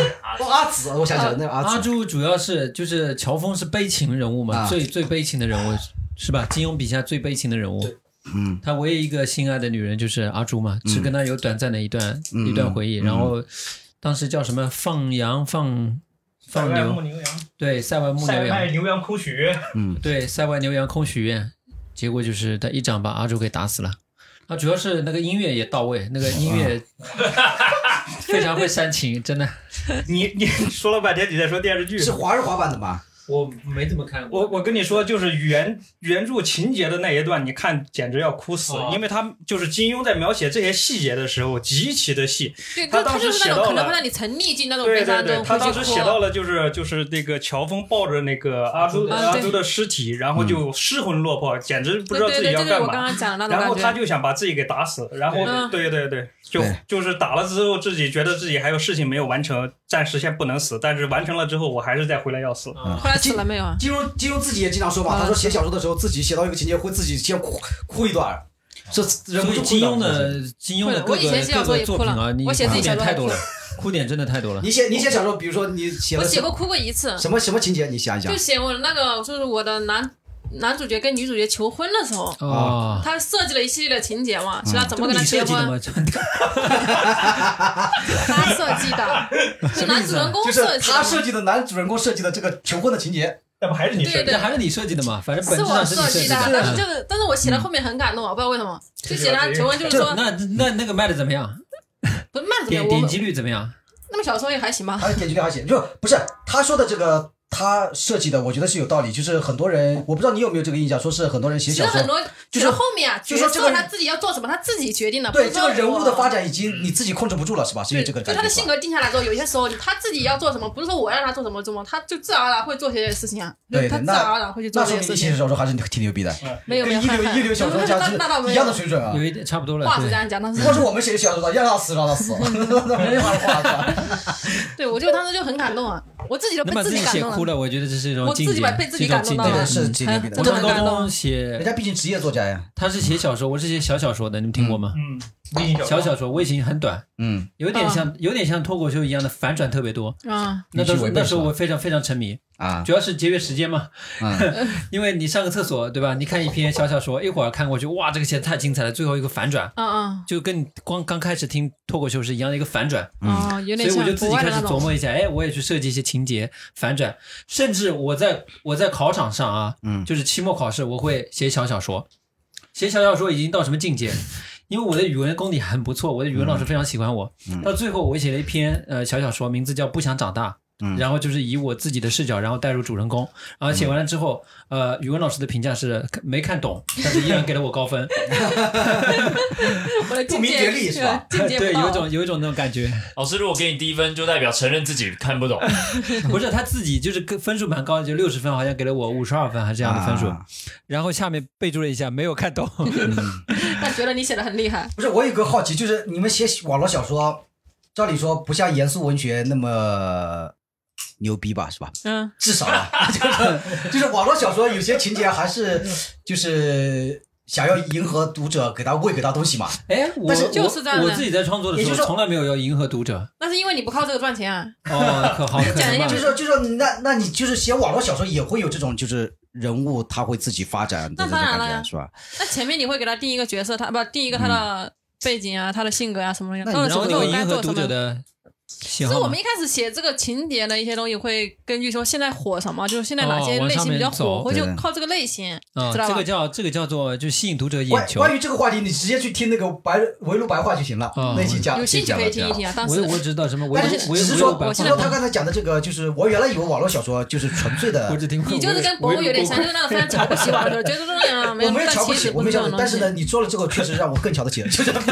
Speaker 4: 阿紫，我想起来了，那个
Speaker 6: 阿
Speaker 4: 阿紫，
Speaker 6: 朱主要是就是乔峰是悲情人物嘛，
Speaker 4: 啊
Speaker 6: 最最悲情的人物是吧？金庸笔下最悲情的人物。
Speaker 4: 嗯，
Speaker 6: 他唯一一个心爱的女人就是阿朱嘛，只跟他有短暂的一段、
Speaker 4: 嗯
Speaker 6: 一段回忆，
Speaker 4: 嗯
Speaker 6: 然后当时叫什么放羊放放牛，
Speaker 2: 牛羊，
Speaker 6: 对，塞外牧牛羊，
Speaker 2: 牛羊哭曲，
Speaker 6: 对，塞外牛羊空许愿，结果就是他一掌把阿朱给打死了。啊，主要是那个音乐也到位，那个音 乐非常会煽情，真的。
Speaker 2: 你 你说了半天你在说电视剧，
Speaker 4: 是华儿华版的吧？
Speaker 6: 我没怎么看
Speaker 2: 我我跟你说，就是原原著情节的那一段，你看简直要哭死，
Speaker 6: 哦
Speaker 2: 因为他就是金庸在描写这些细节的时候极其的细。
Speaker 3: 对，
Speaker 2: 他
Speaker 3: 就
Speaker 2: 当
Speaker 3: 他
Speaker 2: 时
Speaker 3: 就是
Speaker 2: 写
Speaker 3: 那
Speaker 2: 到
Speaker 3: 种可能
Speaker 2: 了
Speaker 3: 会让你沉溺进那种
Speaker 2: 对
Speaker 3: 悲
Speaker 2: 对
Speaker 3: 伤
Speaker 2: 对，
Speaker 3: 中，
Speaker 2: 他
Speaker 3: 会
Speaker 2: 当
Speaker 3: 去
Speaker 2: 时
Speaker 3: 哭
Speaker 2: 写到了就是就是那个乔峰抱着那个阿朱
Speaker 3: 啊
Speaker 2: 阿
Speaker 3: 对
Speaker 2: 朱的尸体，然后就失魂落魄，简直不
Speaker 3: 对
Speaker 2: 知道
Speaker 3: 对
Speaker 2: 自己
Speaker 3: 对，
Speaker 2: 要
Speaker 3: 这个
Speaker 2: 干
Speaker 3: 我刚
Speaker 2: 嘛。
Speaker 3: 刚讲的那
Speaker 2: 然后
Speaker 3: 种
Speaker 2: 他
Speaker 3: 感觉。嗯
Speaker 2: 就想把自己给打死，然后对对对，就
Speaker 4: 对
Speaker 2: 就是打了之后，自己觉得自己还有事情没有完成，暂时先不能死，但是完成了之后，我还是再回来要死。
Speaker 3: 后来死了没有啊？
Speaker 4: 金庸金庸自己也经常说嘛，他说写小说的时候自己写到一个情节会自己先哭哭一段，这忍
Speaker 6: 所
Speaker 4: 不
Speaker 6: 以
Speaker 4: 住
Speaker 6: 金庸
Speaker 4: 哭一段
Speaker 6: 的金庸
Speaker 3: 会
Speaker 6: 的各
Speaker 3: 我以前
Speaker 6: 个
Speaker 3: 写小
Speaker 6: 各
Speaker 3: 说
Speaker 6: 个
Speaker 3: 也
Speaker 6: 作
Speaker 3: 哭
Speaker 6: 品
Speaker 3: 了
Speaker 6: 啊，你
Speaker 3: 我写自己
Speaker 6: 哭
Speaker 3: 小
Speaker 6: 点
Speaker 3: 说
Speaker 6: 太
Speaker 3: 也
Speaker 6: 多
Speaker 3: 哭
Speaker 6: 了，哭点真的太 多了。
Speaker 4: 你写你写小说，比如说你写
Speaker 3: 我
Speaker 4: 了
Speaker 3: 写过哭过一次，
Speaker 4: 什么什么情节，你想一想
Speaker 3: 就。写我那个就是我的男男主角跟女主角求婚的时候，
Speaker 6: 哦，
Speaker 3: 他设计了一系列的情节嘛，
Speaker 2: 嗯
Speaker 3: 是他怎
Speaker 6: 这
Speaker 3: 么
Speaker 6: 不
Speaker 3: 跟
Speaker 6: 你
Speaker 3: 他结
Speaker 6: 设计的
Speaker 3: 婚，
Speaker 6: 吗？
Speaker 3: 他设计的，是男主人公
Speaker 4: 就是
Speaker 3: 设计
Speaker 4: 他
Speaker 3: 的
Speaker 4: 设
Speaker 3: 嘛。
Speaker 4: 计的男主人公设计的这个求婚的情节，
Speaker 2: 那不还是你嗯
Speaker 3: 对
Speaker 6: 这
Speaker 3: 对，
Speaker 6: 还是你设计的嘛？反正本
Speaker 3: 是
Speaker 6: 质
Speaker 3: 我
Speaker 6: 上是
Speaker 3: 设
Speaker 6: 你
Speaker 3: 计的
Speaker 6: 的，。
Speaker 3: 但是
Speaker 6: 嗯
Speaker 3: 就是，但是我写到后面很感动，我不知道为什么，就写他求婚就是
Speaker 6: 就
Speaker 3: 说，
Speaker 6: 那那那个卖的怎么样？
Speaker 3: 不是慢着
Speaker 6: 点
Speaker 3: 点，
Speaker 6: 点
Speaker 3: 我
Speaker 6: 击率怎么样？
Speaker 3: 那么小说也还行吧。
Speaker 4: 他点击率还行，就不是他说的这个他设计的，我觉得是有道理。就是很多人，我不知道你有没有这个印象，说是很多人写
Speaker 3: 其
Speaker 4: 小
Speaker 3: 实很
Speaker 4: 说，
Speaker 3: 多，
Speaker 4: 就
Speaker 3: 其
Speaker 4: 是
Speaker 3: 实后面啊，
Speaker 4: 就
Speaker 3: 角
Speaker 4: 说这个
Speaker 3: 色他自己要做什么，他自己决定的。不
Speaker 4: 对
Speaker 3: 是
Speaker 4: 这
Speaker 3: 说
Speaker 4: 个人物
Speaker 3: 我
Speaker 4: 的发展已经你自己控制不住了，是吧？是因
Speaker 3: 对，
Speaker 4: 为这个
Speaker 3: 就
Speaker 4: 感
Speaker 3: 他的
Speaker 4: 觉是
Speaker 3: 性
Speaker 4: 吧。
Speaker 3: 格定下来之后，有些时候他自己要做什么，不是说我让他做什么做什么，他就自然而然会做些事情啊。
Speaker 4: 对对
Speaker 3: 他自
Speaker 4: 那
Speaker 3: 然而然会去做
Speaker 4: 那
Speaker 3: 这
Speaker 4: 说
Speaker 3: 些
Speaker 4: 明
Speaker 3: 事
Speaker 4: 你写
Speaker 3: 情。
Speaker 4: 小说还是挺牛逼的，
Speaker 3: 没有没
Speaker 4: 跟
Speaker 3: 有，
Speaker 4: 一流
Speaker 3: 还还
Speaker 4: 一流小说家
Speaker 3: 那
Speaker 4: 是
Speaker 3: 那倒没
Speaker 4: 一样
Speaker 3: 有
Speaker 4: 的。水准啊
Speaker 6: 有。一点差不多了。
Speaker 3: 话是
Speaker 6: 对
Speaker 3: 这样讲，但是
Speaker 4: 如果是我们 写的小说，让他死让他死，没话说话是吧？
Speaker 3: 对我就当时就很感动啊，我自己都
Speaker 6: 能
Speaker 3: 被
Speaker 6: 把
Speaker 3: 自
Speaker 6: 己
Speaker 3: 感
Speaker 6: 写
Speaker 3: 动
Speaker 6: 哭
Speaker 3: 了，
Speaker 6: 了，我觉得这是一种
Speaker 3: 我
Speaker 6: 境界，
Speaker 3: 自己把被自己
Speaker 6: 是一种
Speaker 3: 感动
Speaker 6: 境
Speaker 3: 到
Speaker 6: 界
Speaker 3: 了
Speaker 4: 这是这
Speaker 3: 哎
Speaker 4: 个比
Speaker 3: 真
Speaker 6: 我
Speaker 3: 的
Speaker 6: 上
Speaker 3: 很
Speaker 6: 高
Speaker 3: 感
Speaker 6: 中
Speaker 3: 动。
Speaker 6: 写
Speaker 4: 人，家毕竟职业作家呀，
Speaker 6: 他是写小说，我是写小小说的，你们听过吗？
Speaker 2: 嗯，微信
Speaker 6: 小小说微型很短，
Speaker 4: 嗯，
Speaker 6: 有点像有点像脱口秀一样的反转特别多。
Speaker 3: 啊，
Speaker 6: 那
Speaker 4: 你
Speaker 6: 都
Speaker 4: 去
Speaker 6: 是
Speaker 4: 违背
Speaker 6: 那时候
Speaker 4: 是吧
Speaker 6: 我非常非常沉迷，
Speaker 4: 啊，
Speaker 6: 主要是节约时间嘛。
Speaker 4: 嗯
Speaker 6: 因为你上个厕所对吧？你看一篇小小说，一会儿看过去，哇，这个写的太精彩了，最后一个反转，
Speaker 3: 嗯嗯
Speaker 6: 就跟你光刚开始听脱口秀是一样的一个反转。
Speaker 3: 哦，有
Speaker 6: 嗯所
Speaker 3: 点
Speaker 6: 以我
Speaker 3: 像
Speaker 6: 就
Speaker 3: 国
Speaker 6: 自己
Speaker 3: 外
Speaker 6: 开
Speaker 3: 的
Speaker 6: 始
Speaker 3: 那
Speaker 6: 琢
Speaker 3: 种，
Speaker 6: 磨一下，哎，我也去设计一些情节反转，甚至我在我在考场上啊，
Speaker 4: 嗯
Speaker 6: 就是期末考试，我会写小小说，写小小说已经到什么境界？因为我的语文功底很不错，我的语文老
Speaker 4: 嗯
Speaker 6: 师非常喜欢我。到最后，我写了一篇呃小小说，名字叫《不想长大》。
Speaker 4: 嗯
Speaker 6: 然后就是以我自己的视角，然后带入主人公，然后写完了之后，呃，语文老师的评价是没看懂，但是依然给了我 高分，
Speaker 3: 我的境
Speaker 4: 不明
Speaker 3: 界
Speaker 4: 觉厉 是吧
Speaker 3: 对境界
Speaker 6: 对，
Speaker 3: 不
Speaker 6: 有一
Speaker 3: 到
Speaker 6: 种有一种那种感觉。
Speaker 5: 老师如果给你低分，就代表承认自己看不懂。
Speaker 4: 嗯
Speaker 6: 不是他自己就是跟分数蛮高的，就六十分，好像给了我五十二分还是这样的分数。
Speaker 4: 啊嗯
Speaker 6: 然后下面备注了一下，没有看懂。
Speaker 3: 但觉得你写的很厉害，
Speaker 4: 不是，我有个好奇，就是你们写网络小说，照理说不像严肃文学那么牛逼吧，是吧？
Speaker 3: 嗯，
Speaker 4: 至少啊， 就是就是网络小说有些情节还
Speaker 3: 嗯
Speaker 4: 是就是想要迎合读者，给他喂给他东西嘛。
Speaker 6: 哎，我
Speaker 4: 但是
Speaker 3: 就是这样的
Speaker 6: 我自己在创作的
Speaker 4: 也
Speaker 6: 时
Speaker 4: 就是
Speaker 6: 候，
Speaker 4: 说
Speaker 6: 从来没有要迎合读者。
Speaker 3: 那是因为你不靠这个赚钱啊，
Speaker 6: 哦，可好可
Speaker 3: 讲
Speaker 6: 能
Speaker 3: 人家
Speaker 6: 吧
Speaker 4: 就。是说，就是说，那那你就是写网络小说也会有这种，就是人物他会自己发展的
Speaker 3: 那
Speaker 4: 这种
Speaker 3: 当然
Speaker 4: 感
Speaker 3: 了呀
Speaker 4: 觉，是吧？
Speaker 3: 那前面你会给他定一个角色，他不定一个他的背景啊，他的性格啊什么东西，
Speaker 4: 那
Speaker 3: 到了
Speaker 4: 你
Speaker 6: 然
Speaker 3: 什
Speaker 6: 后
Speaker 3: 么
Speaker 6: 嗯
Speaker 3: 时
Speaker 6: 你
Speaker 3: 候
Speaker 6: 会
Speaker 3: 该
Speaker 6: 迎
Speaker 3: 做
Speaker 6: 合
Speaker 3: 什
Speaker 6: 读者
Speaker 3: 么。
Speaker 6: 的喜
Speaker 3: 其实
Speaker 6: 好
Speaker 3: 我
Speaker 6: 吗
Speaker 3: 们一开始写这个情节的一些东西，会根据说现在火什么，就是现在哪些
Speaker 6: 哦往
Speaker 3: 类
Speaker 6: 上
Speaker 3: 型
Speaker 6: 面
Speaker 3: 比较
Speaker 6: 走
Speaker 3: 火，会就
Speaker 4: 对
Speaker 3: 靠这个类型，
Speaker 6: 啊，
Speaker 3: 知道
Speaker 6: 这
Speaker 3: 吧
Speaker 6: 个？叫这个叫做就吸引读者眼
Speaker 4: 关
Speaker 6: 球。
Speaker 4: 关于这个话题，你直接去听那个白围炉白话就行了，
Speaker 6: 哦
Speaker 4: 那期讲
Speaker 3: 有兴趣可以听一
Speaker 4: 讲了。
Speaker 3: 听啊。当
Speaker 6: 我
Speaker 3: 时
Speaker 6: 我只知道什么，我
Speaker 4: 但
Speaker 6: 我
Speaker 4: 是
Speaker 6: 我
Speaker 4: 只是
Speaker 6: 我
Speaker 4: 说，
Speaker 6: 有百分
Speaker 4: 只是
Speaker 6: 之
Speaker 4: 说他刚才讲的这个，就是我原来以为网络小说就是纯粹的
Speaker 6: 我，只听过。
Speaker 3: 你就是跟博物有点像，就是那 种非常瞧不起我的，觉得这样没
Speaker 4: 我
Speaker 3: 有，
Speaker 4: 没有
Speaker 3: 但
Speaker 4: 瞧不
Speaker 3: 其
Speaker 4: 起，
Speaker 3: 实
Speaker 4: 我
Speaker 3: 不
Speaker 4: 没
Speaker 3: 是
Speaker 4: 有
Speaker 3: 这种
Speaker 4: 瞧不起。
Speaker 3: 东
Speaker 4: 但是
Speaker 3: 西
Speaker 4: 呢，。你做了之后，确实让我更瞧得起了，就是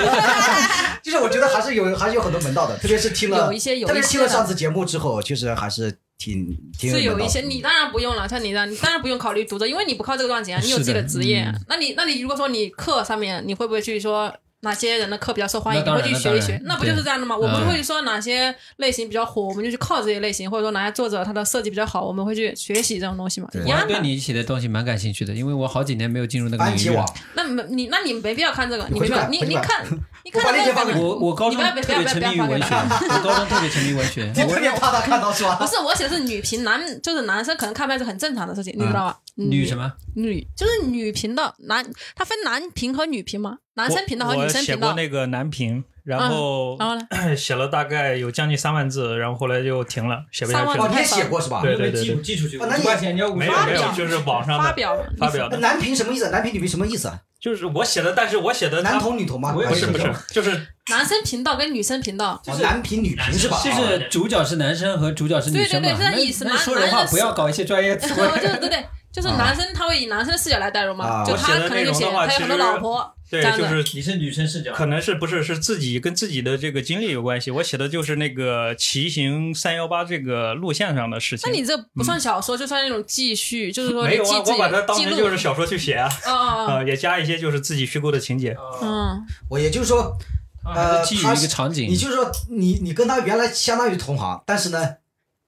Speaker 4: 就是我觉得还是有还是有很多门道的，特别是听了，
Speaker 3: 有一些有一些
Speaker 4: 特别是听了
Speaker 3: 的
Speaker 4: 上次节目之后，确实还是挺挺
Speaker 3: 是有
Speaker 4: 门道
Speaker 3: 一
Speaker 4: 的
Speaker 3: 些，你当然不用了，像你这样，你当然不用考虑读者，因为你不靠这个赚钱，你有自己的职业。
Speaker 6: 嗯
Speaker 3: 那你，那你如果说你课上面，你会不会去说哪些人的课比较受欢迎，你
Speaker 6: 那当
Speaker 3: 会
Speaker 6: 然
Speaker 3: 去学一
Speaker 6: 那当
Speaker 3: 学
Speaker 6: 然？
Speaker 3: 那不就是这样的吗？我们会说哪些类型比较火，我们就去靠这些类型，或者说哪些作者他的设计比较好，我们会去学习这种东西嘛，
Speaker 4: 对
Speaker 3: 一
Speaker 6: 我还
Speaker 3: 样
Speaker 6: 对
Speaker 3: 的。
Speaker 6: 你写的东西蛮感兴趣的，因为我好几年没有进入那个
Speaker 4: 番
Speaker 6: 领
Speaker 4: 茄
Speaker 6: 域
Speaker 4: 网
Speaker 6: 了。，
Speaker 3: 那没你，那你没必要看这个，你
Speaker 4: 回
Speaker 3: 没
Speaker 4: 去
Speaker 3: 必要，
Speaker 4: 看
Speaker 3: 你你
Speaker 4: 回去看
Speaker 3: 看，你
Speaker 4: 我把
Speaker 3: 看
Speaker 4: 链接发给你
Speaker 6: 我我高
Speaker 3: 你
Speaker 6: 中
Speaker 3: 不要不要
Speaker 6: 特别沉迷于文
Speaker 3: 不要
Speaker 6: 学，
Speaker 3: 不要
Speaker 6: 我高中特别沉迷文学。
Speaker 4: 你特别怕他看到是
Speaker 3: 不
Speaker 4: 吧？
Speaker 3: 是我写的是女频男，就是男生可能看番是很正常的事情，你知道吧？
Speaker 6: 嗯女什么？
Speaker 3: 女就是女频道，男，它分男频和女频嘛，男生频道和
Speaker 2: 我
Speaker 3: 女
Speaker 2: 我
Speaker 3: 生
Speaker 2: 写
Speaker 3: 频
Speaker 2: 过
Speaker 3: 道。嗯
Speaker 2: 那个男评，然后哎
Speaker 3: 然后呢？
Speaker 2: 写了大概有将近三万字，然后后来就停了，写不下
Speaker 3: 三
Speaker 2: 去
Speaker 3: 万
Speaker 4: 哦，
Speaker 2: 了。
Speaker 4: 你也写过是吧？
Speaker 2: 对对对对
Speaker 6: 寄出去
Speaker 4: 啊那你
Speaker 6: 钱，你要
Speaker 2: 没有
Speaker 3: 发
Speaker 2: 没
Speaker 3: 表
Speaker 2: 有，就是网上的
Speaker 3: 发表
Speaker 2: 发表的，
Speaker 4: 男频什么意思？男频女频什么意思啊？
Speaker 2: 就是我写的，但是我写的它
Speaker 4: 男同女同吗？
Speaker 2: 不是不是， 就是
Speaker 3: 男生频道跟女生频道，
Speaker 4: 哦，男频女频是吧？哦
Speaker 6: 就是主角是男生和主角是女生嘛？
Speaker 3: 对对对这意思
Speaker 6: 那
Speaker 3: 男
Speaker 6: 那说人话
Speaker 3: 男的
Speaker 6: 不要搞一些专业词
Speaker 3: 然
Speaker 6: 汇。
Speaker 3: 后就是对对，就是男生他会以男生的视角来代入
Speaker 4: 啊
Speaker 3: 嘛，就
Speaker 4: 我
Speaker 2: 写
Speaker 3: 他
Speaker 2: 的
Speaker 3: 可
Speaker 2: 内
Speaker 3: 能就
Speaker 2: 容
Speaker 3: 写
Speaker 2: 的话
Speaker 3: 他有
Speaker 2: 其
Speaker 3: 很多
Speaker 2: 实
Speaker 3: 老婆这
Speaker 2: 对，
Speaker 3: 样
Speaker 2: 就
Speaker 3: 的。
Speaker 2: 是
Speaker 6: 你是女生视角
Speaker 2: 可能是不是是自己跟自己的这个经历有关系。我写的就是那个骑行三幺八这个路线上的事情。
Speaker 3: 那你这不算小说，就算那种记叙，就是说
Speaker 2: 没
Speaker 3: 你
Speaker 2: 有
Speaker 3: 记
Speaker 2: 啊？
Speaker 3: 自
Speaker 2: 我
Speaker 3: 己
Speaker 2: 把它
Speaker 3: 的
Speaker 2: 当
Speaker 3: 记
Speaker 2: 成
Speaker 3: 录。
Speaker 2: 就是小说去写啊，
Speaker 3: 哦
Speaker 2: 呃，也加一些就是自己虚构的情节。
Speaker 3: 哦嗯，
Speaker 4: 我也就是说，
Speaker 6: 它
Speaker 4: 呃，
Speaker 6: 是基于
Speaker 4: 他
Speaker 6: 一个场景
Speaker 4: 你就是说你你跟他原来相当于同行，但是呢，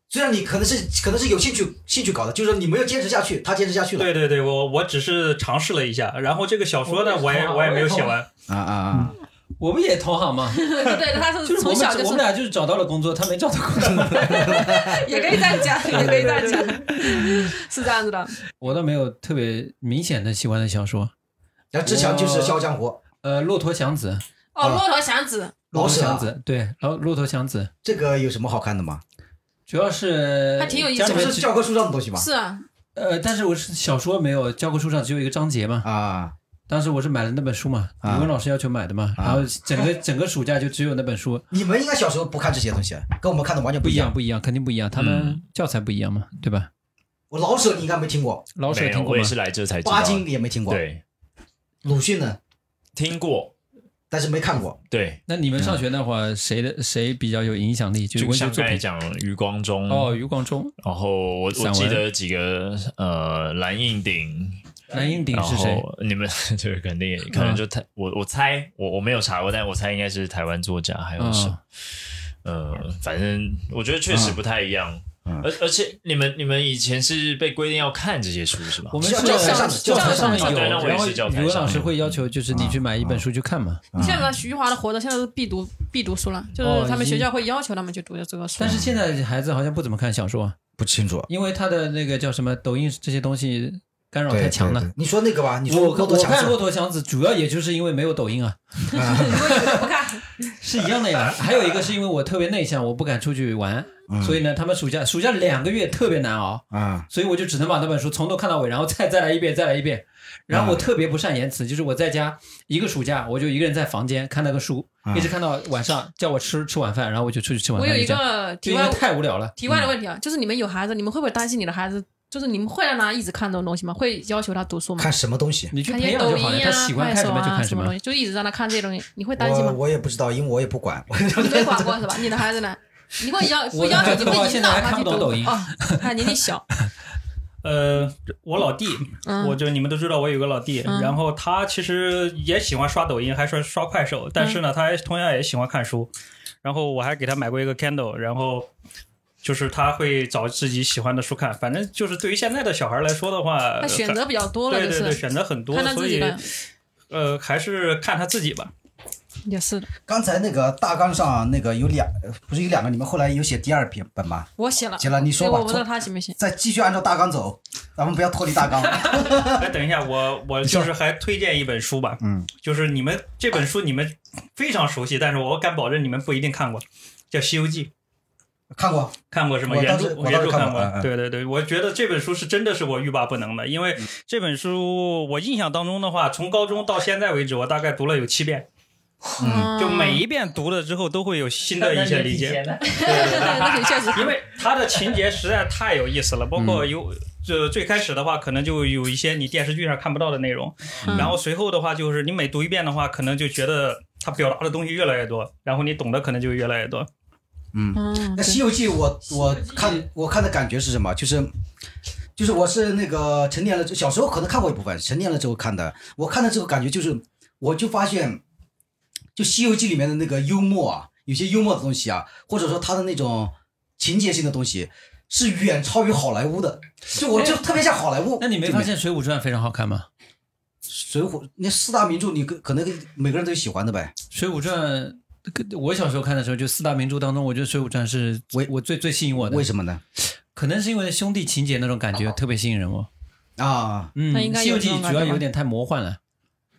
Speaker 4: 虽然你可能是可能是有兴趣兴趣搞的，就是说你没有坚持下去，他坚持下去了。
Speaker 2: 对对对，我我只是尝试了一下，然后这个小说呢，我
Speaker 6: 我也
Speaker 2: 也
Speaker 6: 是
Speaker 2: 我也没有写完。
Speaker 4: 啊啊啊！
Speaker 6: 我们也同行嘛，
Speaker 3: 对对对，他
Speaker 6: 就是是
Speaker 3: 从
Speaker 6: 我
Speaker 3: 小
Speaker 6: 们
Speaker 3: 就
Speaker 6: 我们
Speaker 3: 是，
Speaker 6: 俩就是找到了工作，他没找到工作。
Speaker 3: 也可以这样讲，也可以这样讲，是这样子的。
Speaker 6: 我倒没有特别明显的喜欢的小说，
Speaker 4: 然后志强就是《笑傲江湖》，
Speaker 6: 呃，《骆驼祥子》。
Speaker 3: 哦，骆驼祥子，
Speaker 6: 骆
Speaker 4: 老
Speaker 6: 驼
Speaker 4: 舍
Speaker 6: 祥
Speaker 4: 啊
Speaker 6: 子，对，然后骆驼祥子
Speaker 4: 这个有什么好看的吗？
Speaker 6: 主要是
Speaker 3: 还挺有意思
Speaker 6: 家
Speaker 4: 这
Speaker 6: 里
Speaker 4: 不
Speaker 6: 面
Speaker 4: 是教科书上的东西吗？
Speaker 3: 是啊，
Speaker 6: 呃，但是我是小说没有，教科书上只有一个章节嘛。
Speaker 4: 啊，
Speaker 6: 当时我是买了那本书嘛，语
Speaker 4: 啊
Speaker 6: 文老师要求买的嘛，
Speaker 4: 啊
Speaker 6: 然后整个整个暑假就只有那本书，
Speaker 4: 你们应该小时候不看这些东西，跟我们看的完全
Speaker 6: 不一
Speaker 4: 一
Speaker 6: 样，
Speaker 4: 样。
Speaker 6: 不一样，肯定不一样，他
Speaker 5: 嗯
Speaker 6: 们教材不一样嘛，对吧？
Speaker 4: 我老舍你应该没听过，
Speaker 6: 老舍
Speaker 5: 没有，
Speaker 6: 听过
Speaker 5: 我也
Speaker 6: 吗？
Speaker 5: 是来这才知道。
Speaker 4: 巴金也没听过，
Speaker 5: 对，
Speaker 4: 鲁迅呢，
Speaker 5: 听过，
Speaker 4: 但是没看过。
Speaker 5: 对，
Speaker 6: 那你们上学那会儿，谁的谁比较有影响力？就是
Speaker 5: 就
Speaker 6: 文学
Speaker 5: 像
Speaker 6: 作
Speaker 5: 刚才
Speaker 6: 品。
Speaker 5: 讲余光中
Speaker 6: 哦，余光中、
Speaker 5: 然后我我
Speaker 6: 散文
Speaker 5: 记得几个呃蓝印鼎，
Speaker 6: 蓝英鼎
Speaker 5: 然
Speaker 6: 是谁？
Speaker 5: 后你们这个肯定也可能就台、我我猜我我没有查过，但我猜应该是台湾作家，还有什么、呃，反正我觉得确实不太一样。而而且你们你们以前是被规定要看这些书是吗？
Speaker 6: 我们
Speaker 4: 教
Speaker 6: 是
Speaker 4: 教
Speaker 3: 材上的
Speaker 6: 教材上面
Speaker 3: 教材
Speaker 6: 有，
Speaker 3: 上
Speaker 5: 的啊对
Speaker 6: 然
Speaker 5: 那
Speaker 6: 后
Speaker 5: 我也是教材上嗯
Speaker 6: 语文老师会要求就是你去买一本书去看嘛。
Speaker 3: 你像个余华的《活着》，现在都是必读必读书了，就
Speaker 6: 嗯哦
Speaker 3: 是他们
Speaker 6: 已
Speaker 3: 学
Speaker 6: 经
Speaker 3: 校会要求他们去读的这个书。
Speaker 6: 但是现在孩子好像不怎么看小说啊，
Speaker 7: 不清楚。
Speaker 6: 因为他的那个叫什么抖音这些东西干扰太强了。
Speaker 7: 对。你说那个吧，你说
Speaker 6: 我
Speaker 7: 骆
Speaker 6: 我
Speaker 7: 驼祥
Speaker 6: 看《
Speaker 7: 子
Speaker 6: 骆驼祥子》，主要也就是因为没有抖音啊，
Speaker 3: 如果有的不 看，
Speaker 6: 是一样的呀。还有一个是因为我特别内向，我不敢出去玩，所以呢，他们暑假暑假两个月特别难熬，
Speaker 7: 啊，
Speaker 6: 所以我就只能把那本书从头看到尾，然后再再来一遍，再来一遍。然后我特别不善言辞，就是我在家一个暑假，我就一个人在房间看那个书，一直看到晚上，叫我吃吃晚饭，然后我就出去吃晚
Speaker 3: 我
Speaker 6: 饭。
Speaker 3: 有一
Speaker 6: 就这样
Speaker 3: 个
Speaker 6: 就
Speaker 3: 题
Speaker 6: 因
Speaker 3: 外
Speaker 6: 为太无聊了。
Speaker 3: 题外的问题啊，就是你们有孩子，你们会不会担心你的孩子？就是你们会让他一直看这种东西吗？会要求他读书吗？
Speaker 7: 看什么东西？
Speaker 6: 你去
Speaker 3: 看
Speaker 6: 培
Speaker 3: 些
Speaker 6: 养
Speaker 3: 抖
Speaker 6: 就
Speaker 3: 音
Speaker 6: 好了，
Speaker 3: 啊、
Speaker 6: 他喜欢
Speaker 3: 快
Speaker 6: 看什
Speaker 3: 手
Speaker 6: 么就
Speaker 3: 啊
Speaker 6: 看
Speaker 3: 什
Speaker 6: 什
Speaker 3: 么
Speaker 6: 么
Speaker 3: 东。西，就一直让他看这些东西，你会担心
Speaker 7: 我
Speaker 3: 吗？
Speaker 7: 我也不知道，因为我也不管。
Speaker 3: 你没管过是吧？你的孩子呢？你会要
Speaker 6: 我
Speaker 3: 会
Speaker 6: 的
Speaker 3: 要
Speaker 6: 孩
Speaker 3: 求
Speaker 6: 子
Speaker 3: 你
Speaker 6: 的话
Speaker 3: 会
Speaker 6: 现
Speaker 3: 引
Speaker 6: 在
Speaker 3: 导
Speaker 6: 还
Speaker 3: 他
Speaker 6: 看
Speaker 3: 去
Speaker 6: 不懂
Speaker 3: 读
Speaker 6: 抖音
Speaker 3: 哦，他年纪 小，
Speaker 2: 呃，我老弟，
Speaker 3: 嗯
Speaker 2: 我就你们都知道我有个老弟，
Speaker 3: 嗯
Speaker 2: 然后他其实也喜欢刷抖音，还说刷快手，但是呢，
Speaker 3: 嗯
Speaker 2: 他还同样也喜欢看书。然后我还给他买过一个 Kindle，然后就是他会找自己喜欢的书看。反正就是对于现在的小孩来说的话，
Speaker 3: 他选择比较多了，
Speaker 2: 对
Speaker 3: 就
Speaker 2: 对对，
Speaker 3: 是
Speaker 2: 选择很多
Speaker 3: 看，他
Speaker 2: 所
Speaker 3: 自己
Speaker 2: 以
Speaker 3: 的
Speaker 2: 呃，还是看他自己吧。
Speaker 3: 也是的。
Speaker 4: 刚才那个大纲上那个有两，呃不是有两个，你们后来有写第二篇本吧？
Speaker 3: 我写了，
Speaker 4: 行了你说
Speaker 3: 啊
Speaker 4: 吧
Speaker 3: 对我不知道他行不行。
Speaker 4: 再继续按照大纲走，咱们不要脱离大纲。
Speaker 2: 哎，等一下，我我就是还推荐一本书吧，
Speaker 4: 嗯，
Speaker 2: 就是你们这本书你们非常熟悉，但是我敢保证你们不一定看过，叫《西游记》。
Speaker 4: 看过，
Speaker 2: 看过是吗？
Speaker 4: 我
Speaker 2: 原
Speaker 4: 当时
Speaker 2: 著
Speaker 4: 我
Speaker 2: 原
Speaker 4: 当
Speaker 2: 著
Speaker 4: 时看
Speaker 2: 过
Speaker 4: 过嗯，嗯
Speaker 2: 对对对，我觉得这本书是真的是我欲罢不能的，因为这本书我印象当中的话，从高中到现在为止，我大概读了有七遍，
Speaker 3: 嗯
Speaker 2: 就每一遍读了之后都会有新的一些理解，
Speaker 3: 对对， 那挺确实。
Speaker 2: 因为它的情节实在太有意思了，包括有。这最开始的话，可能就有一些你电视剧上看不到的内容，
Speaker 3: 嗯
Speaker 2: 然后随后的话，就是你每读一遍的话，可能就觉得它表达的东西越来越多，然后你懂得可能就越来越多。
Speaker 3: 嗯
Speaker 4: 那《西游记》我我看我看的感觉是什么？就是就是我是那个成年了之，小时候可能看过一部分，成年了之后看的。我看的这个感觉就是，我就发现，就《西游记》里面的那个幽默啊，有些幽默的东西啊，或者说它的那种情节性的东西，是远超于好莱坞的。就我就特别像好莱坞。
Speaker 6: 那你没发现《水浒传》非常好看吗？
Speaker 4: 水浒那四大名著，你可可能每个人都有喜欢的呗。
Speaker 6: 《水浒传》，我小时候看的时候，就四大名著当中，我觉得《水浒传》是我我最最吸引我的
Speaker 4: 为。什么呢？
Speaker 6: 可能是因为兄弟情节那种感觉
Speaker 4: 哦
Speaker 6: 特别吸引人我。
Speaker 4: 啊，
Speaker 6: 嗯，
Speaker 3: 那应该
Speaker 6: 西
Speaker 3: 有
Speaker 6: 游
Speaker 3: 这
Speaker 6: 记
Speaker 3: 种》感
Speaker 6: 主
Speaker 3: 觉
Speaker 6: 要
Speaker 3: 吧
Speaker 6: 有点太魔幻了，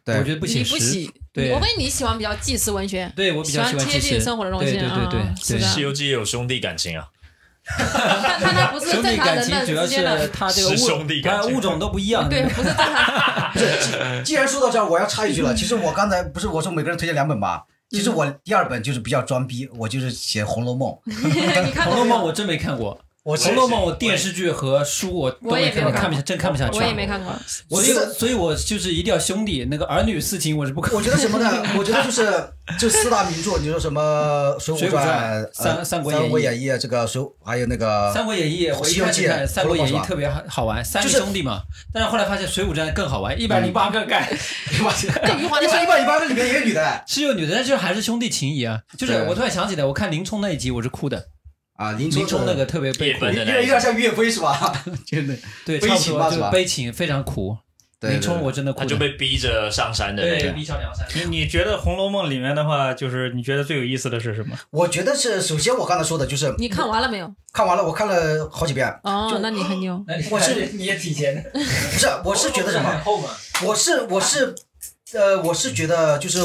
Speaker 4: 对
Speaker 6: 我觉得不
Speaker 3: 你
Speaker 6: 写
Speaker 3: 不
Speaker 6: 实
Speaker 3: 喜。，
Speaker 6: 对
Speaker 3: 我问你喜欢比较纪实文学，
Speaker 6: 对我比较喜
Speaker 3: 喜
Speaker 6: 欢
Speaker 3: 欢贴
Speaker 6: 纪
Speaker 3: 近
Speaker 6: 实
Speaker 3: 生活的东西，
Speaker 6: 对对对对
Speaker 3: 嗯是
Speaker 6: 对
Speaker 5: 《西
Speaker 3: 的。
Speaker 5: 游记》也有兄弟感情啊，
Speaker 3: 但但他不是
Speaker 6: 兄弟
Speaker 3: 正常
Speaker 6: 感
Speaker 3: 人
Speaker 6: 情
Speaker 3: 的
Speaker 6: 主要
Speaker 3: 之间
Speaker 6: 是
Speaker 3: 的，
Speaker 6: 他这个
Speaker 5: 是兄弟
Speaker 6: 物，
Speaker 5: 感
Speaker 6: 他
Speaker 5: 情
Speaker 6: 物种都不一样。
Speaker 3: 对，不是正常。
Speaker 4: 既然说到这儿，我要插一句了。
Speaker 6: 嗯
Speaker 4: 其实我刚才不是我说每个人推荐两本吧？其实我第二本就是比较装逼，我就是写《红楼梦》。
Speaker 3: 你看
Speaker 6: 《红
Speaker 3: 过
Speaker 6: 楼
Speaker 3: 没有
Speaker 6: 梦》我真没看过，
Speaker 4: 我
Speaker 6: 《红楼梦》我电视剧和书我都
Speaker 3: 我也
Speaker 6: 没
Speaker 3: 没
Speaker 6: 看过，
Speaker 3: 看
Speaker 6: 看不下，真看不下去。
Speaker 3: 我也没。看过。
Speaker 4: 我
Speaker 6: 所以
Speaker 4: 觉得，
Speaker 6: 所以我就是一定要兄弟那个儿女私情，我是不可。
Speaker 4: 我觉得什么呢？我觉得就是就四大名著，你说什么《水
Speaker 6: 水
Speaker 4: 浒
Speaker 6: 浒
Speaker 4: 传》
Speaker 6: 传
Speaker 4: 呃
Speaker 6: 三三国演义
Speaker 4: 三国演义》这个水浒，还有那个
Speaker 6: 《三国演义》，我一
Speaker 4: 西游
Speaker 6: 开始
Speaker 4: 记
Speaker 6: 看《三国演义
Speaker 4: 红楼》梦
Speaker 6: 特别好好玩，三个
Speaker 4: 就是
Speaker 6: 兄弟嘛。但是后来发现《水浒传》更好玩，一百零八个盖，
Speaker 3: 对余华的
Speaker 4: 一般一
Speaker 3: 说，
Speaker 4: 般一般这里面也有女的
Speaker 6: 是有女的，但是还是兄弟情谊啊。就是
Speaker 4: 对
Speaker 6: 我突然想起来，我看林冲那一集，我是哭的。
Speaker 4: 啊，
Speaker 6: 林
Speaker 4: 林冲
Speaker 6: 冲那个特别悲
Speaker 5: 夜
Speaker 6: 苦
Speaker 5: 奔，
Speaker 4: 有点有点像岳飞 是吧？真的，
Speaker 6: 对，
Speaker 4: 悲
Speaker 6: 差不
Speaker 4: 情
Speaker 6: 多
Speaker 4: 吧
Speaker 6: 就是
Speaker 4: 吧
Speaker 6: 是悲情，非常苦。
Speaker 4: 对
Speaker 6: 林冲
Speaker 4: 对对
Speaker 6: 我真的哭
Speaker 5: 他
Speaker 6: 的，
Speaker 5: 就被逼着上山的那
Speaker 6: 对
Speaker 5: 个。
Speaker 6: 李小梁山。
Speaker 2: 你你觉得《红楼梦》里面的话，就是你觉得最有意思的是什么？
Speaker 4: 我觉得是首先我刚才说的就是
Speaker 3: 你看完了没有？
Speaker 4: 看完了，我看了好几遍。
Speaker 3: 哦，那你很牛。
Speaker 6: 那你
Speaker 4: 我是
Speaker 6: 你也提前，
Speaker 4: 不是，我是觉得什么？
Speaker 6: 厚嘛？
Speaker 4: 我是我是，呃，我是觉得就是，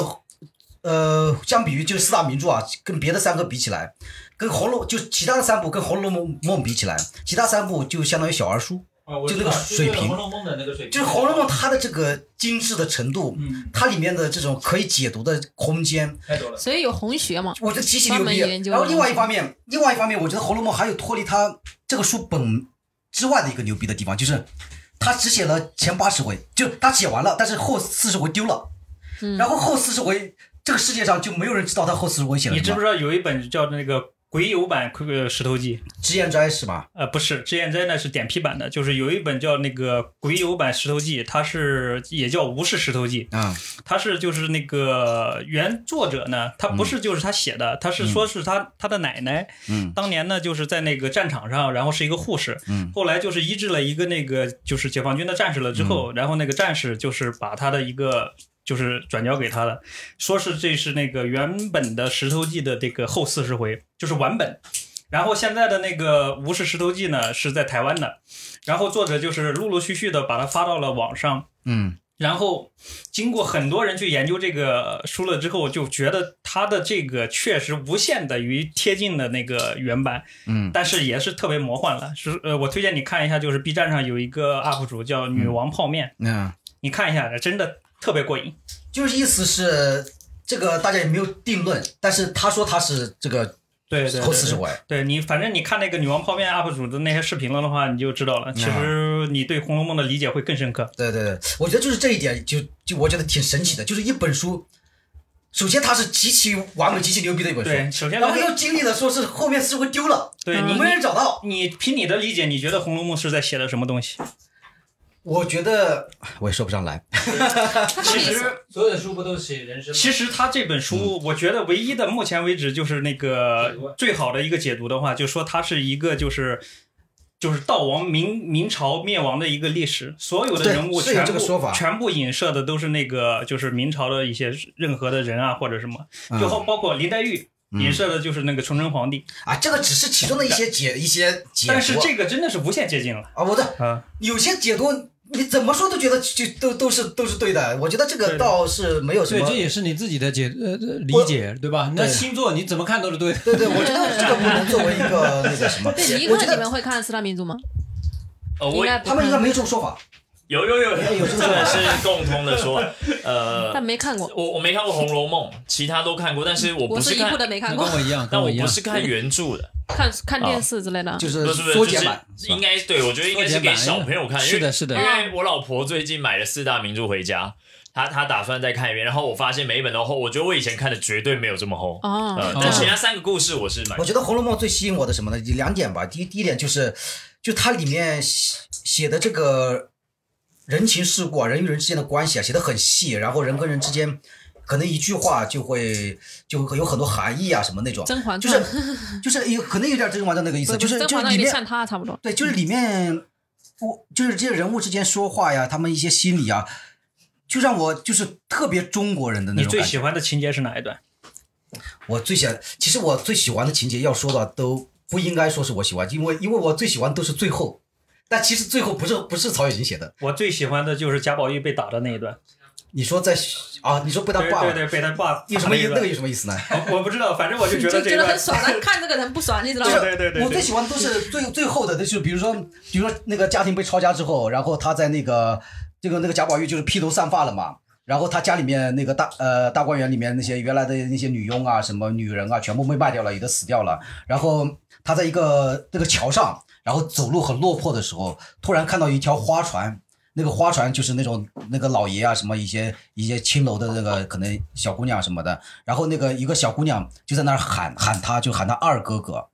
Speaker 4: 呃，相比于就是四大名著啊，跟别的三个比起来，跟《红楼》就其他的三部跟《红楼梦》梦比起来，其他三部就相当于小儿书。就那个水平
Speaker 6: 楼梦》的那个水平
Speaker 4: 就是《红楼梦》它的这个精致的程度，
Speaker 6: 嗯，
Speaker 4: 它里面的这种可以解读的空间，
Speaker 6: 太多了。
Speaker 3: 所以有红学嘛？
Speaker 4: 我觉得极其牛
Speaker 3: 专门研
Speaker 4: 逼。
Speaker 3: 究
Speaker 4: 然后另外一方面，另外一方面，我觉得《红楼梦》还有脱离它这个书本之外的一个牛逼的地方，就是它只写了前八十回，就它写完了，但是后四十回丢了。
Speaker 3: 嗯
Speaker 4: 然后后四十回，这个世界上就没有人知道他后四十回写了
Speaker 2: 你
Speaker 4: 什
Speaker 2: 知
Speaker 4: 么
Speaker 2: 不。知道有一本叫那个鬼友版呃石头记，
Speaker 4: 脂砚斋是吧？
Speaker 2: 呃，不是，脂砚斋呢是点批版的，就是有一本叫那个《鬼友版石头记》，它是也叫《无视石头记》，
Speaker 4: 啊、
Speaker 2: 它是就是那个原作者呢，他不是就是他写的，他是说是他他的奶奶，
Speaker 8: 嗯
Speaker 2: 当年呢就是在那个战场上，然后是一个护士，
Speaker 8: 嗯
Speaker 2: 后来就是医治了一个那个就是解放军的战士了之
Speaker 8: 嗯
Speaker 2: 后，然后那个战士就是把他的一个。就是转交给他的，说是这是那个原本的《石头记》的这个后四十回，就是完本。然后现在的那个《无视石头记》呢是在台湾的，然后作者就是陆陆续续的把它发到了网上，
Speaker 4: 嗯，
Speaker 2: 然后经过很多人去研究这个书了之后，就觉得它的这个确实无限的于贴近了那个原版，
Speaker 4: 嗯，
Speaker 2: 但是也是特别魔幻了。是呃，我推荐你看一下，就是 B 站上有一个 UP 主叫女王泡面，
Speaker 4: 那、
Speaker 2: 你看一下，真的特别过瘾。
Speaker 4: 就是意思是这个大家也没有定论，但是他说他是这个
Speaker 2: 对对对
Speaker 4: 后四十
Speaker 2: 对
Speaker 4: 回，
Speaker 2: 对你，反正你看那个女王泡面 UP 主的那些视频了的话，你就知道了。其实你对《红楼梦》的理解会更深刻。
Speaker 4: 对对对，我觉得就是这一点就就我觉得挺神奇的，就是一本书。首先，它是极其完美、极其牛逼的一本书，
Speaker 2: 对，首先
Speaker 4: 然
Speaker 2: 它
Speaker 4: 后
Speaker 2: 是
Speaker 4: 又经历了说是后面似乎丢了，
Speaker 2: 对你
Speaker 4: 没人找到。
Speaker 2: 你凭你的理解，你觉得《红楼梦》是在写的什么东西？
Speaker 4: 我觉得我也说不上来，
Speaker 3: 他到底是
Speaker 6: 所有的书不都写人生
Speaker 2: 其实他这本
Speaker 4: 嗯
Speaker 2: 书，我觉得唯一的目前为止就是那
Speaker 6: 解
Speaker 2: 个
Speaker 6: 读啊
Speaker 2: 最好的一个解读的话，就说它是一个就是就是道亡明明朝灭亡的一个历史，所有的
Speaker 4: 对
Speaker 2: 人物
Speaker 4: 是有
Speaker 2: 全
Speaker 4: 这个
Speaker 2: 部
Speaker 4: 说法
Speaker 2: 全部影射的都是那个就是明朝的一些任何的人啊或者什么，
Speaker 4: 嗯
Speaker 2: 最后包括林黛玉。影射的就是那个崇祯皇帝，
Speaker 4: 啊，这个只是其中的一些解一些解读。
Speaker 2: 但是这个真的是无限接近了
Speaker 4: 啊，我的
Speaker 2: 啊！
Speaker 4: 有些解读你怎么说都觉得就都都是都是对的。我觉得这个倒是没有什
Speaker 6: 对，
Speaker 4: 么。
Speaker 6: 这也是你自己的解呃呃理
Speaker 4: 我
Speaker 6: 解，对吧？那星座你怎么看都是对的。
Speaker 4: 对对，我觉得这个不能作为一个那个什么。
Speaker 3: 对，你一
Speaker 4: 我
Speaker 3: 看
Speaker 4: 觉
Speaker 3: 你
Speaker 4: 得
Speaker 3: 们会看四大名著吗？
Speaker 5: 呃，
Speaker 3: 应
Speaker 5: 我
Speaker 3: 该不
Speaker 4: 他们应该
Speaker 3: 看，
Speaker 4: 没这种说法。
Speaker 5: 有有有，
Speaker 4: 有
Speaker 5: 这个 是共通的说法，呃，
Speaker 3: 但没看过，
Speaker 5: 我我没看过《红楼梦》，其他都看过，但是我
Speaker 3: 我
Speaker 5: 不
Speaker 3: 是一
Speaker 5: 看
Speaker 3: 部，都没看
Speaker 6: 那
Speaker 3: 过
Speaker 6: 跟，我一样，跟
Speaker 5: 但我
Speaker 6: 一样
Speaker 5: 不。是看原著的，
Speaker 3: 看看电视之类的。
Speaker 4: 就是
Speaker 5: 不是不
Speaker 4: 呃缩
Speaker 5: 是，就
Speaker 4: 减
Speaker 5: 是
Speaker 4: 版，是吧
Speaker 5: 应该对我觉得应该是给小朋友看，
Speaker 6: 哎是的，是的
Speaker 5: 因为，因为我老婆最近买了四大名著回家，她她打算再看一遍，然后我发现每一本都厚，我觉得我以前看的绝对没有这么厚，
Speaker 3: 哦
Speaker 5: 呃，但其他三个故事我是蛮
Speaker 4: 我觉得《红楼梦》最吸引我的什么呢？两点吧。第一，第一点就是，就它里面写写的这个人情世故啊，人与人之间的关系啊，写的很细，然后人跟人之间。可能一句话就会就会有很多含义啊，什么那种，
Speaker 3: 甄嬛
Speaker 4: 就
Speaker 3: 传
Speaker 4: 是就是有可能有点甄嬛传那个意
Speaker 3: 不
Speaker 4: 思，就是
Speaker 3: 甄
Speaker 4: 就是
Speaker 3: 嬛传
Speaker 4: 里
Speaker 3: 有点
Speaker 4: 面
Speaker 3: 像他差不多。
Speaker 4: 对，就是里面我就是这些人物之间说话呀，他们一些心理啊，就让我就是特别中国人的那
Speaker 2: 你
Speaker 4: 种
Speaker 2: 最
Speaker 4: 感
Speaker 2: 喜
Speaker 4: 觉。
Speaker 2: 欢的情节是哪一段？
Speaker 4: 我最喜欢，其实我最喜欢的情节要说的都不应该说是我喜欢，因为因为我最喜欢都是最后，但其实最后不是不是曹雪芹写的。
Speaker 2: 我最喜欢的就是贾宝玉被打的那一段。
Speaker 4: 你说在啊，你说被他
Speaker 2: 对
Speaker 4: 挂
Speaker 2: 对
Speaker 4: 了，
Speaker 2: 对，被他挂
Speaker 4: 有什么意
Speaker 2: 打
Speaker 4: 那
Speaker 2: 那
Speaker 4: 个
Speaker 2: 一
Speaker 4: 有什么意思呢？
Speaker 2: 段 我我不知道，反正我就
Speaker 3: 你
Speaker 2: 觉得啊
Speaker 3: 就
Speaker 2: 这一
Speaker 3: 觉得
Speaker 2: 段
Speaker 3: 很爽，啊但看这个人不爽，你知道
Speaker 4: 就
Speaker 3: 吗
Speaker 4: 是？
Speaker 2: 对对对对
Speaker 4: 我最喜欢的都是最最后的，就是比如说，比如说那个家庭被抄家之后，然后他在那个这个那个贾宝玉就是披头散发了嘛，然后他家里面那个大呃大观园里面那些原来的那些女佣啊什么女人啊全部被卖掉了，有的死掉了，然后他在一个那个桥上，然后走路很落魄的时候，突然看到一条花船。那个花船就是那种那个老爷啊，什么一些一些青楼的那个可能小姑娘什么的，然后那个一个小姑娘就在那儿喊喊他，就喊他二哥哥，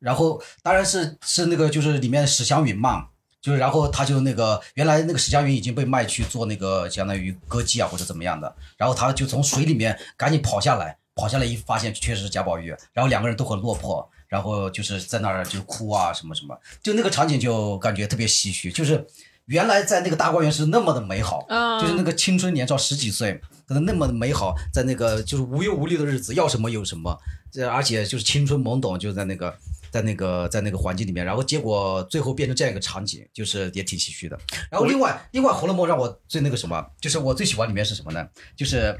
Speaker 4: 然后当然是是那个就是里面史湘云嘛，就是然后他就那个原来那个史湘云已经被卖去做那个相当于歌妓啊或者怎么样的，然后他就从水里面赶紧跑下来，跑下来一发现确实是贾宝玉，然后两个人都很落魄，然后就是在那儿就哭啊什么什么，就那个场景就感觉特别唏嘘，就是原来在那个大观园是那么的美好，
Speaker 3: 嗯
Speaker 4: 就是那个青春年少十几岁，可能那么美好，在那个就是无忧无虑的日子，要什么有什么，这而且就是青春懵懂，就在那个在那个在那个环境里面，然后结果最后变成这样一个场景，就是也挺唏嘘的。然后另外另外《红楼梦》让我最那个什么，就是我最喜欢里面是什么呢？就是。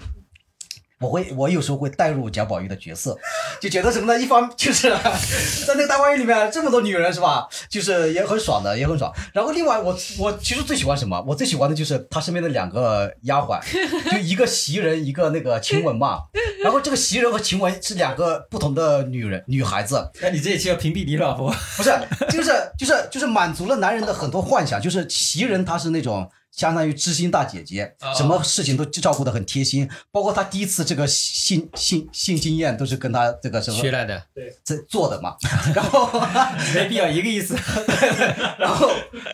Speaker 4: 我会，我有时候会带入贾宝玉的角色，就觉得什么呢？一方就是在那个大观园里面，这么多女人是吧？就是也很爽的，也很爽。然后另外我我其实最喜欢什么？我最喜欢的就是他身边的两个丫鬟，就一个袭人，一个那个晴雯嘛。然后这个袭人和晴雯是两个不同的女人女孩子，
Speaker 6: 那你这一期要屏蔽你老婆，
Speaker 4: 不是，就是就是就是满足了男人的很多幻想，就是袭人她是那种相当于知心大姐姐，什么事情都照顾得很贴心，包括她第一次这个性性性经验都是跟她这个什 么
Speaker 6: 学来的，
Speaker 4: 在做的嘛，然后没必要一个意思，然后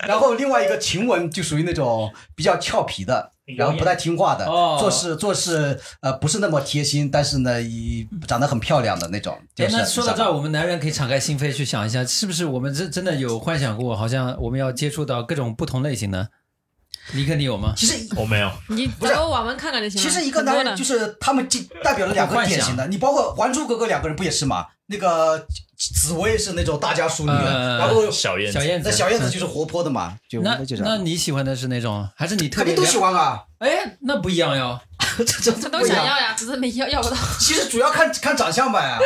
Speaker 4: 然后另外一个晴雯就属于那种比较俏皮的，然后不太听话的，
Speaker 6: 哦
Speaker 4: 做事做事呃不是那么贴心，但是呢一长得很漂亮的那种，就
Speaker 6: 哎，
Speaker 4: 是
Speaker 6: 那说到这儿，我们男人可以敞开心扉去想一下，是不是我们真真的有幻想过，好像我们要接触到各种不同类型的？尼克，你有吗？
Speaker 4: 其实
Speaker 5: 我没有，
Speaker 9: 你
Speaker 4: 不是
Speaker 9: 找个网文看看就行了。
Speaker 4: 其实一个
Speaker 9: 很多
Speaker 4: 男人
Speaker 9: 的
Speaker 4: 就是他们这代表了两个典型的，你包括《还珠格格》两个人不也是嘛？那个紫薇是那种大家淑女，
Speaker 6: 呃
Speaker 4: 然后
Speaker 5: 小燕
Speaker 6: 小
Speaker 5: 子，
Speaker 6: 燕
Speaker 4: 那
Speaker 6: 子，嗯
Speaker 4: 小燕子就是活泼的嘛，就
Speaker 6: 那
Speaker 4: 就是
Speaker 6: 那你喜欢的是那种，还是你特
Speaker 4: 肯
Speaker 6: 别
Speaker 4: 定都喜欢 啊，
Speaker 6: 哎，那不一样哟。
Speaker 4: 这这这
Speaker 3: 这都
Speaker 4: 不一
Speaker 3: 想
Speaker 4: 样
Speaker 3: 要呀，只是没要要不到。
Speaker 4: 其实主要看看长相呗，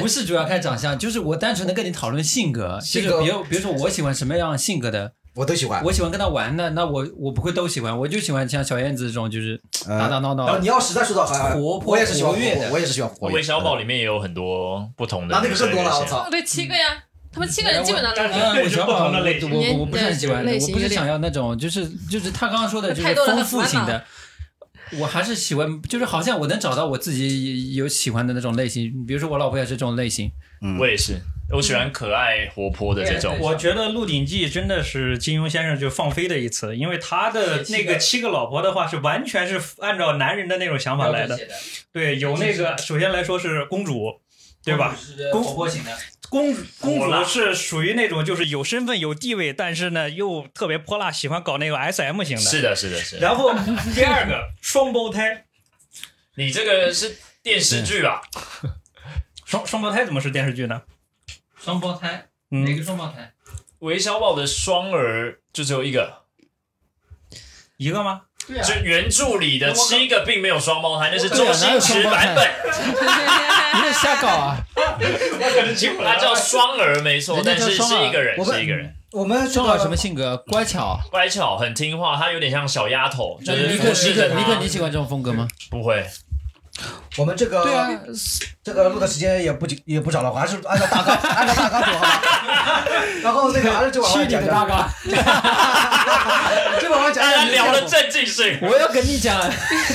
Speaker 6: 不是主要看长相，就是我单纯的跟你讨论性格，
Speaker 4: 性
Speaker 6: 就是
Speaker 4: 格啊
Speaker 6: 比如比如说我喜欢什么样性格的，
Speaker 4: 我都喜欢。
Speaker 6: 我喜欢跟他玩的，那我我不会都喜欢，我就喜欢像小燕子这种就是打打闹闹
Speaker 4: 呃然后
Speaker 6: 的。
Speaker 4: 你要实在说到还
Speaker 6: 啊活泼
Speaker 4: 我也是喜欢活
Speaker 6: 活跃
Speaker 4: 泼
Speaker 6: 的，
Speaker 4: 我也是喜欢活跃。
Speaker 5: 韦小宝里面也有很多不同的，
Speaker 4: 那那个更多了，我！操！
Speaker 3: 对，七个呀，他们七个人基本上 都
Speaker 6: 嗯，我小宝，我
Speaker 2: 类型
Speaker 6: 我我不是很喜欢，
Speaker 9: 类型
Speaker 6: 我不
Speaker 9: 有
Speaker 6: 是
Speaker 9: 点
Speaker 6: 想要那种，就是就是他刚刚说的，就是
Speaker 3: 太多了
Speaker 6: 丰富型
Speaker 3: 很烦
Speaker 6: 的。我还是喜欢，就是好像我能找到我自己有喜欢的那种类型，比如说我老婆也是这种类型。
Speaker 5: 我也是，我喜欢可爱活泼的这种。
Speaker 4: 嗯
Speaker 2: 我觉得《鹿鼎记》真的是金庸先生就放飞的一次，因为他的那个七个老婆的话是完全是按照男人的那种想法来的。对，有那个首先来说是公主，对吧？公活泼型的。公公主是属于那种就是有身份有地位，但是呢又特别泼辣，喜欢搞那个 S M 型的。
Speaker 5: 是的，是的，是的。
Speaker 2: 然后第二个双胞胎，
Speaker 5: 你这个是电视剧吧？
Speaker 2: 双双胞胎怎么是电视剧呢？
Speaker 6: 双胞胎，
Speaker 2: 嗯，
Speaker 6: 个双胞胎？
Speaker 5: 韦小宝的双儿就只有一个，
Speaker 2: 一个吗？
Speaker 6: 对啊
Speaker 5: 就原著里的七个并没有双胞胎，那是周星驰版
Speaker 6: 对
Speaker 5: 本，
Speaker 6: 你在瞎搞啊！
Speaker 5: 它叫双儿没错，
Speaker 6: 人家
Speaker 5: 但
Speaker 6: 叫
Speaker 5: 是
Speaker 6: 双儿
Speaker 5: 是一个人，
Speaker 4: 我们
Speaker 5: 是一个人。
Speaker 4: 我们
Speaker 6: 双儿什么？性格？乖巧。
Speaker 5: 乖巧，很听话，她有点像小丫头，就
Speaker 6: 尼
Speaker 5: 是
Speaker 6: 克，
Speaker 5: 服
Speaker 6: 尼
Speaker 5: 侍着
Speaker 6: 克，尼克，
Speaker 5: 他
Speaker 6: 你。喜欢这种风格吗？
Speaker 5: 不会，
Speaker 4: 我们这个
Speaker 6: 对啊，
Speaker 4: 这个录的时间也不久也不长了，还是按照大纲按照大纲走好吧。然后那个
Speaker 6: 啊
Speaker 4: 还是这晚上讲讲，
Speaker 6: 纲！
Speaker 4: 啊这晚上 讲
Speaker 5: 大家
Speaker 4: 讲
Speaker 5: 聊了正经事。
Speaker 6: 我要跟你讲，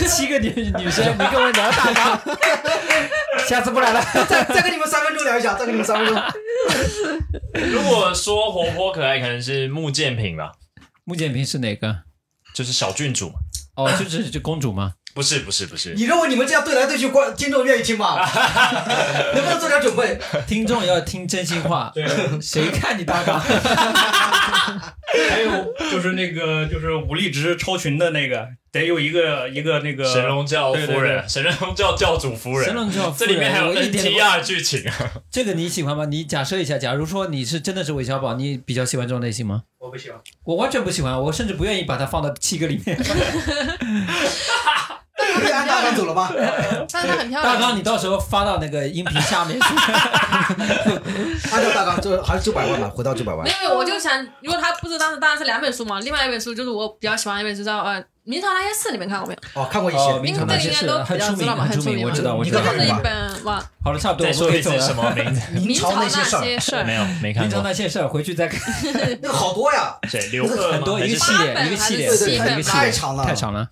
Speaker 6: 七个女女生，你跟我聊大纲，下次不来了。
Speaker 4: 再再给你们三分钟聊一下，再给你们三分钟。
Speaker 5: 如果说活泼可爱，可能是穆剑平吧，
Speaker 6: 穆剑平是哪个？
Speaker 5: 就是小郡主嘛。
Speaker 6: 哦，就是就公主吗？
Speaker 5: 不是，不是，不是，
Speaker 4: 你认为你们这样对来对去，观听众愿意听吗？能不能做点准备？
Speaker 6: 听众要听真心话，谁看你大纲？
Speaker 2: 还有就是那个就是武力值超群的那个，得有一个一个那个
Speaker 5: 神龙教
Speaker 2: 对对
Speaker 5: 夫人，啊神龙教教主夫人，啊
Speaker 6: 神龙教夫人
Speaker 5: 这里面还有
Speaker 6: 我一点都不
Speaker 5: NTR 剧情啊。
Speaker 6: 这个你喜欢吗？你假设一下，假如说你是真的是韦小宝，你比较喜欢这种类型吗？
Speaker 2: 我不喜欢。
Speaker 6: 我完全不喜欢，我甚至不愿意把它放到七个里面。
Speaker 4: 不是按大纲走了吗？
Speaker 3: 但是她很漂
Speaker 6: 大
Speaker 3: 亮。
Speaker 6: 纲你到时候发到那个音频下面去。
Speaker 4: 按照大纲，这还是九百万吧，回到九百万
Speaker 3: 没。有，我就想，因为他不是当时当然是两本书嘛，另外一本书就是我比较喜欢的一本书叫呃《明朝那些事》，你们看过没有？
Speaker 4: 哦，看过一
Speaker 6: 哦，
Speaker 4: 些。
Speaker 6: 明
Speaker 3: 应
Speaker 6: 朝那
Speaker 3: 该
Speaker 6: 些
Speaker 3: 应该
Speaker 6: 事
Speaker 3: 都
Speaker 6: 很
Speaker 3: 比较
Speaker 6: 出
Speaker 3: 知
Speaker 6: 名，
Speaker 3: 道吧，
Speaker 6: 很
Speaker 3: 很
Speaker 6: 出名，
Speaker 3: 名
Speaker 6: 我
Speaker 3: 嘛，
Speaker 6: 知道，我
Speaker 4: 你
Speaker 6: 知
Speaker 4: 看
Speaker 6: 道
Speaker 3: 就。
Speaker 4: 看
Speaker 3: 是一
Speaker 4: 吧
Speaker 3: 本哇，
Speaker 6: 好了，差不
Speaker 5: 再
Speaker 6: 多，我们
Speaker 5: 说
Speaker 6: 可
Speaker 5: 一
Speaker 6: 以走
Speaker 5: 次什
Speaker 6: 了。
Speaker 5: 么名 字？
Speaker 3: 明朝那
Speaker 4: 些事儿
Speaker 3: 些事
Speaker 5: 没
Speaker 3: 儿，
Speaker 6: 嗯
Speaker 5: 有，没看
Speaker 6: 明朝
Speaker 5: 过。
Speaker 6: 那些事儿，回去再看。
Speaker 4: 那个好多呀，
Speaker 5: 谁？刘贺吗
Speaker 6: 很多
Speaker 5: 还
Speaker 6: 一
Speaker 5: 是
Speaker 6: 个系
Speaker 3: 八
Speaker 6: 列，
Speaker 3: 本
Speaker 6: 一个
Speaker 3: 还
Speaker 6: 系
Speaker 3: 是
Speaker 6: 列，
Speaker 3: 四
Speaker 6: 一
Speaker 3: 本
Speaker 6: 个系列，
Speaker 4: 太长了
Speaker 6: 太长了。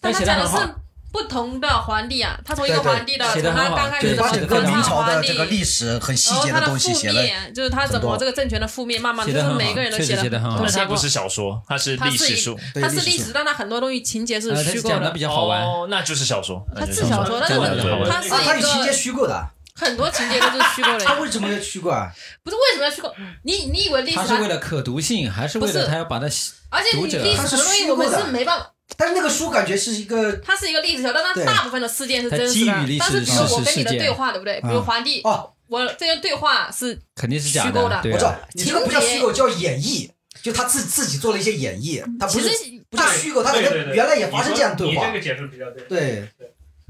Speaker 3: 但他
Speaker 6: 写的
Speaker 3: 讲的
Speaker 6: 很好
Speaker 3: 是。不同的皇帝啊，他从一个
Speaker 4: 对对
Speaker 3: 皇帝的，
Speaker 6: 写
Speaker 3: 从
Speaker 6: 得很
Speaker 3: 他
Speaker 6: 好
Speaker 3: 刚开
Speaker 6: 就
Speaker 3: 始
Speaker 6: 是
Speaker 3: 怎
Speaker 4: 把
Speaker 3: 么
Speaker 4: 整
Speaker 6: 这
Speaker 4: 个
Speaker 3: 当
Speaker 4: 明
Speaker 3: 上
Speaker 4: 朝
Speaker 3: 皇
Speaker 4: 的这
Speaker 3: 帝
Speaker 4: 个，历史很细
Speaker 3: 然后
Speaker 4: 节
Speaker 3: 他
Speaker 4: 东西
Speaker 3: 覆
Speaker 4: 写了。
Speaker 3: 灭，就是他怎么这个政权的覆灭，慢慢
Speaker 6: 写
Speaker 3: 的就
Speaker 6: 得很
Speaker 3: 是
Speaker 6: 好
Speaker 3: 每个人都
Speaker 6: 确实写得
Speaker 3: 得
Speaker 6: 很好
Speaker 3: 都
Speaker 5: 但
Speaker 3: 有
Speaker 5: 是它
Speaker 3: 写
Speaker 5: 哦不
Speaker 3: 过。
Speaker 5: 是小说，它是
Speaker 3: 它
Speaker 5: 历
Speaker 3: 是
Speaker 5: 史
Speaker 3: 一
Speaker 5: 书。
Speaker 4: 对
Speaker 3: 它是
Speaker 4: 历
Speaker 3: 历
Speaker 4: 史
Speaker 3: 史，但它很多东西情节是
Speaker 6: 呃，他
Speaker 3: 虚构
Speaker 6: 讲的
Speaker 3: 的
Speaker 6: 比。较好玩。
Speaker 5: 哦，那就是小说。
Speaker 3: 它
Speaker 5: 那就是
Speaker 3: 小说，但是
Speaker 6: 真的好玩
Speaker 3: 它
Speaker 4: 啊，它
Speaker 3: 是
Speaker 4: 的
Speaker 3: 一
Speaker 4: 情节
Speaker 3: 个
Speaker 4: 虚构的，
Speaker 3: 很多情节都是虚构的呀。
Speaker 4: 它为什么要虚构啊？
Speaker 3: 不是为什么要虚构？你你以为历史
Speaker 6: 他是为了可读性，还是为
Speaker 3: 不
Speaker 6: 了
Speaker 3: 是
Speaker 6: 他要把它？
Speaker 3: 而且你
Speaker 6: 读者
Speaker 3: 历史的东西我们是没办法，
Speaker 4: 但是那个书感觉是一个
Speaker 3: 它是一个历史小说，但它
Speaker 4: 对
Speaker 3: 大部分的事件是真实
Speaker 6: 它基于
Speaker 3: 的
Speaker 6: 历。史
Speaker 3: 但是比如我跟你的
Speaker 6: 事实事件啊
Speaker 3: 对话，对不对？比如皇帝，
Speaker 4: 哦，
Speaker 3: 我这些对话是
Speaker 6: 肯定是假
Speaker 3: 虚构的
Speaker 6: 对
Speaker 4: 我知道
Speaker 6: 啊。，
Speaker 4: 你这个不叫虚构，叫演绎，就他自自己做了一些演绎，他
Speaker 2: 啊
Speaker 4: 不
Speaker 3: 其
Speaker 4: 是
Speaker 3: 实
Speaker 4: 不是虚构，他可能原来也发生这样对
Speaker 2: 你
Speaker 4: 话
Speaker 2: 这。个解释比较对。
Speaker 4: 对，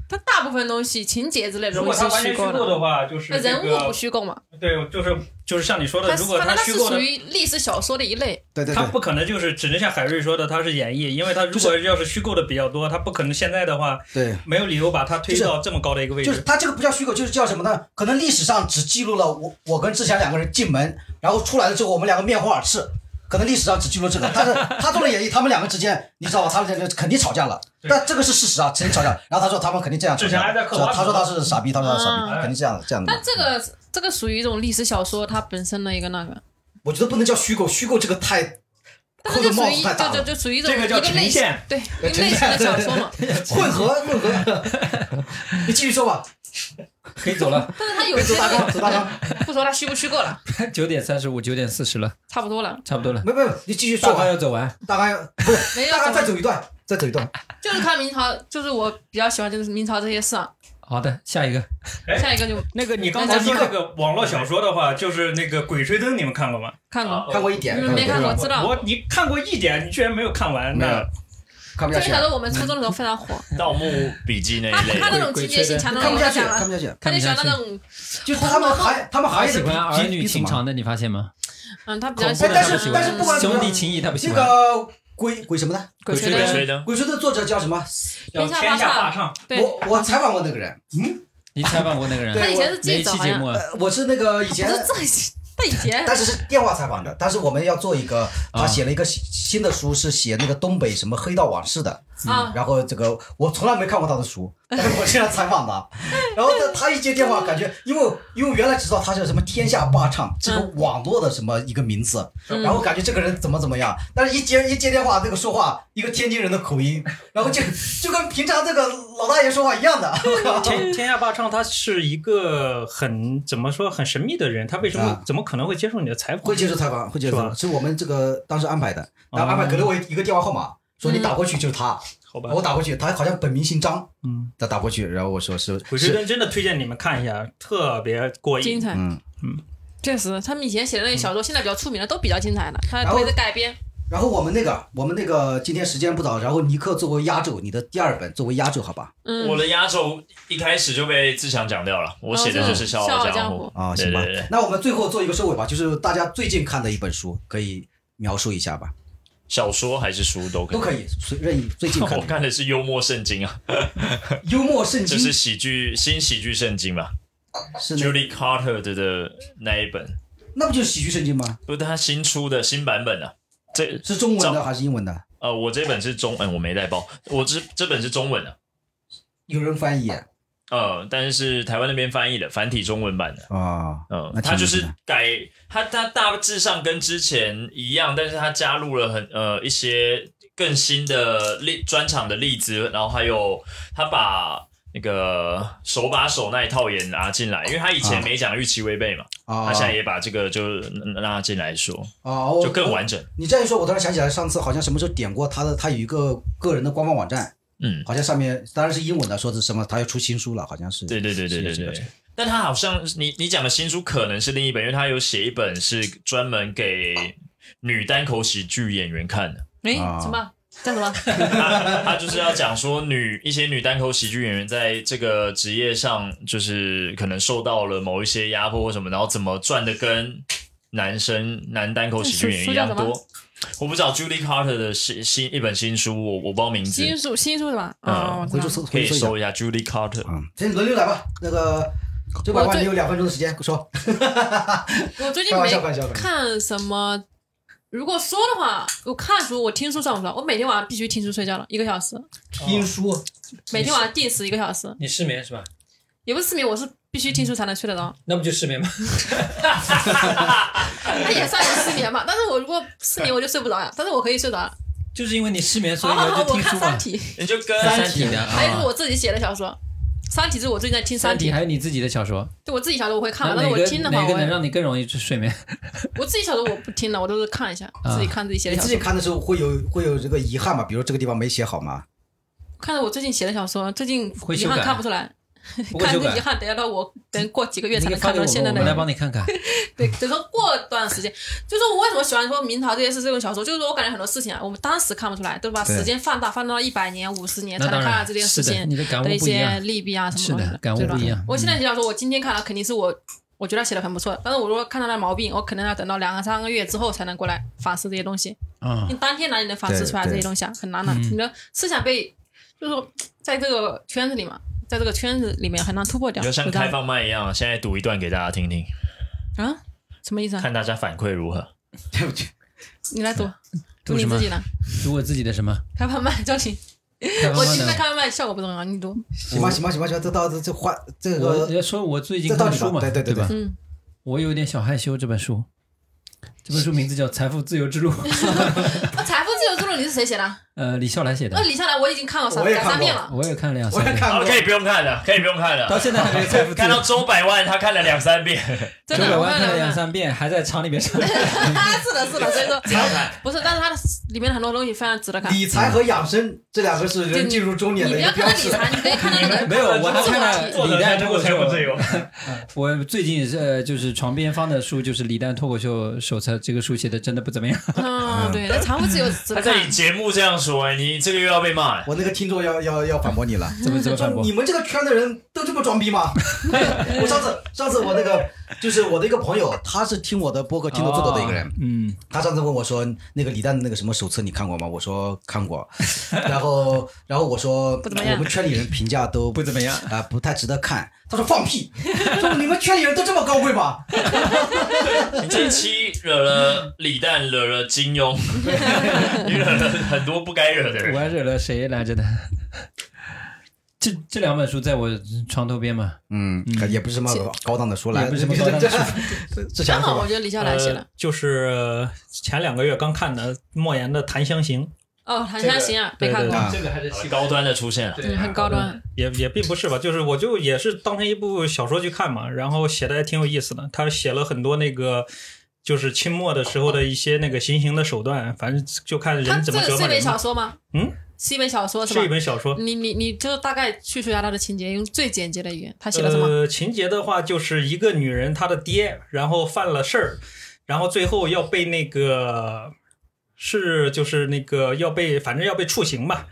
Speaker 3: 它大部分东西情节之类的
Speaker 2: 如
Speaker 3: 东
Speaker 2: 果
Speaker 3: 西
Speaker 2: 他
Speaker 3: 是
Speaker 2: 完全
Speaker 3: 虚
Speaker 2: 虚
Speaker 3: 构
Speaker 2: 构
Speaker 3: 的。
Speaker 2: 的话，就是
Speaker 3: 那
Speaker 2: 这
Speaker 3: 人
Speaker 2: 个
Speaker 3: 物不虚构嘛？
Speaker 2: 对，就是就是像你说的，
Speaker 3: 它
Speaker 2: 如
Speaker 3: 是
Speaker 2: 果
Speaker 3: 反正它
Speaker 2: 虚
Speaker 3: 是
Speaker 2: 构
Speaker 3: 属
Speaker 2: 的，
Speaker 3: 于历史小说的一类。
Speaker 4: 对对
Speaker 2: 他
Speaker 4: 对，
Speaker 2: 不可能就是只能像海瑞说的，他是演绎，因为他如
Speaker 4: 就
Speaker 2: 果要是虚构的比较多，他不可能现在的话
Speaker 4: 对。
Speaker 2: 没有理由把它推到这么高的一个位
Speaker 4: 就是
Speaker 2: 置。
Speaker 4: 他这个不叫虚构，就是叫什么呢？可能历史上只记录了我我跟志强两个人进门，然后出来了之后，我们两个面红耳赤，可能历史上只记录这个。但是他做了演绎，他们两个之间，你知道吧？他们两个肯定吵架了，但这个是事实啊，肯定吵架。然后他说他们肯定这样吵
Speaker 2: 之前
Speaker 4: 架，
Speaker 2: 还在嗑
Speaker 4: 是吧
Speaker 2: 瓜子
Speaker 4: 他说他是傻逼，他说他是傻逼，
Speaker 2: 啊
Speaker 4: 肯定这样的这样
Speaker 6: 嗯
Speaker 4: 的
Speaker 3: 但。嗯这个这个属于一种历史小说它本身的一个那个，
Speaker 4: 我觉得不能叫虚构，虚构这个太
Speaker 3: 但它
Speaker 4: 扣
Speaker 3: 就
Speaker 4: 的
Speaker 3: 属
Speaker 4: 帽
Speaker 3: 于
Speaker 4: 子太大
Speaker 3: 就就
Speaker 4: 了，
Speaker 3: 就属于一种
Speaker 6: 这个叫
Speaker 3: 一类
Speaker 6: 呈
Speaker 3: 型
Speaker 6: 现，
Speaker 3: 对一个
Speaker 4: 呃呈
Speaker 3: 类型的
Speaker 4: 现
Speaker 3: 小说嘛。
Speaker 4: 混合混合。你继续说吧，
Speaker 6: 可以走了，
Speaker 3: 但是它有些
Speaker 4: 大纲走大纲，
Speaker 3: 不说它虚不虚构了，
Speaker 6: 九点三十五，九点四十了，
Speaker 3: 差不多了。
Speaker 6: 差不多了，
Speaker 4: 没没没，你继续
Speaker 6: 大
Speaker 4: 说
Speaker 6: 纲
Speaker 4: 完，
Speaker 6: 要走完。
Speaker 4: 大纲要哦不是
Speaker 3: 没有
Speaker 4: 大纲
Speaker 3: 怎
Speaker 4: 再
Speaker 3: 么
Speaker 4: 走一段，再走一段。
Speaker 3: 就是看明朝，就是我比较喜欢就是明朝这些事啊。
Speaker 6: 好的，下一个
Speaker 2: 哎
Speaker 3: 下一个就
Speaker 2: 那个你刚才说那个网络小说的话，就是那个《鬼吹灯》，你们看过吗？
Speaker 3: 看
Speaker 5: 啊
Speaker 3: 过，
Speaker 4: 看过一点，
Speaker 3: 你们没看过，知道。
Speaker 2: 我你看过一点，你居然没有看完，
Speaker 4: 没
Speaker 2: 那
Speaker 4: 有看不
Speaker 3: 这个
Speaker 4: 下去哎
Speaker 3: 小，说我们初中的时候非常火，
Speaker 5: 《盗墓笔记》那
Speaker 3: 他
Speaker 5: 一类
Speaker 3: 他
Speaker 5: 的，
Speaker 3: 那种情节性强的，
Speaker 4: 看不下去，看
Speaker 3: 了。
Speaker 4: 不下去。
Speaker 3: 他就喜欢那种，
Speaker 4: 就是他们还他们
Speaker 6: 他
Speaker 4: 还
Speaker 6: 喜
Speaker 4: 是
Speaker 6: 欢儿女情
Speaker 4: 长。
Speaker 6: 长的，你发现吗？
Speaker 3: 嗯，他比较
Speaker 6: 恐
Speaker 3: 喜
Speaker 6: 怖
Speaker 3: 欢
Speaker 6: 的
Speaker 4: 哎但
Speaker 6: 他
Speaker 4: 是
Speaker 6: 不喜
Speaker 4: 但是不管
Speaker 6: 欢，
Speaker 4: 怎么
Speaker 6: 兄
Speaker 4: 样
Speaker 6: 弟情谊他不喜
Speaker 4: 这
Speaker 6: 欢。
Speaker 4: 个鬼鬼什么呢？
Speaker 3: 鬼吹
Speaker 5: 《鬼
Speaker 3: 灯，
Speaker 5: 吹灯
Speaker 4: 鬼吹灯作者叫什么？
Speaker 2: 叫
Speaker 3: 天下
Speaker 2: 天下
Speaker 3: 霸
Speaker 2: 霸上，
Speaker 3: 对，
Speaker 4: 我我采访过那个人，嗯
Speaker 6: 你采访过那个人？
Speaker 3: 他以前是
Speaker 6: 哪
Speaker 3: 记
Speaker 6: 一
Speaker 3: 者
Speaker 6: 期
Speaker 3: 好
Speaker 6: 节
Speaker 3: 像
Speaker 6: 目，啊？
Speaker 4: 呃，我是那个以
Speaker 3: 不
Speaker 4: 前，
Speaker 3: 是这一期，他以前
Speaker 4: 但是是电话采访的。但是我们要做一个，他
Speaker 6: 啊
Speaker 4: 写了一个新新的书，是写那个东北什么黑道往事的。
Speaker 3: 啊，
Speaker 4: 然后这个我从来没看过他的书，但 是我现在采访他，然后他他一接电话，感觉因为因为原来只知道他叫什么天下霸唱，这个网络的什么一个名字，
Speaker 3: 嗯
Speaker 4: 然后感觉这个人怎么怎么样，但是一接一接电话，那个说话一个天津人的口 音，然后就就跟平常这个老大爷说话一样 的，
Speaker 2: 天天下霸唱，他是一个很怎么说很神秘的人，他为什么
Speaker 4: 啊
Speaker 2: 怎么可能会接受你的采访？
Speaker 4: 会接受采访，会接受采
Speaker 2: 是吧哦
Speaker 4: 访，是我们这个当时安排的，然后安排给了我一个电话号码，说
Speaker 3: 嗯
Speaker 4: 你打过去就是他，
Speaker 2: 好吧
Speaker 4: 我，打过去，他好像本名姓张，
Speaker 2: 嗯，
Speaker 4: 他打过去，然后我说是
Speaker 2: 《鬼吹
Speaker 4: 是
Speaker 2: 灯》真的推荐你们看一下，特别过
Speaker 3: 精
Speaker 2: 瘾。
Speaker 3: 彩。
Speaker 4: 嗯。
Speaker 3: 确实，他们以前写的那些小说，现在比较出名的都比较精彩的，他
Speaker 4: 然后
Speaker 3: 都是改编。
Speaker 4: 然后我们那个，我们那个今天时间不早，然后尼克作为压轴，你的第二本作为压轴，好吧？
Speaker 3: 嗯，
Speaker 5: 我的压轴一开始就被志强讲掉了，我写的就是《笑
Speaker 3: 哦
Speaker 5: 傲江湖》
Speaker 4: 啊、
Speaker 5: 对
Speaker 4: 行吧
Speaker 5: 对对，《
Speaker 4: 那我们最后做一个收尾吧，就是大家最近看的一本书，可以描述一下吧，
Speaker 5: 小说还是书都可
Speaker 4: 都
Speaker 5: 以。
Speaker 4: 可以随任意最近 看
Speaker 5: 我
Speaker 4: 的
Speaker 5: 看的是幽默圣经啊，
Speaker 4: 幽默圣
Speaker 5: 这
Speaker 4: 经
Speaker 5: 是喜剧新喜剧圣经吧
Speaker 4: 是那
Speaker 5: ，Julie Carter 的的那一本，
Speaker 4: 那不就是喜剧圣经吗？
Speaker 5: 不是他新出的新版本啊。这
Speaker 4: 是中文
Speaker 5: 照
Speaker 4: 的还是英文的？
Speaker 5: 呃，我这本是中文，我没带包，我这这本是中文的、
Speaker 4: 有人翻译啊、
Speaker 5: 呃，但是台湾那边翻译的繁体中文版的。嗯
Speaker 4: 啊那，挺
Speaker 5: 他就
Speaker 4: 有
Speaker 5: 是
Speaker 4: 意思的
Speaker 5: 改他他大致上跟之前一样，但是他加入了很呃一些更新的例专场的例子，然后还有他把那个手把手那一套也拿进来，因为他以前
Speaker 4: 啊
Speaker 5: 没讲预期违背嘛，
Speaker 4: 啊
Speaker 5: 他现在也把这个就拉进来说，
Speaker 4: 啊，我
Speaker 5: 就更完整。
Speaker 4: 你这样一说，我突然想起来，上次好像什么时候点过他的，他有一个个人的官方网站，
Speaker 5: 嗯，
Speaker 4: 好像上面当然是英文的，说是什么他要出新书了，好像是。
Speaker 5: 对对对对对
Speaker 4: 是
Speaker 5: 对
Speaker 4: 是。
Speaker 5: 但他好像你你讲的新书可能是另一本，因为他有写一本是专门给女单口喜剧演员看的。
Speaker 3: 哎，
Speaker 4: 啊
Speaker 3: 什么叫什么？
Speaker 5: 他他就是要讲说女一些女单口喜剧演员在这个职业上，就是可能受到了某一些压迫或什么，然后怎么赚的跟男生男单口喜剧演员一样
Speaker 3: 这书书叫
Speaker 5: 多。我不知道 Julie Carter 的新新一本新书，我我不知道名字，
Speaker 3: 新书新书是吧？
Speaker 5: 嗯
Speaker 3: 哦，
Speaker 4: 回
Speaker 3: 我知道
Speaker 4: 去搜，
Speaker 5: 可
Speaker 4: 回
Speaker 5: 以
Speaker 4: 去搜
Speaker 5: 搜
Speaker 4: 一
Speaker 5: 一下 Julie Carter
Speaker 4: 下。。嗯，先轮流来吧。那个这百
Speaker 3: 我
Speaker 4: 万
Speaker 3: 最
Speaker 4: 你有两分钟的时间，说。
Speaker 3: 我最近
Speaker 4: 开玩
Speaker 3: 没
Speaker 4: 笑开玩笑开玩笑
Speaker 3: 看什么。如果说的话，我看书，我听书算不算？我每天晚上必须听书睡觉了，一个小时，
Speaker 4: 听
Speaker 3: 哦
Speaker 4: 书，
Speaker 3: 每天晚上定时一个小时，
Speaker 6: 你失眠是吧？
Speaker 3: 也不是失眠，我是必须听书才能睡得着，
Speaker 6: 那不就失眠吗？
Speaker 3: 那也算是失眠吧。但是我如果失眠，我就睡不着呀，但是我可以睡着了。
Speaker 6: 就是因为你失眠，所
Speaker 3: 好
Speaker 6: 以
Speaker 3: 好
Speaker 6: 我
Speaker 3: 好，
Speaker 6: 就
Speaker 3: 啊我
Speaker 6: 听
Speaker 3: 看
Speaker 6: 书
Speaker 3: 《
Speaker 6: 嘛
Speaker 3: 三。体》，
Speaker 5: 你就跟
Speaker 6: 三体的，
Speaker 3: 还有就是
Speaker 6: 啊，
Speaker 3: 我自己写的小说，《三体》是我最近在听《
Speaker 6: 三
Speaker 3: 三
Speaker 6: 体
Speaker 3: 体》，
Speaker 6: 还有你自己的小说，
Speaker 3: 就我自己小说我会看
Speaker 6: 那
Speaker 3: 嘛，但
Speaker 6: 哪
Speaker 3: 是
Speaker 6: 个
Speaker 3: 我听的话，
Speaker 6: 哪
Speaker 3: 我
Speaker 6: 个能
Speaker 3: 会
Speaker 6: 让你更容易睡眠？
Speaker 3: 我自己小说我不听的，我都是看一下，自己
Speaker 6: 啊
Speaker 3: 看自己写
Speaker 6: 哎
Speaker 4: 你
Speaker 3: 的小
Speaker 4: 自
Speaker 3: 说
Speaker 4: 己。看的时候会有会有这个遗憾吗？比如这个地方没写好吗？
Speaker 3: 看了我最近写的小说，最近
Speaker 6: 会
Speaker 3: 遗
Speaker 6: 修
Speaker 3: 憾
Speaker 6: 改
Speaker 3: 看不出来，
Speaker 6: 不过
Speaker 3: 看
Speaker 6: 修
Speaker 3: 这遗
Speaker 6: 改，
Speaker 3: 憾得要到我等过几个月
Speaker 6: 你
Speaker 3: 才
Speaker 6: 可以
Speaker 3: 能
Speaker 6: 发
Speaker 3: 看
Speaker 6: 给我
Speaker 3: 到
Speaker 6: 们，
Speaker 3: 现在
Speaker 6: 我
Speaker 3: 的
Speaker 6: 们来
Speaker 3: 样子。
Speaker 6: 帮你看看。
Speaker 3: 对，等说过段时间，就是我为什么喜欢说明朝这些事这种小说，就是我感觉很多事情啊，我们当时看不出来，都把
Speaker 4: 对
Speaker 3: 时间放大，放大到一百年、五十年才
Speaker 6: 那
Speaker 3: 能
Speaker 6: 当
Speaker 3: 看到
Speaker 6: 然，
Speaker 3: 这件
Speaker 6: 是
Speaker 3: 事
Speaker 6: 的，
Speaker 3: 情
Speaker 6: 你的感
Speaker 3: 的
Speaker 6: 悟
Speaker 3: 一
Speaker 6: 不一
Speaker 3: 些
Speaker 6: 样。
Speaker 3: 利弊啊什
Speaker 6: 是
Speaker 3: 么东西
Speaker 6: 的，感悟
Speaker 3: 对吧
Speaker 6: 不一样。嗯
Speaker 3: 我现在写小说，我今天看了肯定是我。我觉得写的很不错，但是我如果看到那毛病，我可能要等到两三个月之后才能过来反思这些东西。
Speaker 6: 嗯
Speaker 3: 你，当天哪里能反思出来
Speaker 4: 对
Speaker 3: 这
Speaker 4: 对
Speaker 3: 些东西啊？很难的、
Speaker 6: 嗯
Speaker 3: 你的思想被，就是说在这个圈子里嘛，在这个圈子里面很难突破掉。
Speaker 5: 你就像
Speaker 3: 就这样
Speaker 5: 开放麦一样，现 在读一段给大家听听，
Speaker 3: 啊？什么意思啊？
Speaker 5: 看大家反馈如何。
Speaker 3: 你来读，读
Speaker 6: 读
Speaker 3: 你
Speaker 6: 什么
Speaker 3: 自己呢？
Speaker 6: 读我自己的什么？
Speaker 3: 开放麦，叫你。
Speaker 6: 开
Speaker 3: 我
Speaker 6: 放麦
Speaker 3: 现在
Speaker 6: 呢？
Speaker 3: 开放麦效果不重要，你读。
Speaker 4: 行
Speaker 3: 嗯
Speaker 4: 吧，行吧，行吧，行吧，这到这这话这
Speaker 6: 我
Speaker 4: 个
Speaker 6: 要说我最近
Speaker 4: 这到
Speaker 6: 看
Speaker 4: 底
Speaker 6: 书嘛，
Speaker 4: 对对对
Speaker 6: 吧？
Speaker 3: 嗯，
Speaker 6: 我有点小害羞，这本书，这本书名字叫《财富自由之路》，
Speaker 3: 那《啊财富自由之路》你是谁写的？
Speaker 6: 呃，李笑来写的
Speaker 3: 那，李笑来我已经看了三
Speaker 4: 我也
Speaker 3: 两
Speaker 4: 看过
Speaker 3: 三遍了。
Speaker 6: 我也看了两
Speaker 4: 我
Speaker 6: 三
Speaker 4: 也
Speaker 6: 遍，
Speaker 4: 看
Speaker 5: 好
Speaker 4: 过
Speaker 5: 了，，可
Speaker 3: 嗯
Speaker 5: 以不用看了，可以不用看
Speaker 6: 到
Speaker 5: 了。
Speaker 6: 现在还没有《财富自
Speaker 5: 看
Speaker 6: 由
Speaker 5: 到》，周百万，他看了两三遍，
Speaker 3: 真
Speaker 6: 九百
Speaker 3: 的，我
Speaker 6: 万
Speaker 3: 看
Speaker 6: 看
Speaker 3: 了
Speaker 6: 了
Speaker 3: 两
Speaker 6: 两
Speaker 3: 遍。
Speaker 6: 三遍，还在厂里面 上。
Speaker 3: 是的，是的，所以说
Speaker 5: 要看。
Speaker 3: 不是，但是它的里面的很多东西非常值得看。
Speaker 4: 理财和养生这两个是
Speaker 3: 就
Speaker 4: 人进入中年
Speaker 3: 你
Speaker 4: 的
Speaker 3: 不
Speaker 4: 一
Speaker 3: 要看
Speaker 4: 个标
Speaker 3: 到理
Speaker 4: 志。
Speaker 3: 财，你可以看到那个
Speaker 6: 没有，我还看了
Speaker 3: 做
Speaker 2: 做
Speaker 6: 李
Speaker 2: 的
Speaker 6: 诞
Speaker 2: 才
Speaker 6: 脱
Speaker 2: 能够
Speaker 6: 口
Speaker 2: 财富自
Speaker 6: 秀。
Speaker 2: 由。
Speaker 6: 我最近是呃，就是床边方的书，就是李诞脱口秀手册，这个书写的真的不怎么样。
Speaker 3: 嗯，对，那财富自由值
Speaker 5: 他
Speaker 3: 得
Speaker 5: 在
Speaker 3: 看
Speaker 5: 你。节目这样说，哎你这个又要被骂了。
Speaker 4: 我那个听众要要要反驳你了，
Speaker 6: 怎么怎么反
Speaker 4: 就
Speaker 6: 驳
Speaker 4: 你？们这个圈的人都这么装逼吗？我上次上次我那个就是我的一个朋友，他是听我的播客听到最多的一个人，
Speaker 6: 嗯，
Speaker 4: 他上次问我说那个李诞的那个什么手册你看过吗？我说看过，然后然后我说
Speaker 3: 不怎么样
Speaker 4: 我们圈里人评价都
Speaker 6: 不怎么样
Speaker 4: 啊、不太值得看。他说放屁，说你们圈里人都这么高贵吗？
Speaker 5: 你这一期惹了李诞，惹了金庸，你惹了很多不该惹的
Speaker 6: 我
Speaker 5: 人。
Speaker 6: 还惹了谁来着的？这这两本书在我床头边嘛，
Speaker 4: 嗯，也不是什么高档的书来，
Speaker 6: 也不是什么高档的书
Speaker 4: 这这
Speaker 3: 刚
Speaker 4: 想
Speaker 3: 好
Speaker 4: 法
Speaker 3: 我觉得李笑来写的。
Speaker 2: 呃就是前两个月刚看的莫言的《谈香行
Speaker 3: 哦，檀香刑啊，没
Speaker 2: 对
Speaker 3: 看过
Speaker 2: 对，
Speaker 4: 啊，
Speaker 6: 这个还是
Speaker 5: 好了高端的出现了，
Speaker 3: 嗯，很高端。》，
Speaker 2: 也也并不是吧，就是我就也是当成一部小说去看嘛，然后写的还挺有意思的。他写了很多那个。就是清末的时候的一些那个行刑的手段，反正就看
Speaker 3: 它
Speaker 2: 人
Speaker 3: 这
Speaker 2: 怎么折
Speaker 3: 个是一
Speaker 2: 磨
Speaker 3: 本
Speaker 2: 人嘛。
Speaker 3: 小说吗？
Speaker 2: 嗯，
Speaker 3: 是一本小说是吧
Speaker 2: 是一？本小说，
Speaker 3: 你你你就大概叙述一下它的情节，用最简洁的语言。他写了什么？
Speaker 2: 呃，情节的话，就是一个女人她的爹，然后犯了事儿，然后最后要被那个是就是那个要被反正要被处刑吧。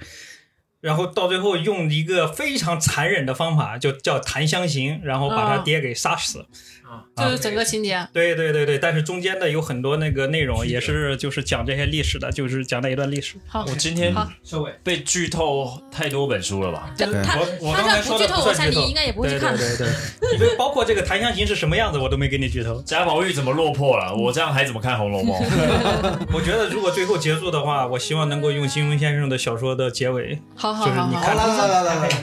Speaker 2: 然后到最后用一个非常残忍的方法，就叫檀香刑，然后把
Speaker 3: 哦
Speaker 2: 他爹给杀死。啊
Speaker 3: 就是整个情节。啊
Speaker 2: 对对对对，但是中间的有很多那个内容也是就是讲这些历史的，就是讲那一段历史。
Speaker 3: 好，
Speaker 5: 我今天
Speaker 3: 好
Speaker 6: 收尾。
Speaker 5: 被剧透太多本书了吧？
Speaker 3: 他他
Speaker 2: 我我刚才
Speaker 3: 啊他要不
Speaker 2: 说
Speaker 3: 剧
Speaker 2: 的
Speaker 3: 透，我
Speaker 2: 算
Speaker 3: 猜
Speaker 2: 剧
Speaker 3: 你
Speaker 2: 透
Speaker 3: 应该也不会去看的。
Speaker 2: 对对对，因为包括这个檀香刑是什么样子，我都没给你剧透。
Speaker 5: 贾宝玉怎么落魄了？我这样还怎么看《红楼梦》？
Speaker 2: 我觉得如果最后结束的话，我希望能够用金庸先生的小说的结尾，
Speaker 3: 好好
Speaker 2: 就是
Speaker 3: 好
Speaker 2: 你
Speaker 3: 好
Speaker 4: 好
Speaker 2: 看
Speaker 4: 来来来来来，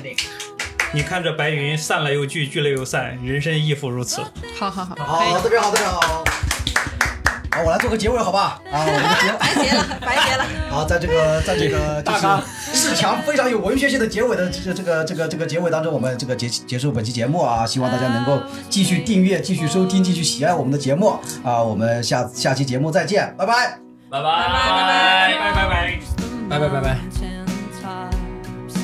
Speaker 2: 你看这白云散了又聚，聚了又散，人生亦复如此。
Speaker 3: 好好 好，可
Speaker 4: 好，
Speaker 3: 以。
Speaker 4: 特别好，特别好。好，我来做个结尾，好吧？啊，我们结
Speaker 3: 白结了，白结了。
Speaker 4: 好，在这个在这个就是世强非常有文学性的结尾的这这个这个这个结尾当中，我们这个结结束本期节目啊，希望大家能
Speaker 3: 嗯
Speaker 4: 够继续订阅、继续收听、继续喜爱我们的节目啊，我们下下期节目再见，拜拜。
Speaker 3: 拜
Speaker 5: 拜拜
Speaker 3: 拜
Speaker 5: 拜拜拜。
Speaker 6: 拜拜拜拜。
Speaker 10: Ten times.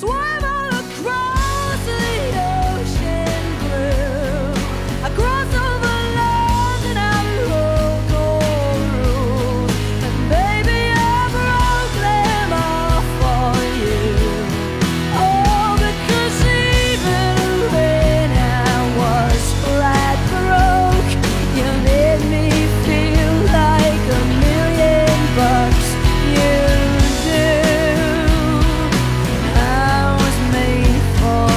Speaker 10: Swam all across the ocean blue. I crossed over land and I broke all rules. And baby, I broke them all for you. Oh, because even when I was flat broke, you made me feel like a million bucks. You do. I was made for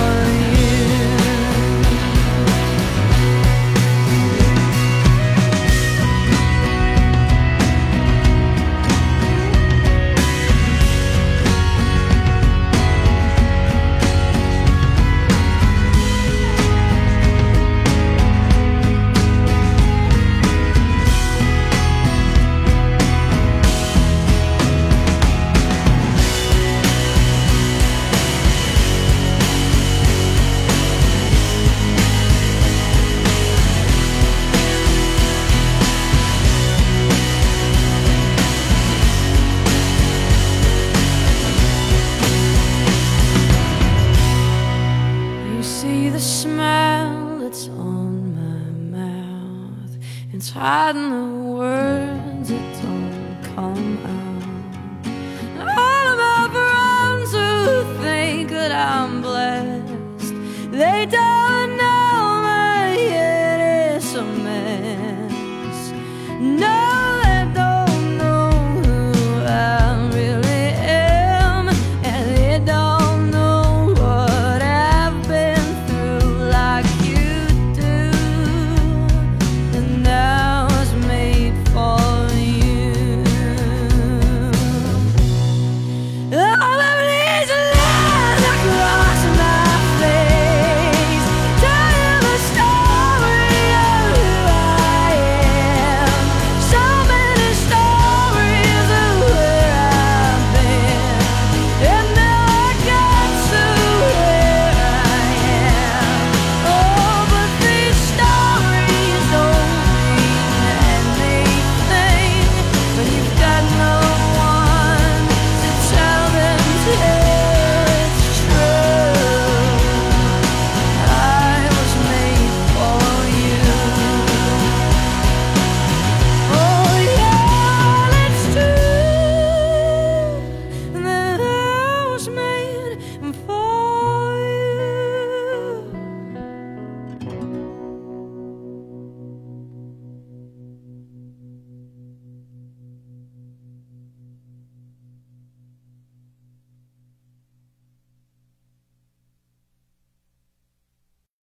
Speaker 10: you. You see the smile that's on my mouth. It's hiding the words that don't come out. Oh,